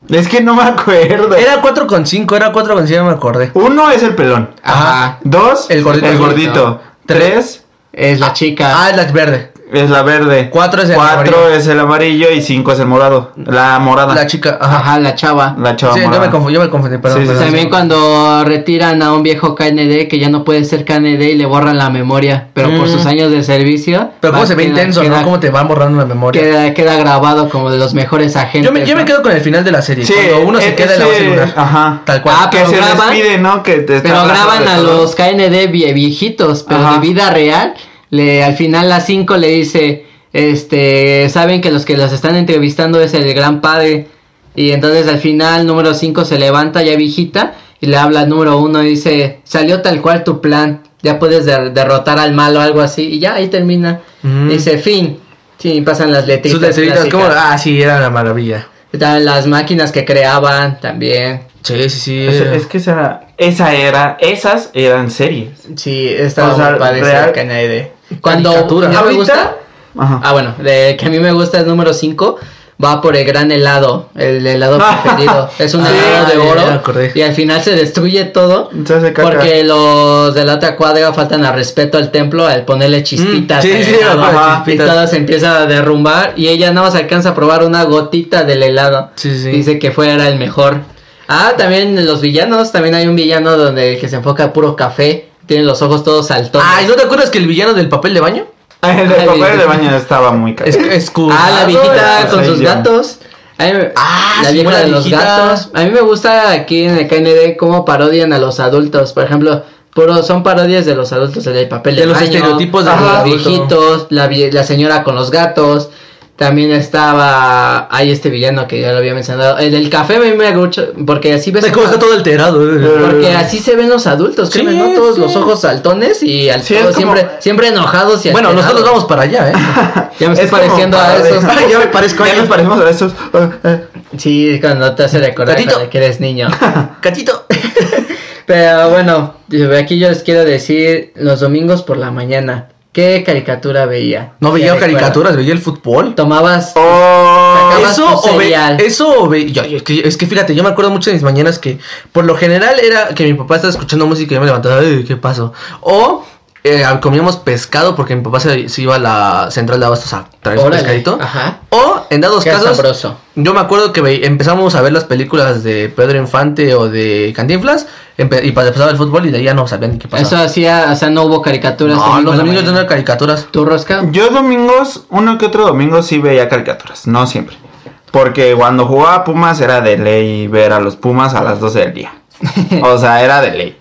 [SPEAKER 5] Es que no me acuerdo.
[SPEAKER 4] Era 4 con 5, era 4 con 5, me acordé.
[SPEAKER 5] Uno es el pelón.
[SPEAKER 3] Ajá.
[SPEAKER 5] Dos,
[SPEAKER 4] El gordito.
[SPEAKER 5] Tres,
[SPEAKER 3] Es la chica.
[SPEAKER 4] Ah, es la verde.
[SPEAKER 5] es la verde.
[SPEAKER 4] Cuatro es el
[SPEAKER 5] Cuatro
[SPEAKER 4] amarillo.
[SPEAKER 5] es el amarillo y cinco es el morado. La morada.
[SPEAKER 4] La chica, ajá.
[SPEAKER 3] Ajá, la chava. Pues
[SPEAKER 5] La chava
[SPEAKER 4] Sí, yo
[SPEAKER 5] morada.
[SPEAKER 4] me confundí, yo me confundí, perdón.
[SPEAKER 5] Sí, sí,
[SPEAKER 4] perdón.
[SPEAKER 5] sí.
[SPEAKER 3] También cuando retiran a un viejo KND que ya no puede ser KND y le borran la memoria, pero por
[SPEAKER 4] Mm.
[SPEAKER 3] sus años de servicio...
[SPEAKER 4] Pero cómo
[SPEAKER 3] va-
[SPEAKER 4] se ve
[SPEAKER 3] queda-
[SPEAKER 4] intenso,
[SPEAKER 3] queda,
[SPEAKER 4] ¿no? Cómo te van borrando la memoria.
[SPEAKER 3] queda, queda grabado como de los mejores agentes.
[SPEAKER 4] Yo me, yo me
[SPEAKER 3] ¿no?
[SPEAKER 4] quedo con el final de la serie.
[SPEAKER 5] Sí,
[SPEAKER 4] cuando uno se
[SPEAKER 5] e-
[SPEAKER 4] queda en la base
[SPEAKER 5] ese-
[SPEAKER 4] lunar.
[SPEAKER 5] ajá.
[SPEAKER 4] Tal cual.
[SPEAKER 3] Ah,
[SPEAKER 5] que
[SPEAKER 3] pero
[SPEAKER 5] se
[SPEAKER 3] graban-
[SPEAKER 5] despide, ¿no? Que te está
[SPEAKER 3] Pero
[SPEAKER 5] hablando
[SPEAKER 3] graban
[SPEAKER 5] de
[SPEAKER 3] a
[SPEAKER 5] todo.
[SPEAKER 3] los KND vie- viejitos, pero
[SPEAKER 5] Ajá.
[SPEAKER 3] de vida real. Le, al final la 5 le dice, este, saben que los que los están entrevistando es el gran padre. Y entonces al final número 5 se levanta ya viejita y le habla al número 1 y dice, salió tal cual tu plan, ya puedes der- derrotar al malo o algo así. Y ya ahí termina.
[SPEAKER 4] Ujú.
[SPEAKER 3] Dice, fin. Sí, pasan las letritas.
[SPEAKER 4] Sus letritas,
[SPEAKER 3] clásicas.
[SPEAKER 4] ¿cómo? Ah, sí, era la maravilla.
[SPEAKER 3] Estaban Las máquinas que creaban también.
[SPEAKER 4] Sí, sí, sí.
[SPEAKER 5] Es, es que esa, esa era, esas eran series.
[SPEAKER 3] Sí, estaba
[SPEAKER 5] O sea,
[SPEAKER 3] muy padre ese
[SPEAKER 5] real-
[SPEAKER 3] Kennedy. Cuando
[SPEAKER 4] Caricatura.
[SPEAKER 3] ya me
[SPEAKER 5] Ahorita-
[SPEAKER 3] gusta.
[SPEAKER 5] Ajá.
[SPEAKER 3] Ah, bueno, de que a mí me gusta el número 5. Va por el gran helado, el
[SPEAKER 4] (laughs)
[SPEAKER 3] helado preferido. Es un
[SPEAKER 4] Ah,
[SPEAKER 3] helado de
[SPEAKER 4] ya, ya
[SPEAKER 3] oro.
[SPEAKER 4] me acordé.
[SPEAKER 3] y al final se destruye todo.
[SPEAKER 5] Se hace caca.
[SPEAKER 3] Porque los de la otra cuadra faltan al respeto al templo al ponerle chispitas.
[SPEAKER 4] Mm, sí,
[SPEAKER 3] al
[SPEAKER 4] sí,
[SPEAKER 3] helado.
[SPEAKER 4] ajá,
[SPEAKER 3] y
[SPEAKER 4] chispitas.
[SPEAKER 3] todo se empieza a derrumbar. Y ella nada más alcanza a probar una gotita del helado.
[SPEAKER 4] Sí, sí.
[SPEAKER 3] Dice que fuera el mejor. Ah, también los villanos. También hay un villano donde el que se enfoca a puro café. Tiene los ojos todos saltones.
[SPEAKER 4] Ay, ¿no te acuerdas que el villano del papel de baño?
[SPEAKER 5] (laughs) El
[SPEAKER 3] Ay,
[SPEAKER 5] de papel
[SPEAKER 3] Dios.
[SPEAKER 5] de baño estaba muy caro.
[SPEAKER 3] (laughs)
[SPEAKER 4] Es, es cool.
[SPEAKER 3] Ah, la viejita
[SPEAKER 5] Ah,
[SPEAKER 3] con
[SPEAKER 5] sí,
[SPEAKER 3] sus
[SPEAKER 5] ya.
[SPEAKER 3] gatos. A mí me-
[SPEAKER 4] Ah,
[SPEAKER 3] la
[SPEAKER 4] sí,
[SPEAKER 3] vieja
[SPEAKER 4] buena
[SPEAKER 3] de los
[SPEAKER 4] viejita.
[SPEAKER 3] gatos. A mí me gusta aquí en el KND cómo parodian a los adultos. Por ejemplo, puro, son parodias de los adultos, el del papel
[SPEAKER 4] De
[SPEAKER 3] del
[SPEAKER 4] los
[SPEAKER 3] baño,
[SPEAKER 4] estereotipos de
[SPEAKER 3] ajá,
[SPEAKER 4] los adultos.
[SPEAKER 3] viejitos, la, vie- la señora con los gatos. También estaba. Hay este villano que ya lo había mencionado. El del café me me gusta. Porque así ves.
[SPEAKER 4] Es como está todo alterado.
[SPEAKER 3] Porque así se ven los adultos,
[SPEAKER 4] Eh, Sí,
[SPEAKER 3] créeme, ¿no? Todos
[SPEAKER 4] sí.
[SPEAKER 3] los ojos saltones y al
[SPEAKER 5] Sí, es
[SPEAKER 3] todo
[SPEAKER 5] como-
[SPEAKER 3] siempre, siempre enojados y
[SPEAKER 4] Bueno,
[SPEAKER 3] alterados.
[SPEAKER 4] nosotros vamos para
[SPEAKER 3] (laughs)
[SPEAKER 4] allá, ¿eh? (laughs)
[SPEAKER 3] Ya me estoy
[SPEAKER 5] Es como
[SPEAKER 3] pareciendo a
[SPEAKER 5] padre.
[SPEAKER 3] esos.
[SPEAKER 5] Ay, (laughs) ya me parezco a
[SPEAKER 3] Ya me
[SPEAKER 5] ellos. parecemos
[SPEAKER 4] (laughs)
[SPEAKER 5] a esos.
[SPEAKER 3] Sí, cuando te hace recordar
[SPEAKER 4] Tantito.
[SPEAKER 3] cuando que eres
[SPEAKER 4] (laughs)
[SPEAKER 3] niño.
[SPEAKER 4] Catito.
[SPEAKER 3] Pero bueno, aquí yo les quiero decir los domingos por la mañana. ¿Qué caricatura veía?
[SPEAKER 4] No veía
[SPEAKER 3] ¿Qué recuerdas?
[SPEAKER 4] caricaturas, veía el fútbol.
[SPEAKER 3] Tomabas.
[SPEAKER 5] Oh,
[SPEAKER 3] Sacabas
[SPEAKER 4] Eso
[SPEAKER 3] tu
[SPEAKER 4] o, ve-
[SPEAKER 3] cereal.
[SPEAKER 4] eso o ve- yo- yo- es, que, es que fíjate, yo me acuerdo mucho de mis mañanas que por lo general era que mi papá estaba escuchando música y yo me levantaba, "Ay, ¿qué pasó? O eh, comíamos pescado porque mi papá se, se iba a la central de abastos a traer su
[SPEAKER 3] Órale,
[SPEAKER 4] pescadito.
[SPEAKER 3] Ajá.
[SPEAKER 4] O en dados
[SPEAKER 3] Qué
[SPEAKER 4] casos,
[SPEAKER 3] sabroso.
[SPEAKER 4] yo me acuerdo que ve- empezamos a ver las películas de Pedro Infante o de Cantinflas empe- y pa- empezaba el fútbol y de ahí ya no sabían ni qué
[SPEAKER 3] Eso
[SPEAKER 4] pasaba.
[SPEAKER 3] hacía, o sea, no hubo caricaturas.
[SPEAKER 4] no,
[SPEAKER 3] domingo
[SPEAKER 4] los
[SPEAKER 3] en la
[SPEAKER 4] amigos
[SPEAKER 3] mañana.
[SPEAKER 4] no eran caricaturas.
[SPEAKER 3] ¿Tú, Rosca?
[SPEAKER 5] Yo domingos, uno que otro domingo sí veía caricaturas, no siempre. Porque cuando jugaba Pumas era de ley ver a los Pumas a las 12
[SPEAKER 3] (laughs)
[SPEAKER 5] del día. O sea, era de ley.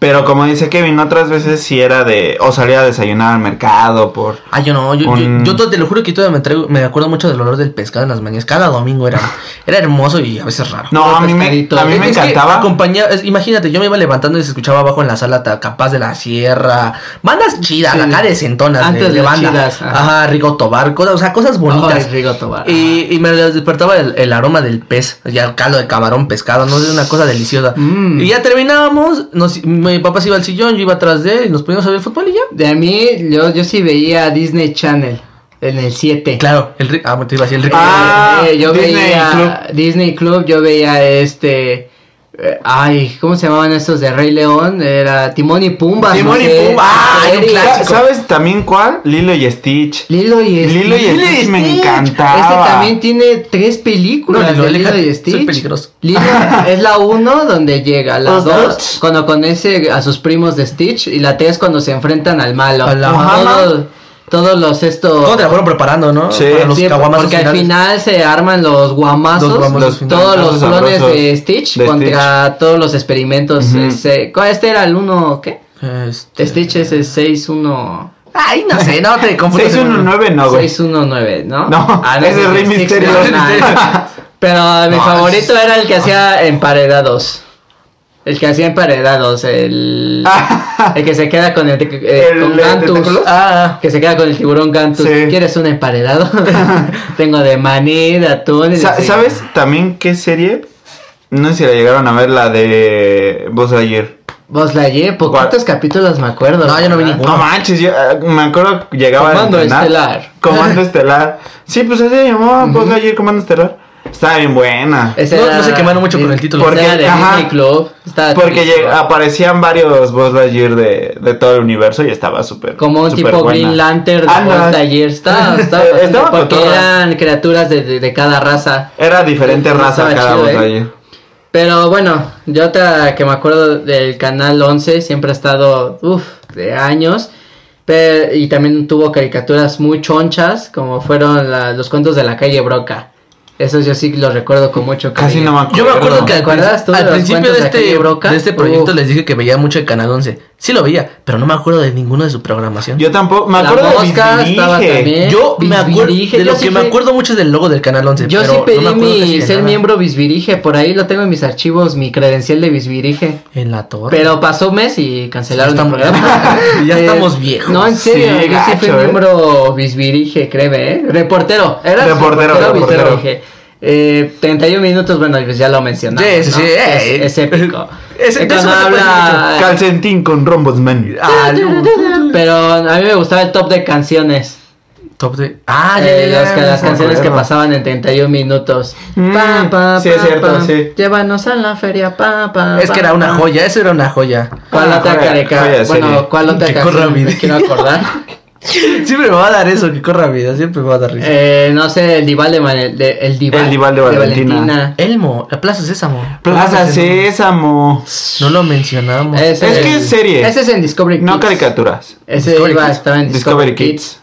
[SPEAKER 5] Pero como dice Kevin, otras veces sí era de... O salía a desayunar al mercado por...
[SPEAKER 4] Ah, yo no, yo,
[SPEAKER 5] Un-
[SPEAKER 4] yo, yo to- te lo juro que todavía me, traigo- me acuerdo mucho del olor del pescado en las mañanas. Cada domingo era, era hermoso y a veces raro.
[SPEAKER 5] No, a mí me,
[SPEAKER 3] pescadito.
[SPEAKER 5] a mí
[SPEAKER 4] Es-
[SPEAKER 5] me
[SPEAKER 4] es que
[SPEAKER 5] encantaba.
[SPEAKER 4] acompaña- es- imagínate, yo me iba levantando y se escuchaba abajo en la sala ta- Capaz de la Sierra. Bandas chidas,
[SPEAKER 3] Sí.
[SPEAKER 4] la cara de centonas.
[SPEAKER 3] Antes
[SPEAKER 4] de, de
[SPEAKER 3] las
[SPEAKER 4] banda.
[SPEAKER 3] chidas, ajá.
[SPEAKER 4] ajá. Rigo Tobar, cosas, o sea, cosas bonitas.
[SPEAKER 3] Ay, Rigo Tobar.
[SPEAKER 4] Y, y me despertaba el, el aroma del pez, ya el caldo de camarón pescado, no sé, una cosa deliciosa.
[SPEAKER 3] Mm.
[SPEAKER 4] Y ya terminábamos, nos- mi papá se iba al sillón, yo iba atrás de él y nos poníamos a ver fútbol y ya.
[SPEAKER 3] De mí, yo, yo sí veía Disney Channel en el 7.
[SPEAKER 4] Claro, el ri- ah, te iba a decir el rico.
[SPEAKER 5] Ah,
[SPEAKER 3] Eh, yo
[SPEAKER 5] Disney
[SPEAKER 3] veía Disney Club, yo veía este. eh, ay, ¿cómo se llamaban estos de Rey León? Era Timón y Pumba.
[SPEAKER 5] Timón
[SPEAKER 3] no
[SPEAKER 5] y
[SPEAKER 3] sé,
[SPEAKER 5] Pumba, ah,
[SPEAKER 3] Eric,
[SPEAKER 5] ya- ¿Sabes también cuál? Lilo y Stitch.
[SPEAKER 3] Lilo y Stitch.
[SPEAKER 5] Lilo y Stitch me encantaba.
[SPEAKER 3] Este también tiene tres películas
[SPEAKER 4] No, Lilo,
[SPEAKER 3] de Lilo
[SPEAKER 4] déjate,
[SPEAKER 3] y Stitch.
[SPEAKER 4] soy peligroso. (laughs)
[SPEAKER 3] Lilo es la 1 donde llega, la
[SPEAKER 5] Los
[SPEAKER 3] 2
[SPEAKER 5] dos.
[SPEAKER 3] cuando conoce a sus primos de Stitch y la 3 cuando se enfrentan al malo.
[SPEAKER 4] A la
[SPEAKER 3] Todos- todos los estos
[SPEAKER 4] Todo te la fueron preparando, ¿no?
[SPEAKER 5] Sí.
[SPEAKER 4] Para los
[SPEAKER 3] Sí,
[SPEAKER 4] caguamazos
[SPEAKER 3] porque al
[SPEAKER 4] finales.
[SPEAKER 3] final se arman los guamazos,
[SPEAKER 4] Los guamazos
[SPEAKER 3] los-
[SPEAKER 4] finales.
[SPEAKER 3] todos los
[SPEAKER 5] Guamazos
[SPEAKER 3] clones
[SPEAKER 5] sabrosos
[SPEAKER 3] de Stitch
[SPEAKER 5] de
[SPEAKER 3] contra todos los experimentos.
[SPEAKER 5] Ujú.
[SPEAKER 3] ese- ¿cuál- este era el uno, ¿qué?
[SPEAKER 4] Este-
[SPEAKER 3] Stitch es el 6-1
[SPEAKER 4] Ay, no sé, no te confundas.
[SPEAKER 5] 619 no, güey.
[SPEAKER 3] 619, Ah, ¿no?
[SPEAKER 5] No, es de Rey
[SPEAKER 3] Stitch
[SPEAKER 5] Misterio.
[SPEAKER 3] no,
[SPEAKER 5] (laughs)
[SPEAKER 3] no. Pero mi
[SPEAKER 5] No,
[SPEAKER 3] favorito
[SPEAKER 5] es-
[SPEAKER 3] era el que hacía emparedados. El que hacía emparedados,
[SPEAKER 5] (laughs)
[SPEAKER 3] el, el que se queda con el, tic- eh,
[SPEAKER 5] ¿El
[SPEAKER 3] con
[SPEAKER 5] de
[SPEAKER 3] Gantus.
[SPEAKER 5] tentáculos?
[SPEAKER 3] Ah, que se queda con el tiburón Gantus.
[SPEAKER 5] Sí.
[SPEAKER 3] ¿Quieres un
[SPEAKER 5] (laughs)
[SPEAKER 3] emparedado? (laughs) Tengo de maní, de atún. y de
[SPEAKER 5] Sa-
[SPEAKER 3] cebolla.
[SPEAKER 5] ¿Sabes también qué serie? No sé si la llegaron a ver, la de Buzz Lightyear.
[SPEAKER 3] Vos la llevé, poquitos
[SPEAKER 5] ¿Cuál?
[SPEAKER 3] capítulos me acuerdo.
[SPEAKER 4] No, yo no vi
[SPEAKER 3] ¿verdad?
[SPEAKER 4] ninguno.
[SPEAKER 5] No manches, yo eh, me acuerdo que llegaba
[SPEAKER 3] Comando
[SPEAKER 5] a entrenar.
[SPEAKER 3] Estelar. (laughs)
[SPEAKER 5] Comando Estelar. Sí, pues así se llamaba Buzz Lightyear Comando Estelar. Estaba bien buena.
[SPEAKER 3] Ese
[SPEAKER 4] No-
[SPEAKER 3] era-
[SPEAKER 4] no se quemaron mucho con el título.
[SPEAKER 3] Porque,
[SPEAKER 5] Porque-
[SPEAKER 3] era de
[SPEAKER 5] ajá.
[SPEAKER 3] Disney Club. estaba
[SPEAKER 5] Porque ah,
[SPEAKER 3] triste.
[SPEAKER 5] lleg- aparecían varios Buzz Lightyear de, de todo el universo y estaba súper
[SPEAKER 3] Como un
[SPEAKER 5] súper
[SPEAKER 3] tipo
[SPEAKER 5] buena. Ah,
[SPEAKER 3] Green Lantern de
[SPEAKER 5] Ándale.
[SPEAKER 3] Buzz Lightyear.
[SPEAKER 5] (laughs)
[SPEAKER 3] Estaba, estaba
[SPEAKER 5] Eh,
[SPEAKER 3] bastante-
[SPEAKER 5] estaba
[SPEAKER 3] porque
[SPEAKER 5] cotorra.
[SPEAKER 3] eran criaturas de, de- de cada raza.
[SPEAKER 5] Era diferente
[SPEAKER 3] Estaba
[SPEAKER 5] raza cada
[SPEAKER 3] chido,
[SPEAKER 5] Buzz
[SPEAKER 3] ¿eh?
[SPEAKER 5] Lightyear.
[SPEAKER 3] Pero bueno, yo otra que me acuerdo del canal 11, siempre ha estado, uff, de años. Pe- y también tuvo caricaturas muy chonchas, como fueron la- los cuentos de la calle Broca. Esos yo sí los recuerdo con mucho cariño.
[SPEAKER 5] Casi no me acuerdo.
[SPEAKER 4] Yo me acuerdo que
[SPEAKER 3] ¿Te
[SPEAKER 4] al,
[SPEAKER 3] acuerdas tú de
[SPEAKER 4] al
[SPEAKER 3] los
[SPEAKER 4] principio
[SPEAKER 3] cuentos
[SPEAKER 4] de
[SPEAKER 3] de
[SPEAKER 4] este,
[SPEAKER 3] Calle Broca?
[SPEAKER 4] de este proyecto
[SPEAKER 3] Uf.
[SPEAKER 4] les dije que veía mucho el Canal 11. Sí lo veía, pero no me acuerdo de ninguno de su programación.
[SPEAKER 5] Yo tampoco. Me
[SPEAKER 3] La
[SPEAKER 5] acuerdo
[SPEAKER 3] mosca
[SPEAKER 5] de
[SPEAKER 3] estaba
[SPEAKER 5] Bisbirige.
[SPEAKER 3] también. Eh,
[SPEAKER 4] Yo me acuerdo
[SPEAKER 3] Bisbirige,
[SPEAKER 4] de
[SPEAKER 3] yo
[SPEAKER 4] lo
[SPEAKER 3] sí
[SPEAKER 4] que me
[SPEAKER 3] fui-
[SPEAKER 4] acuerdo mucho es del logo del Canal 11.
[SPEAKER 3] Yo
[SPEAKER 4] pero
[SPEAKER 3] sí
[SPEAKER 4] no me
[SPEAKER 3] pedí
[SPEAKER 4] acuerdo casi
[SPEAKER 3] mi
[SPEAKER 4] de
[SPEAKER 3] ser
[SPEAKER 4] nada.
[SPEAKER 3] miembro Bisbirige, por ahí lo tengo en mis archivos, mi credencial de Bisbirige.
[SPEAKER 4] En la torre.
[SPEAKER 3] Pero pasó un mes y cancelaron
[SPEAKER 4] Ya
[SPEAKER 3] el
[SPEAKER 4] estamos-
[SPEAKER 3] programa. (laughs)
[SPEAKER 4] ya
[SPEAKER 3] Eh,
[SPEAKER 4] estamos viejos. (laughs)
[SPEAKER 3] No, en serio,
[SPEAKER 5] Sí,
[SPEAKER 3] yo sí fui
[SPEAKER 5] gacho, ¿eh?
[SPEAKER 3] miembro bisbirige, créeme, ¿eh? Reportero, era
[SPEAKER 5] Reportero, reportero.
[SPEAKER 3] bisbirige. Eh, 31 minutos, bueno, pues ya lo mencioné.
[SPEAKER 4] Sí, sí, sí, eh.
[SPEAKER 3] es, es épico.
[SPEAKER 4] (laughs) Ese-
[SPEAKER 3] Eh, cuando
[SPEAKER 4] de eso me acuerdo
[SPEAKER 3] habla- (laughs)
[SPEAKER 5] Calcentín con rombos, man.
[SPEAKER 4] Ah, no.
[SPEAKER 3] Pero a mí me gustaba el top de canciones.
[SPEAKER 4] Top de- Ah, ya,
[SPEAKER 3] Eh,
[SPEAKER 4] ya, ya,
[SPEAKER 3] los que-
[SPEAKER 4] ya,
[SPEAKER 3] las
[SPEAKER 4] ya.
[SPEAKER 3] canciones que
[SPEAKER 5] acuerdo.
[SPEAKER 3] pasaban en 31 minutos.
[SPEAKER 5] Mm, sí, es cierto, sí.
[SPEAKER 3] Llévanos a la feria, pa, pa,
[SPEAKER 4] Es que era
[SPEAKER 3] pa,
[SPEAKER 4] una
[SPEAKER 3] pa.
[SPEAKER 4] joya, eso era una joya.
[SPEAKER 3] ¿Cuál
[SPEAKER 5] Ah,
[SPEAKER 3] otra
[SPEAKER 5] joya,
[SPEAKER 3] caricatura?
[SPEAKER 5] joya, serie.
[SPEAKER 3] Bueno, ¿cuál otra
[SPEAKER 4] Que corra
[SPEAKER 3] canción me
[SPEAKER 4] video.
[SPEAKER 3] quiero
[SPEAKER 5] (laughs)
[SPEAKER 3] acordar?
[SPEAKER 4] Siempre me va a dar eso, que corra vida, siempre me va a dar risa.
[SPEAKER 3] Eh, no sé, el Dival de, Manel- de- el Dival,
[SPEAKER 5] El Dival de Valentina.
[SPEAKER 4] Elmo, la Plaza Sésamo.
[SPEAKER 5] Plaza Sésamo.
[SPEAKER 4] No lo mencionamos.
[SPEAKER 3] Ese
[SPEAKER 5] Es que
[SPEAKER 3] el-
[SPEAKER 5] es serie.
[SPEAKER 3] Ese es en Discovery
[SPEAKER 5] No
[SPEAKER 3] Kids.
[SPEAKER 5] caricaturas.
[SPEAKER 3] Ese
[SPEAKER 4] Discovery
[SPEAKER 3] iba,
[SPEAKER 4] Kids.
[SPEAKER 3] estaba en
[SPEAKER 5] Discovery Kids.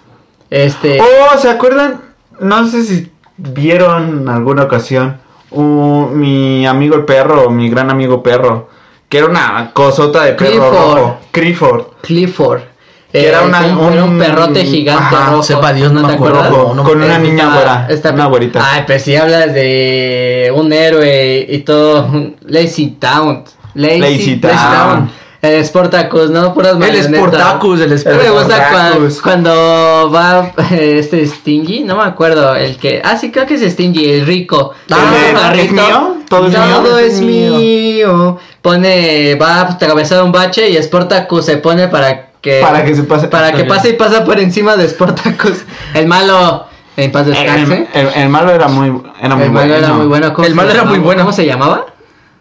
[SPEAKER 3] Este,
[SPEAKER 5] Oh, ¿se acuerdan? No sé si vieron en alguna ocasión uh, mi amigo el perro, mi gran amigo perro, que era una cosota de perro
[SPEAKER 3] Clifford.
[SPEAKER 5] rojo. Clifford.
[SPEAKER 3] Clifford.
[SPEAKER 5] Que era una-
[SPEAKER 3] un, era un
[SPEAKER 5] un-
[SPEAKER 3] perrote gigante
[SPEAKER 5] Ajá,
[SPEAKER 3] rojo.
[SPEAKER 4] sepa Dios, no me acuerdo.
[SPEAKER 3] acuerdas?
[SPEAKER 5] Rojo,
[SPEAKER 4] no me
[SPEAKER 5] con una
[SPEAKER 3] Eh,
[SPEAKER 5] niña
[SPEAKER 3] estaba-
[SPEAKER 5] güera.
[SPEAKER 3] esta-
[SPEAKER 5] Una güerita.
[SPEAKER 3] Ay, pero si hablas de un héroe y todo. Lazy Town. Lazy,
[SPEAKER 5] Lazy
[SPEAKER 3] Lazy
[SPEAKER 5] Town.
[SPEAKER 3] Town. El Sportacus, ¿no? Puras
[SPEAKER 4] El
[SPEAKER 3] marionetas.
[SPEAKER 4] Sportacus, el
[SPEAKER 3] A mí Me gusta cuan-
[SPEAKER 5] Sportacus.
[SPEAKER 3] cuando va eh, este Stingy, no me acuerdo, el que... Ah, sí, creo que es Stingy, el rico.
[SPEAKER 5] Ah,
[SPEAKER 3] El
[SPEAKER 5] ¿es
[SPEAKER 3] pajarrito.
[SPEAKER 5] mío? ¿Todo es mío?
[SPEAKER 3] Todo es
[SPEAKER 5] Es
[SPEAKER 3] mío.
[SPEAKER 5] mío.
[SPEAKER 3] Pone, va a atravesar un bache y Sportacus se pone para que...
[SPEAKER 5] Para que se pase.
[SPEAKER 3] Eh, Para que
[SPEAKER 5] Está
[SPEAKER 3] pase y pasa por encima de Sportacus. El malo, en paz
[SPEAKER 5] El,
[SPEAKER 3] descanse.
[SPEAKER 5] el- el malo era muy, era muy
[SPEAKER 3] El malo era
[SPEAKER 5] bueno.
[SPEAKER 3] muy bueno. ¿cómo
[SPEAKER 4] El malo
[SPEAKER 3] se
[SPEAKER 4] era muy
[SPEAKER 3] llamaba?
[SPEAKER 4] bueno.
[SPEAKER 3] ¿Cómo se llamaba?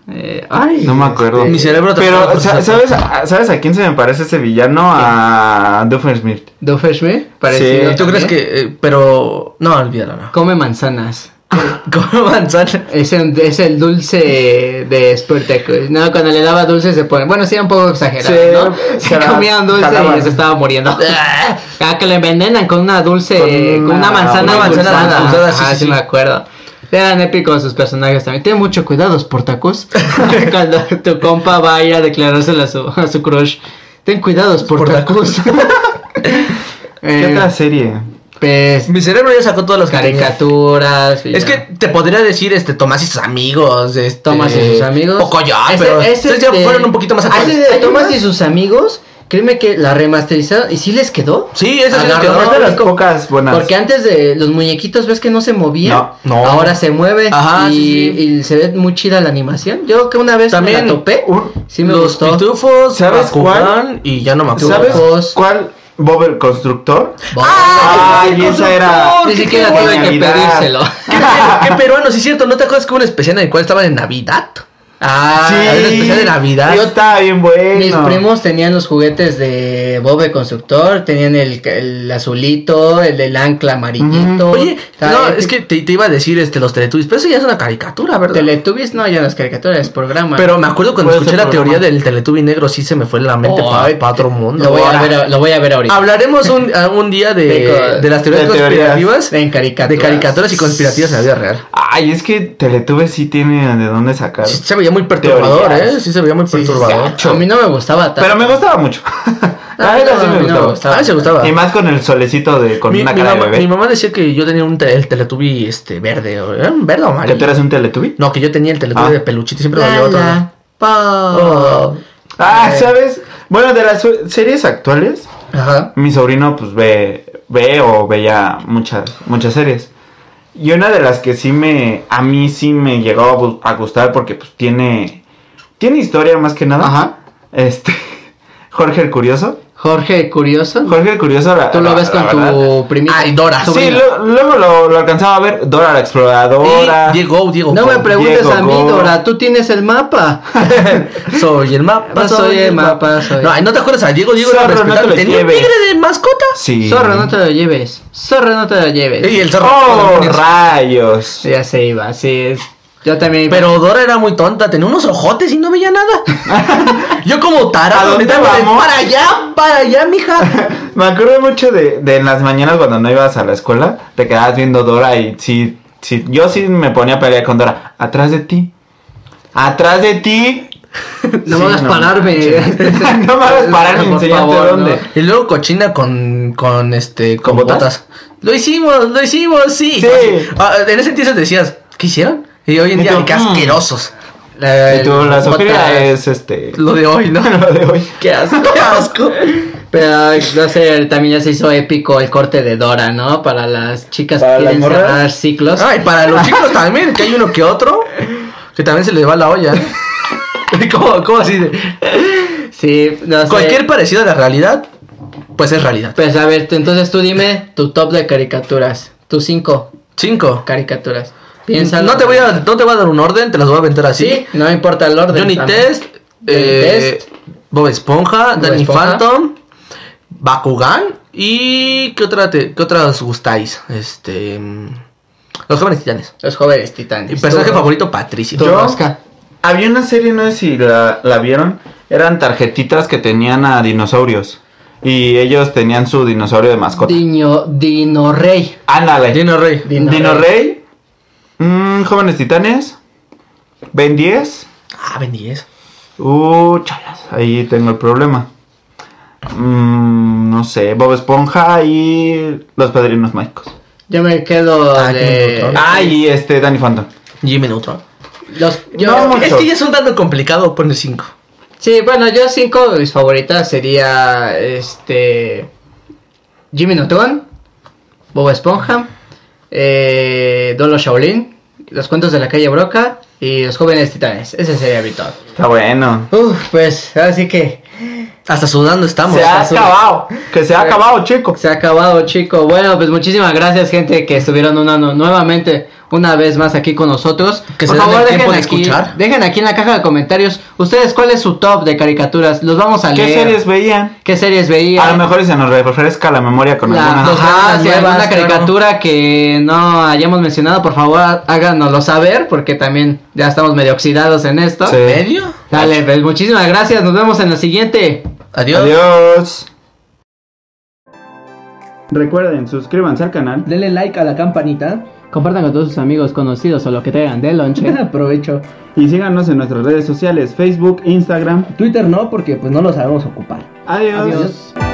[SPEAKER 3] Eh, ay,
[SPEAKER 5] No me acuerdo.
[SPEAKER 4] Mi cerebro trataba de
[SPEAKER 5] Pero, sa-
[SPEAKER 4] procesar.
[SPEAKER 5] ¿sabes, a- ¿sabes a quién se me parece ese villano? A Doofenshmirtz.
[SPEAKER 3] Doofenshmirtz, parecido.
[SPEAKER 5] Sí.
[SPEAKER 4] ¿Tú
[SPEAKER 3] también.
[SPEAKER 4] crees que.? eh, pero. No, olvídalo,
[SPEAKER 3] (laughs)
[SPEAKER 4] no.
[SPEAKER 3] Come manzanas.
[SPEAKER 4] Como manzana.
[SPEAKER 3] Es, el- es el dulce de Sportacus. No, cuando le daba dulce se pone. Bueno, sí, era un poco exagerado,
[SPEAKER 5] Sí,
[SPEAKER 3] ¿no? (laughs) Se
[SPEAKER 5] era-
[SPEAKER 3] comía un dulce
[SPEAKER 5] calaba.
[SPEAKER 3] y se estaba
[SPEAKER 5] (laughs)
[SPEAKER 3] muriendo. Ah, que lo envenenan con una dulce.
[SPEAKER 5] Con
[SPEAKER 3] Con una
[SPEAKER 5] una-
[SPEAKER 3] manzana
[SPEAKER 5] una
[SPEAKER 4] manzana
[SPEAKER 3] endulzada.
[SPEAKER 4] endulzada, sí,
[SPEAKER 3] Ajá,
[SPEAKER 4] sí,
[SPEAKER 3] sí,
[SPEAKER 4] sí.
[SPEAKER 3] me acuerdo. Eran épicos sus personajes también. Ten mucho cuidado, Sportacus. (laughs) cuando tu compa vaya a declarársela a su, a su crush. Ten cuidado, Sportacus.
[SPEAKER 5] ¿Qué
[SPEAKER 3] (laughs) Eh,
[SPEAKER 5] otra serie?
[SPEAKER 3] pues,
[SPEAKER 4] Mi cerebro ya sacó todos los
[SPEAKER 3] caricaturas.
[SPEAKER 4] Es que te podría decir, este, Tomás y sus amigos, este,
[SPEAKER 3] Tomás y sus amigos.
[SPEAKER 4] Pocoyo,
[SPEAKER 3] Ese-
[SPEAKER 4] pero
[SPEAKER 3] ese
[SPEAKER 4] ustedes ya
[SPEAKER 3] de-
[SPEAKER 4] fueron un poquito más
[SPEAKER 3] Ah,
[SPEAKER 4] atrás.
[SPEAKER 3] ese de Tomás y sus amigos, créeme que la remasterizaron y sí les quedó.
[SPEAKER 4] Sí, ese sí les
[SPEAKER 3] Agarró-
[SPEAKER 4] quedó.
[SPEAKER 5] Es de las pocas buenas.
[SPEAKER 3] Porque antes de los muñequitos ves que no se movían.
[SPEAKER 5] No,
[SPEAKER 4] no.
[SPEAKER 3] Ahora se mueve
[SPEAKER 4] Ajá,
[SPEAKER 3] y,
[SPEAKER 4] sí, sí.
[SPEAKER 3] y se ve muy chida la animación. Yo que una vez También, me
[SPEAKER 4] También
[SPEAKER 3] la topé.
[SPEAKER 5] un-
[SPEAKER 3] sí me
[SPEAKER 4] los
[SPEAKER 3] gustó.
[SPEAKER 4] pitufos,
[SPEAKER 5] ¿Sabes
[SPEAKER 4] Bakugan, Y ya no me acuerdo.
[SPEAKER 5] ¿Sabes
[SPEAKER 3] Pitufos.
[SPEAKER 5] cuál? Bob el Constructor.
[SPEAKER 4] ¡Ah!
[SPEAKER 5] Ay,
[SPEAKER 4] el
[SPEAKER 5] esa era-
[SPEAKER 4] constructor,
[SPEAKER 3] Ni
[SPEAKER 4] qué
[SPEAKER 3] siquiera
[SPEAKER 4] bueno.
[SPEAKER 3] tuve que
[SPEAKER 5] Navidad.
[SPEAKER 3] pedírselo. (laughs)
[SPEAKER 4] ¿Qué, qué- qué peruano, sí es cierto, ¿no te acuerdas que hubo una especial en el cual estaban en Navidad?
[SPEAKER 3] Ah,
[SPEAKER 4] Sí. era el especial de Navidad.
[SPEAKER 5] Yo estaba bien bueno.
[SPEAKER 3] Mis primos tenían los juguetes de Bob el Constructor, tenían el, el azulito, el del ancla amarillito.
[SPEAKER 4] Oye,
[SPEAKER 3] Está
[SPEAKER 4] no,
[SPEAKER 3] épico.
[SPEAKER 4] es que te, te iba a decir este los Teletubbies, pero eso ya es una caricatura, ¿verdad?
[SPEAKER 3] Teletubbies no, ya las caricaturas, programa.
[SPEAKER 4] pero me acuerdo cuando
[SPEAKER 5] Puede ser
[SPEAKER 4] escuché la
[SPEAKER 5] programa.
[SPEAKER 4] teoría del Teletubby negro, sí se me fue la mente
[SPEAKER 3] Oh,
[SPEAKER 4] para
[SPEAKER 3] ay,
[SPEAKER 4] otro mundo.
[SPEAKER 3] lo voy, a
[SPEAKER 4] Ahora,
[SPEAKER 3] ver, lo voy a ver ahorita.
[SPEAKER 4] Hablaremos un, a- un día
[SPEAKER 3] De
[SPEAKER 4] de,
[SPEAKER 3] co-
[SPEAKER 4] de las teorías
[SPEAKER 5] de teorías.
[SPEAKER 4] conspirativas,
[SPEAKER 3] en caricaturas.
[SPEAKER 4] de caricaturas y conspirativas en la vida real.
[SPEAKER 5] Ay, es que Teletubbies sí tiene de dónde sacar.
[SPEAKER 4] Sí, se veía muy perturbador,
[SPEAKER 5] Teorías.
[SPEAKER 4] ¿eh? Sí se veía muy perturbador.
[SPEAKER 3] A mí no me gustaba tanto.
[SPEAKER 5] Pero me
[SPEAKER 3] (laughs)
[SPEAKER 5] gustaba mucho. La verdad sí
[SPEAKER 3] a mí
[SPEAKER 5] me
[SPEAKER 3] no me
[SPEAKER 5] gustaba.
[SPEAKER 3] gustaba.
[SPEAKER 4] A mí se Ah, gustaba.
[SPEAKER 5] Y más con el solecito de con
[SPEAKER 4] mi,
[SPEAKER 5] una
[SPEAKER 4] mi
[SPEAKER 5] cara
[SPEAKER 4] mamá,
[SPEAKER 5] de
[SPEAKER 4] mi
[SPEAKER 5] bebé.
[SPEAKER 4] mamá decía que yo tenía un te- el Teletubby este, verde, o- ¿era un verde o
[SPEAKER 5] ¿Que tú
[SPEAKER 4] amarillo?
[SPEAKER 5] eras un Teletubby?
[SPEAKER 4] No, que yo tenía el Teletubby
[SPEAKER 5] Ah.
[SPEAKER 4] de peluchito y siempre lo
[SPEAKER 3] La,
[SPEAKER 4] llevaba a otro
[SPEAKER 3] la,
[SPEAKER 4] lado.
[SPEAKER 3] pa.
[SPEAKER 4] Oh.
[SPEAKER 5] Ah, ¿sabes? Bueno, de las su- series actuales,
[SPEAKER 4] Ajá.
[SPEAKER 5] mi sobrino pues ve ve o veía muchas muchas series. Y una de las que sí me a mí sí me llegó a bu- a gustar porque pues tiene tiene historia más que nada.
[SPEAKER 3] Ajá.
[SPEAKER 5] Este (laughs) Jorge el Curioso.
[SPEAKER 3] Jorge Curioso.
[SPEAKER 5] Jorge el Curioso la-
[SPEAKER 3] Tú lo
[SPEAKER 5] la-
[SPEAKER 3] ves con
[SPEAKER 5] la verdad-
[SPEAKER 3] tu primita.
[SPEAKER 4] Ay, Dora,
[SPEAKER 5] Sí,
[SPEAKER 3] sobrino.
[SPEAKER 5] lo- luego lo, lo alcanzaba a ver Dora la exploradora.
[SPEAKER 4] Y Diego, Diego.
[SPEAKER 3] No me preguntes
[SPEAKER 5] Diego
[SPEAKER 3] a mí,
[SPEAKER 5] Go.
[SPEAKER 3] Dora. Tú tienes el mapa.
[SPEAKER 4] Soy el mapa, soy el mapa, soy No, ay, no te acuerdas a Diego, Diego era
[SPEAKER 5] Zorro, no te
[SPEAKER 4] respetable.
[SPEAKER 5] lo
[SPEAKER 4] Tenía un
[SPEAKER 5] lleves.
[SPEAKER 4] tigre de mascota.
[SPEAKER 5] Sí.
[SPEAKER 3] Zorro, no te lo lleves. Zorro, no te lo lleves.
[SPEAKER 4] Y el zorro.
[SPEAKER 5] Oh,
[SPEAKER 4] Demonios.
[SPEAKER 5] rayos.
[SPEAKER 3] Ya se iba, así es. Yo también.
[SPEAKER 4] Pero Dora era muy tonta, tenía unos ojotes y no veía
[SPEAKER 5] (laughs)
[SPEAKER 4] nada. Yo como
[SPEAKER 5] ¿A
[SPEAKER 4] tarado,
[SPEAKER 5] dónde
[SPEAKER 4] neta, me-
[SPEAKER 5] vamos?
[SPEAKER 4] para allá, para allá, mija.
[SPEAKER 5] (laughs) Me acuerdo mucho de, de en las mañanas cuando no ibas a la escuela, te quedabas viendo Dora y sí, sí, yo sí me ponía a pelear con Dora. Atrás de ti. Atrás de ti.
[SPEAKER 3] (laughs) no me hagas pararme.
[SPEAKER 5] (laughs) no me hagas parar ni
[SPEAKER 3] Por
[SPEAKER 5] enseñarte
[SPEAKER 3] favor,
[SPEAKER 5] dónde.
[SPEAKER 3] no.
[SPEAKER 4] Y luego cochina con, con este, con,
[SPEAKER 5] ¿Con
[SPEAKER 4] botatas.
[SPEAKER 5] botas?
[SPEAKER 4] Lo hicimos, lo hicimos, sí.
[SPEAKER 5] Sí.
[SPEAKER 4] Así. Ah, en ese entonces decías, ¿qué hicieron? Y hoy en
[SPEAKER 5] Y
[SPEAKER 4] día,
[SPEAKER 5] tú,
[SPEAKER 4] qué
[SPEAKER 5] mm.
[SPEAKER 4] asquerosos.
[SPEAKER 3] La,
[SPEAKER 5] Y tú, la
[SPEAKER 3] botas.
[SPEAKER 5] Sofía es este. (laughs)
[SPEAKER 4] Lo de hoy, (laughs) ¿no?
[SPEAKER 5] Lo de hoy.
[SPEAKER 3] Qué asco.
[SPEAKER 4] Qué asco.
[SPEAKER 3] Pero no sé, también ya se hizo épico el corte de Dora, ¿no? Para las chicas
[SPEAKER 5] Para
[SPEAKER 3] que
[SPEAKER 5] las
[SPEAKER 3] quieren
[SPEAKER 5] morras.
[SPEAKER 3] cerrar ciclos.
[SPEAKER 4] Ay, para los chicos también, que hay uno que otro, que también se les va la olla. (laughs) ¿Cómo, cómo así? de-
[SPEAKER 3] Sí, no sé.
[SPEAKER 4] Cualquier parecido a la realidad, pues es realidad.
[SPEAKER 3] Pues a ver, tú- entonces tú dime tu top de caricaturas. Tus cinco
[SPEAKER 4] Cinco.
[SPEAKER 3] caricaturas. Piénsalo.
[SPEAKER 4] No te, voy a, no te voy a dar un orden, te las voy a aventar así.
[SPEAKER 3] Sí, no importa el orden.
[SPEAKER 4] Johnny
[SPEAKER 3] también.
[SPEAKER 4] Test, eh,
[SPEAKER 3] Test.
[SPEAKER 4] Bob Esponja,
[SPEAKER 3] Bob
[SPEAKER 4] Danny
[SPEAKER 3] Esponja.
[SPEAKER 4] Phantom, Bakugan y ¿qué otra te- qué otra os gustáis? Este mm, Los jóvenes titanes.
[SPEAKER 3] Los jóvenes
[SPEAKER 4] Mi
[SPEAKER 3] titanes.
[SPEAKER 4] personaje
[SPEAKER 3] Tú-
[SPEAKER 4] favorito Patricio.
[SPEAKER 3] tú,
[SPEAKER 5] Yo-
[SPEAKER 3] Oscar.
[SPEAKER 5] Había una serie, no sé si la, la vieron, eran tarjetitas que tenían a dinosaurios. Y ellos tenían su dinosaurio de mascota.
[SPEAKER 3] Diño, Dino Rey.
[SPEAKER 5] Ándale. Dino,
[SPEAKER 4] Dino Rey.
[SPEAKER 3] Dino
[SPEAKER 5] Rey. mm, Jóvenes Titanes. Ben 10.
[SPEAKER 4] Ah, Ben 10.
[SPEAKER 5] Uh, chalas. Ahí tengo el problema. mm, no sé, Bob Esponja y Los Padrinos Mágicos.
[SPEAKER 3] Yo me quedo
[SPEAKER 4] Ah,
[SPEAKER 3] de...
[SPEAKER 4] yo me quedo.
[SPEAKER 5] Ah, y este, Danny Phantom.
[SPEAKER 4] Jimmy Neutron.
[SPEAKER 3] Los, yo-
[SPEAKER 5] No, mucho.
[SPEAKER 4] Es que ya es un dato complicado poner 5.
[SPEAKER 3] Sí, bueno, yo cinco de mis favoritas sería este Jimmy Neutron, Bob Esponja, eh, Dolo Shaolin, Los cuentos de la calle Broca y Los jóvenes titanes. Ese sería mi top.
[SPEAKER 5] Está bueno.
[SPEAKER 3] Uf, pues así que
[SPEAKER 4] Hasta sudando estamos.
[SPEAKER 5] se ha
[SPEAKER 4] Hasta sudando.
[SPEAKER 5] acabado. Que se ha
[SPEAKER 3] Sí.
[SPEAKER 5] acabado, chicos.
[SPEAKER 3] se ha acabado, chico. Bueno, pues muchísimas gracias, gente, que estuvieron una, nuevamente una vez más aquí con nosotros.
[SPEAKER 4] Que se den el tiempo de
[SPEAKER 3] aquí,
[SPEAKER 4] escuchar.
[SPEAKER 3] dejen aquí en la caja de comentarios ustedes cuál es su top de caricaturas. Los vamos a
[SPEAKER 5] ¿Qué
[SPEAKER 3] leer.
[SPEAKER 5] series veían?
[SPEAKER 3] ¿Qué series veían?
[SPEAKER 5] A lo mejor y se nos refresca la memoria con
[SPEAKER 3] La,
[SPEAKER 5] alguna.
[SPEAKER 3] los
[SPEAKER 4] Ajá,
[SPEAKER 3] ganan de
[SPEAKER 4] nuevas,
[SPEAKER 3] alguna
[SPEAKER 4] claro.
[SPEAKER 3] caricatura que no hayamos mencionado, por favor háganoslo saber, porque también ya estamos medio oxidados en esto.
[SPEAKER 5] Sí.
[SPEAKER 4] ¿Ah? ¿Medio?
[SPEAKER 3] Dale, pues muchísimas gracias, nos vemos en la siguiente.
[SPEAKER 5] Adiós. Recuerden, suscríbanse al canal.
[SPEAKER 4] Denle like a la campanita.
[SPEAKER 3] Compartan con todos sus amigos, conocidos o lo que tengan de lonche.
[SPEAKER 4] (laughs) Aprovecho.
[SPEAKER 5] Y síganos en nuestras redes sociales, Facebook, Instagram.
[SPEAKER 4] Twitter no, porque pues no lo sabemos ocupar.
[SPEAKER 5] Adiós.
[SPEAKER 3] Adiós.